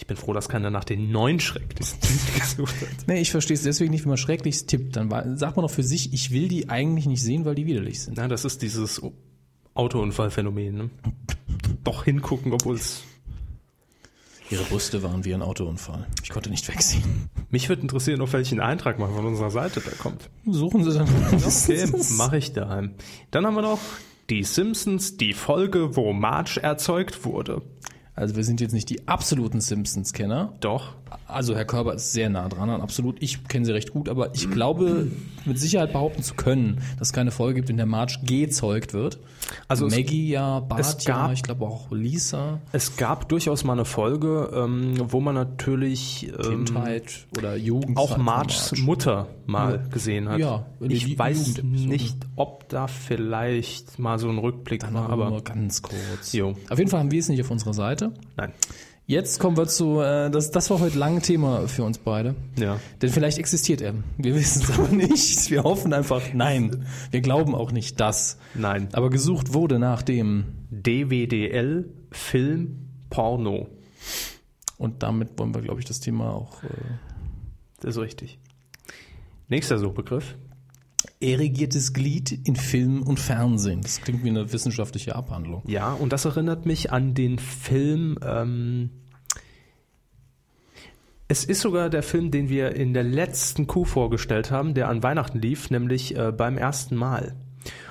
Ich bin froh, dass keiner nach den neun schrecklichsten Titten gesucht hat.
Nee, ich verstehe es deswegen nicht, wenn man schrecklich tippt. Dann wa- sagt man doch für sich, ich will die eigentlich nicht sehen, weil die widerlich sind.
Na, das ist dieses O- Autounfallphänomen. Ne? Doch hingucken, obwohl es.
Ihre Brüste waren wie ein Autounfall. Ich konnte nicht wegsehen.
Mich würde interessieren, auf welchen Eintrag mal von unserer Seite da kommt.
Suchen Sie dann.
Okay, mache ich daheim. Dann haben wir noch die Simpsons, die Folge, wo Marge erzeugt wurde.
Also wir sind jetzt nicht die absoluten Simpsons-Kenner.
Doch.
Also Herr Körber ist sehr nah dran an absolut. Ich kenne sie recht gut, aber
Mhm.
ich glaube mit Sicherheit behaupten zu können, dass es keine Folge gibt, in der Marge gezeugt wird.
Also es-
Maggie ja, Bart
es
ja,
gab-
ich glaube auch Lisa,
Es gab durchaus mal eine Folge, ähm, wo man natürlich ähm,
Kindheit oder Jugend.
auch Marges Mutter mal gesehen hat.
Ja, in
ich
die
weiß
Jugendepisode.
nicht, ob da vielleicht mal so ein Rückblick war,
aber
aber
nur ganz kurz.
Jo.
Auf jeden Fall haben wir es nicht auf unserer Seite.
nein.
Jetzt kommen wir zu, äh, das, das war heute lang ein Thema für uns beide.
Ja.
Denn vielleicht existiert er. Wir wissen es aber nicht. Wir hoffen einfach, nein. Wir glauben auch nicht, dass.
Nein.
Aber gesucht wurde nach dem.
DWDL Film Porno.
Und damit wollen wir, glaube ich, das Thema auch. Äh,
Das ist richtig. Nächster Suchbegriff.
Erigiertes Glied in Film und Fernsehen. Das klingt wie eine wissenschaftliche Abhandlung.
Ja, und das erinnert mich an den Film. Ähm, es ist sogar der Film, den wir in der letzten Kuh vorgestellt haben, der an Weihnachten lief, nämlich äh, beim ersten Mal.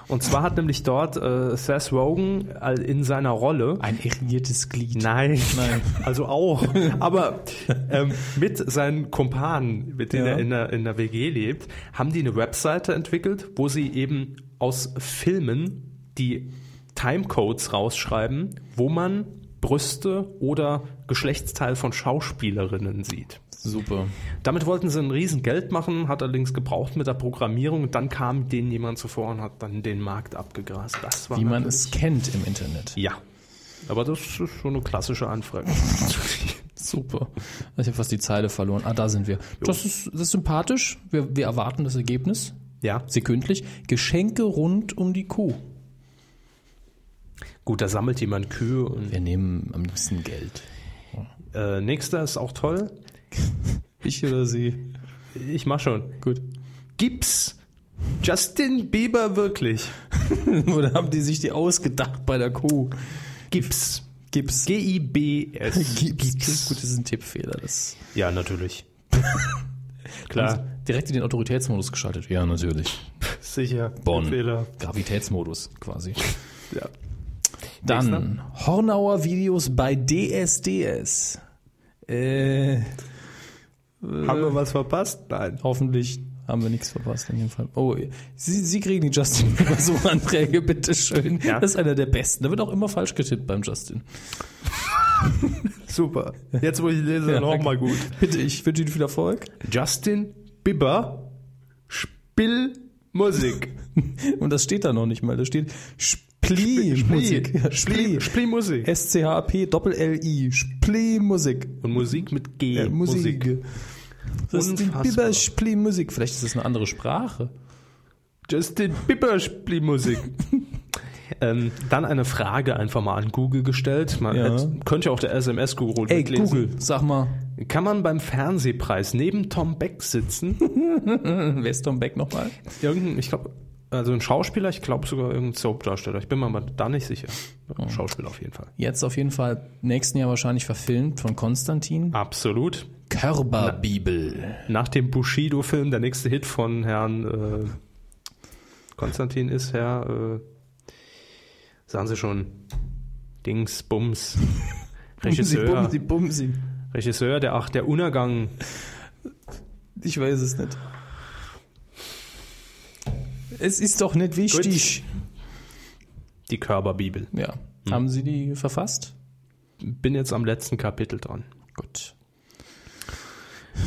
Und zwar hat nämlich dort äh, Seth Rogen all- in seiner Rolle
Ein erigiertes Glied.
Nein. Also auch. Aber ähm, mit seinen Kumpanen, mit denen
Ja.
er in der, in der WG lebt, haben die eine Webseite entwickelt, wo sie eben aus Filmen die Timecodes rausschreiben, wo man Brüste oder Geschlechtsteil von Schauspielerinnen sieht.
Super.
Damit wollten sie ein Riesengeld machen, hat allerdings gebraucht mit der Programmierung. Dann kam denen jemand zuvor und hat dann den Markt abgegrast. Das war
Wie man
natürlich-
es kennt im Internet.
Ja. Aber das ist schon eine klassische Anfrage.
Super. Ich habe fast die Zeile verloren. Ah, da sind wir. Das ist, das ist sympathisch. Wir, wir erwarten das Ergebnis.
Ja,
Sekündlich. Geschenke rund um die Kuh.
gut, da sammelt jemand Kühe. Und,
Wir nehmen am liebsten Geld.
äh, nächster ist auch toll.
Ich oder sie?
Ich mach schon.
Gut.
Gibt's Justin Bieber wirklich?
oder haben die sich die ausgedacht bei der Kuh?
Gips.
Gips.
G-I-B-S.
Gips. Gut, das ist ein Tippfehler. Das
Ja, natürlich. Klar,
direkt in den Autoritätsmodus geschaltet. Ja, natürlich.
sicher.
Bonn.
Fehler.
Gravitätsmodus quasi.
Ja.
Dann Hornauer Videos bei DSDS. Äh,
Haben wir was verpasst? Nein.
hoffentlich haben wir nichts verpasst in dem Fall. Oh, Sie, Sie kriegen die Justin Bieber Suchanträge, bitteschön.
Ja.
Das ist einer der besten. Da wird auch immer falsch getippt beim Justin.
Super. Jetzt, wo ich lese,
Ja,
noch
danke.
mal gut.
Bitte, ich wünsche Ihnen viel Erfolg.
Justin Bieber spiel Musik.
Und das steht da noch nicht mal. Da steht Splee-Musik. Ja,
Spiel,
Splee.
spiel Musik.
S-C-H-P Doppel-L-I. Splee-Musik.
Und Musik mit G.
Äh, Musik. Justin
Unfassbar.
Bieber spielt Musik. Vielleicht ist das eine andere Sprache.
Justin Bieber spielt Musik. ähm, dann eine Frage einfach mal an Google gestellt. Man
Ja.
hätte- könnte ja auch der SMS-Guru
Ey, Google, sag mal,
Kann man beim Fernsehpreis neben Tom Beck sitzen?
wer ist Tom Beck nochmal?
Irgendein, ich glaube, also ein Schauspieler, ich glaube sogar irgendein Soap-Darsteller. Ich bin mir aber da nicht sicher. Schauspieler auf jeden Fall.
Jetzt auf jeden Fall nächsten Jahr wahrscheinlich verfilmt von Konstantin.
Absolut.
Körperbibel.
Nach dem Bushido-Film, der nächste Hit von Herrn äh, Konstantin ist Herr, äh, sagen Sie schon, Dings, Bums, Regisseur,
Bumsi, bumsi.
Regisseur, der, ach, der Unergang,
Ich weiß es nicht. Es ist doch nicht wichtig.
die Körperbibel.
Ja.
Hm.
Haben Sie die verfasst?
Bin jetzt am letzten Kapitel dran.
Gut.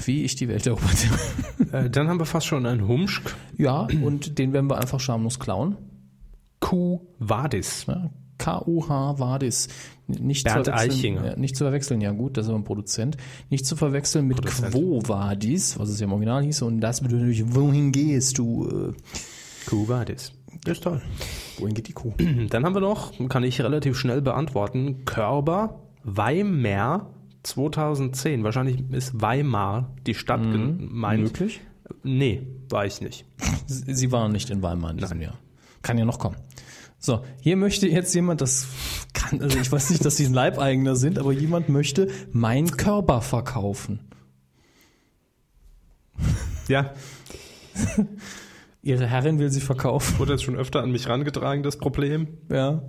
Wie ich die Welt eroberte.
Äh, dann haben wir fast schon einen Humschk.
Ja, und den werden wir einfach schamlos klauen.
Q. Vadis.
Ja, K.O.H. Vadis. N- Nicht
Bernd
zu verwechseln-
Eichinger.
Ja, nicht zu verwechseln, ja gut, das ist aber ein Produzent. Nicht zu verwechseln mit
Produzent.
Quo Vadis, was es ja im Original hieß. Und das bedeutet natürlich, wohin gehst du? äh,
Q. Vadis. Ist toll.
Wohin geht die Kuh?
Dann haben wir noch, kann ich relativ schnell beantworten, Körber, Weimar 2010. Wahrscheinlich ist Weimar die Stadt gemeint.
Möglich?
Nee, war ich nicht.
Sie sie waren nicht in Weimar in diesem Jahr. Kann ja noch kommen. So, hier möchte jetzt jemand, das kann, also ich weiß nicht, dass sie ein Leibeigener sind, aber jemand möchte meinen Körper verkaufen.
Ja,
Ihre Herrin will sie verkaufen.
wurde jetzt schon öfter an mich rangetragen, das Problem.
Ja.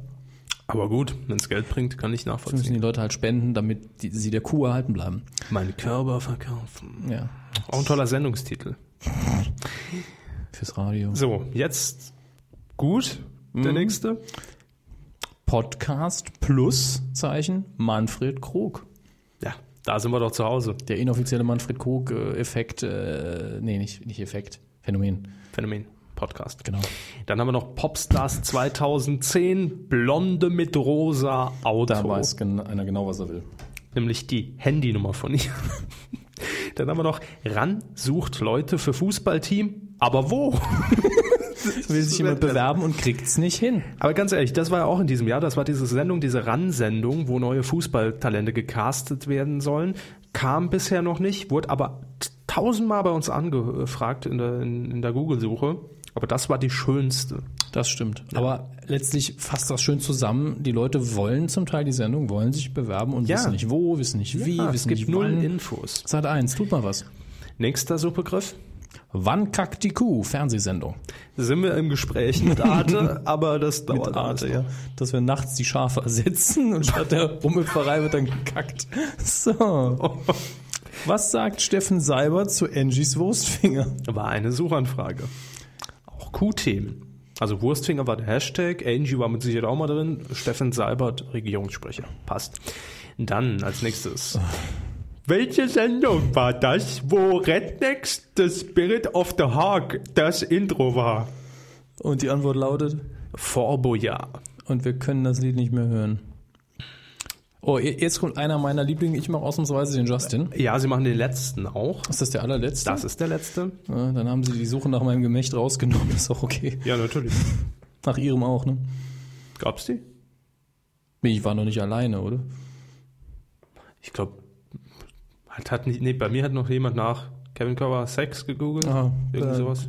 Aber gut, wenn es Geld bringt, kann ich
Müssen
nachvollziehen.
die Leute halt spenden, damit die, sie der Kuh erhalten bleiben.
Meinen Körper verkaufen.
Ja.
Auch ein toller Sendungstitel.
Fürs Radio.
So, jetzt gut, der nächste.
Podcast plus Zeichen Manfred Krog.
Ja, da sind wir doch zu Hause.
Der inoffizielle Manfred Krog-Effekt, äh, nee, nicht, nicht Effekt, Phänomen.
Phänomen. Podcast.
Genau.
Dann haben wir noch Popstars 2010, Blonde mit rosa Auto.
Da weiß gen einer genau, was er will.
Nämlich die Handynummer von ihr. Dann haben wir noch Ran sucht Leute für Fußballteam, aber wo?
Will sich jemand bewerben und kriegt's nicht hin.
Aber ganz ehrlich, das war ja auch in diesem Jahr, das war diese Sendung, diese Ran-Sendung, wo neue Fußballtalente gecastet werden sollen. Kam bisher noch nicht, wurde aber t- tausendmal bei uns angefragt in der, in, in der Google-Suche. Aber das war die schönste.
Das stimmt. Aber letztlich fasst das schön zusammen. Die Leute wollen zum Teil die Sendung, wollen sich bewerben und
Ja.
wissen nicht wo, wissen nicht wie,
Ah, es
wissen
gibt
nicht
null
wann.
Infos.
Seit eins, tut mal was.
Nächster Suchbegriff.
Wann kackt die Kuh? Fernsehsendung.
sind wir im Gespräch mit Arte, aber das dauert
mit
alles
Arte,
noch.
ja. Dass wir nachts die Schafe ersetzen und statt der Rummelpferei wird dann gekackt. So. Was sagt Steffen Seibert zu Angies Wurstfinger?
War eine Suchanfrage. Auch Q-Themen. Also Wurstfinger war der Hashtag, Angie war mit Sicherheit auch mal drin, Steffen Seibert, Regierungssprecher. Passt. Dann als nächstes. Welche Sendung war das, wo Rednecks The Spirit of the Hawk das Intro war?
Und die Antwort lautet,
Vorboja.
und wir können das Lied nicht mehr hören. Oh, je- jetzt kommt einer meiner Lieblinge. Ich mache ausnahmsweise den Justin.
Ja, sie machen den letzten auch.
Ist das der allerletzte?
Das ist der letzte.
Ja, dann haben sie die Suche nach meinem Gemächt rausgenommen. Ist auch okay.
Ja, natürlich.
Nach ihrem auch, ne?
Gab's die?
Nee, Ich war noch nicht alleine, oder?
Ich glaube, hat, hat nicht, nee, bei mir hat noch jemand nach Kevin Körber Sex gegoogelt,
Ah,
irgendwie
äh,
sowas.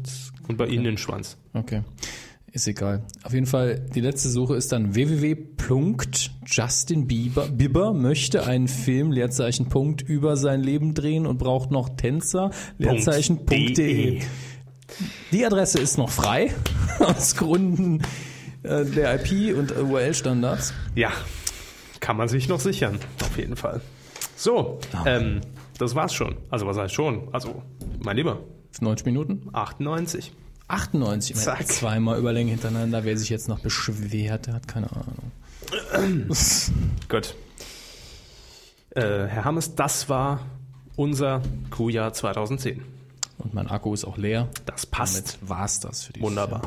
Und bei Ihnen den Schwanz.
Okay. Ist egal. Auf jeden Fall, die letzte Suche ist dann www.justin Bieber, Bieber möchte einen Film, Leerzeichen Punkt, über sein Leben drehen und braucht noch Tänzer, Leerzeichen Punkt.
.de.
De. Die Adresse ist noch frei, aus Gründen äh, der IP- und URL-Standards.
Ja, kann man sich noch sichern, auf jeden Fall. So, ähm, das war's schon. Also, was heißt schon? Also, mein Lieber,
90 Minuten.
98.
98. Ich meine,
Zack.
Zweimal Überlänge hintereinander. Wer sich jetzt noch beschwert, der hat keine Ahnung.
Gut. Äh, Herr Hammes, das war unser Q-Jahr 2010.
Und mein Akku ist auch leer.
Das passt.
Damit war's das für die
Wunderbar.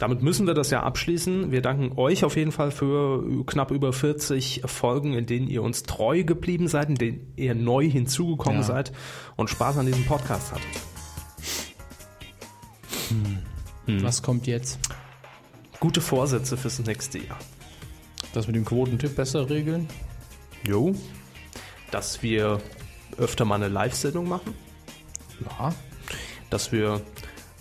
Damit müssen wir das ja abschließen. Wir danken euch auf jeden Fall für knapp über 40 Folgen, in denen ihr uns treu geblieben seid, in denen ihr neu hinzugekommen
Ja.
seid und Spaß an diesem Podcast hattet.
Was kommt jetzt?
Gute Vorsätze fürs nächste Jahr.
Das mit dem Quotentipp besser regeln?
Jo. Dass wir öfter mal eine Live-Sendung machen.
Ja.
Dass wir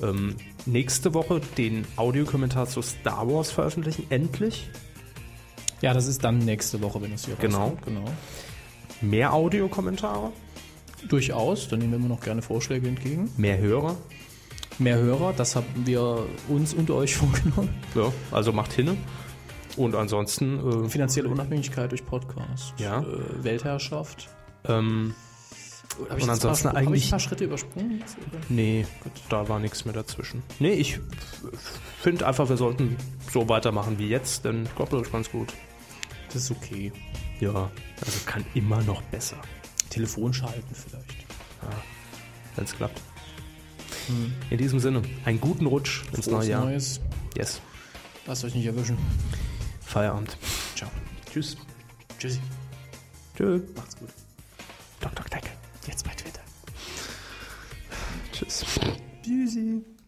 ähm, nächste Woche den Audiokommentar zu Star Wars veröffentlichen. Endlich.
Ja, das ist dann nächste Woche, wenn es hier
Genau.
rauskommt. Genau.
Mehr Audiokommentare.
Durchaus, dann nehmen wir immer noch gerne Vorschläge entgegen.
Mehr Hörer.
Mehr Hörer, das haben wir uns und euch vorgenommen.
Ja, also macht hinne. Und ansonsten äh,
Finanzielle Unabhängigkeit durch Podcast.
Ja.
Äh, Weltherrschaft.
Ähm, Und
Hab jetzt ein paar
ansonsten
Schritte- hab ich
eigentlich-
ein paar Schritte übersprungen? jetzt, oder?
nee, da war nichts mehr dazwischen. Nee, ich finde einfach, wir sollten so weitermachen wie jetzt, denn kommt uns ganz gut.
Das ist okay.
Ja, also kann immer noch besser,
Telefon schalten vielleicht.
wenn es klappt. In diesem Sinne, einen guten Rutsch ins
Hm. Frohes
neue Jahr.
Neues.
Yes,
Lasst euch nicht erwischen.
Feierabend.
Ciao.
Tschüss.
Tschüssi.
Tschö.
Macht's gut.
Doc, doc, doc.
Jetzt bei Twitter.
Tschüss.
Tschüssi.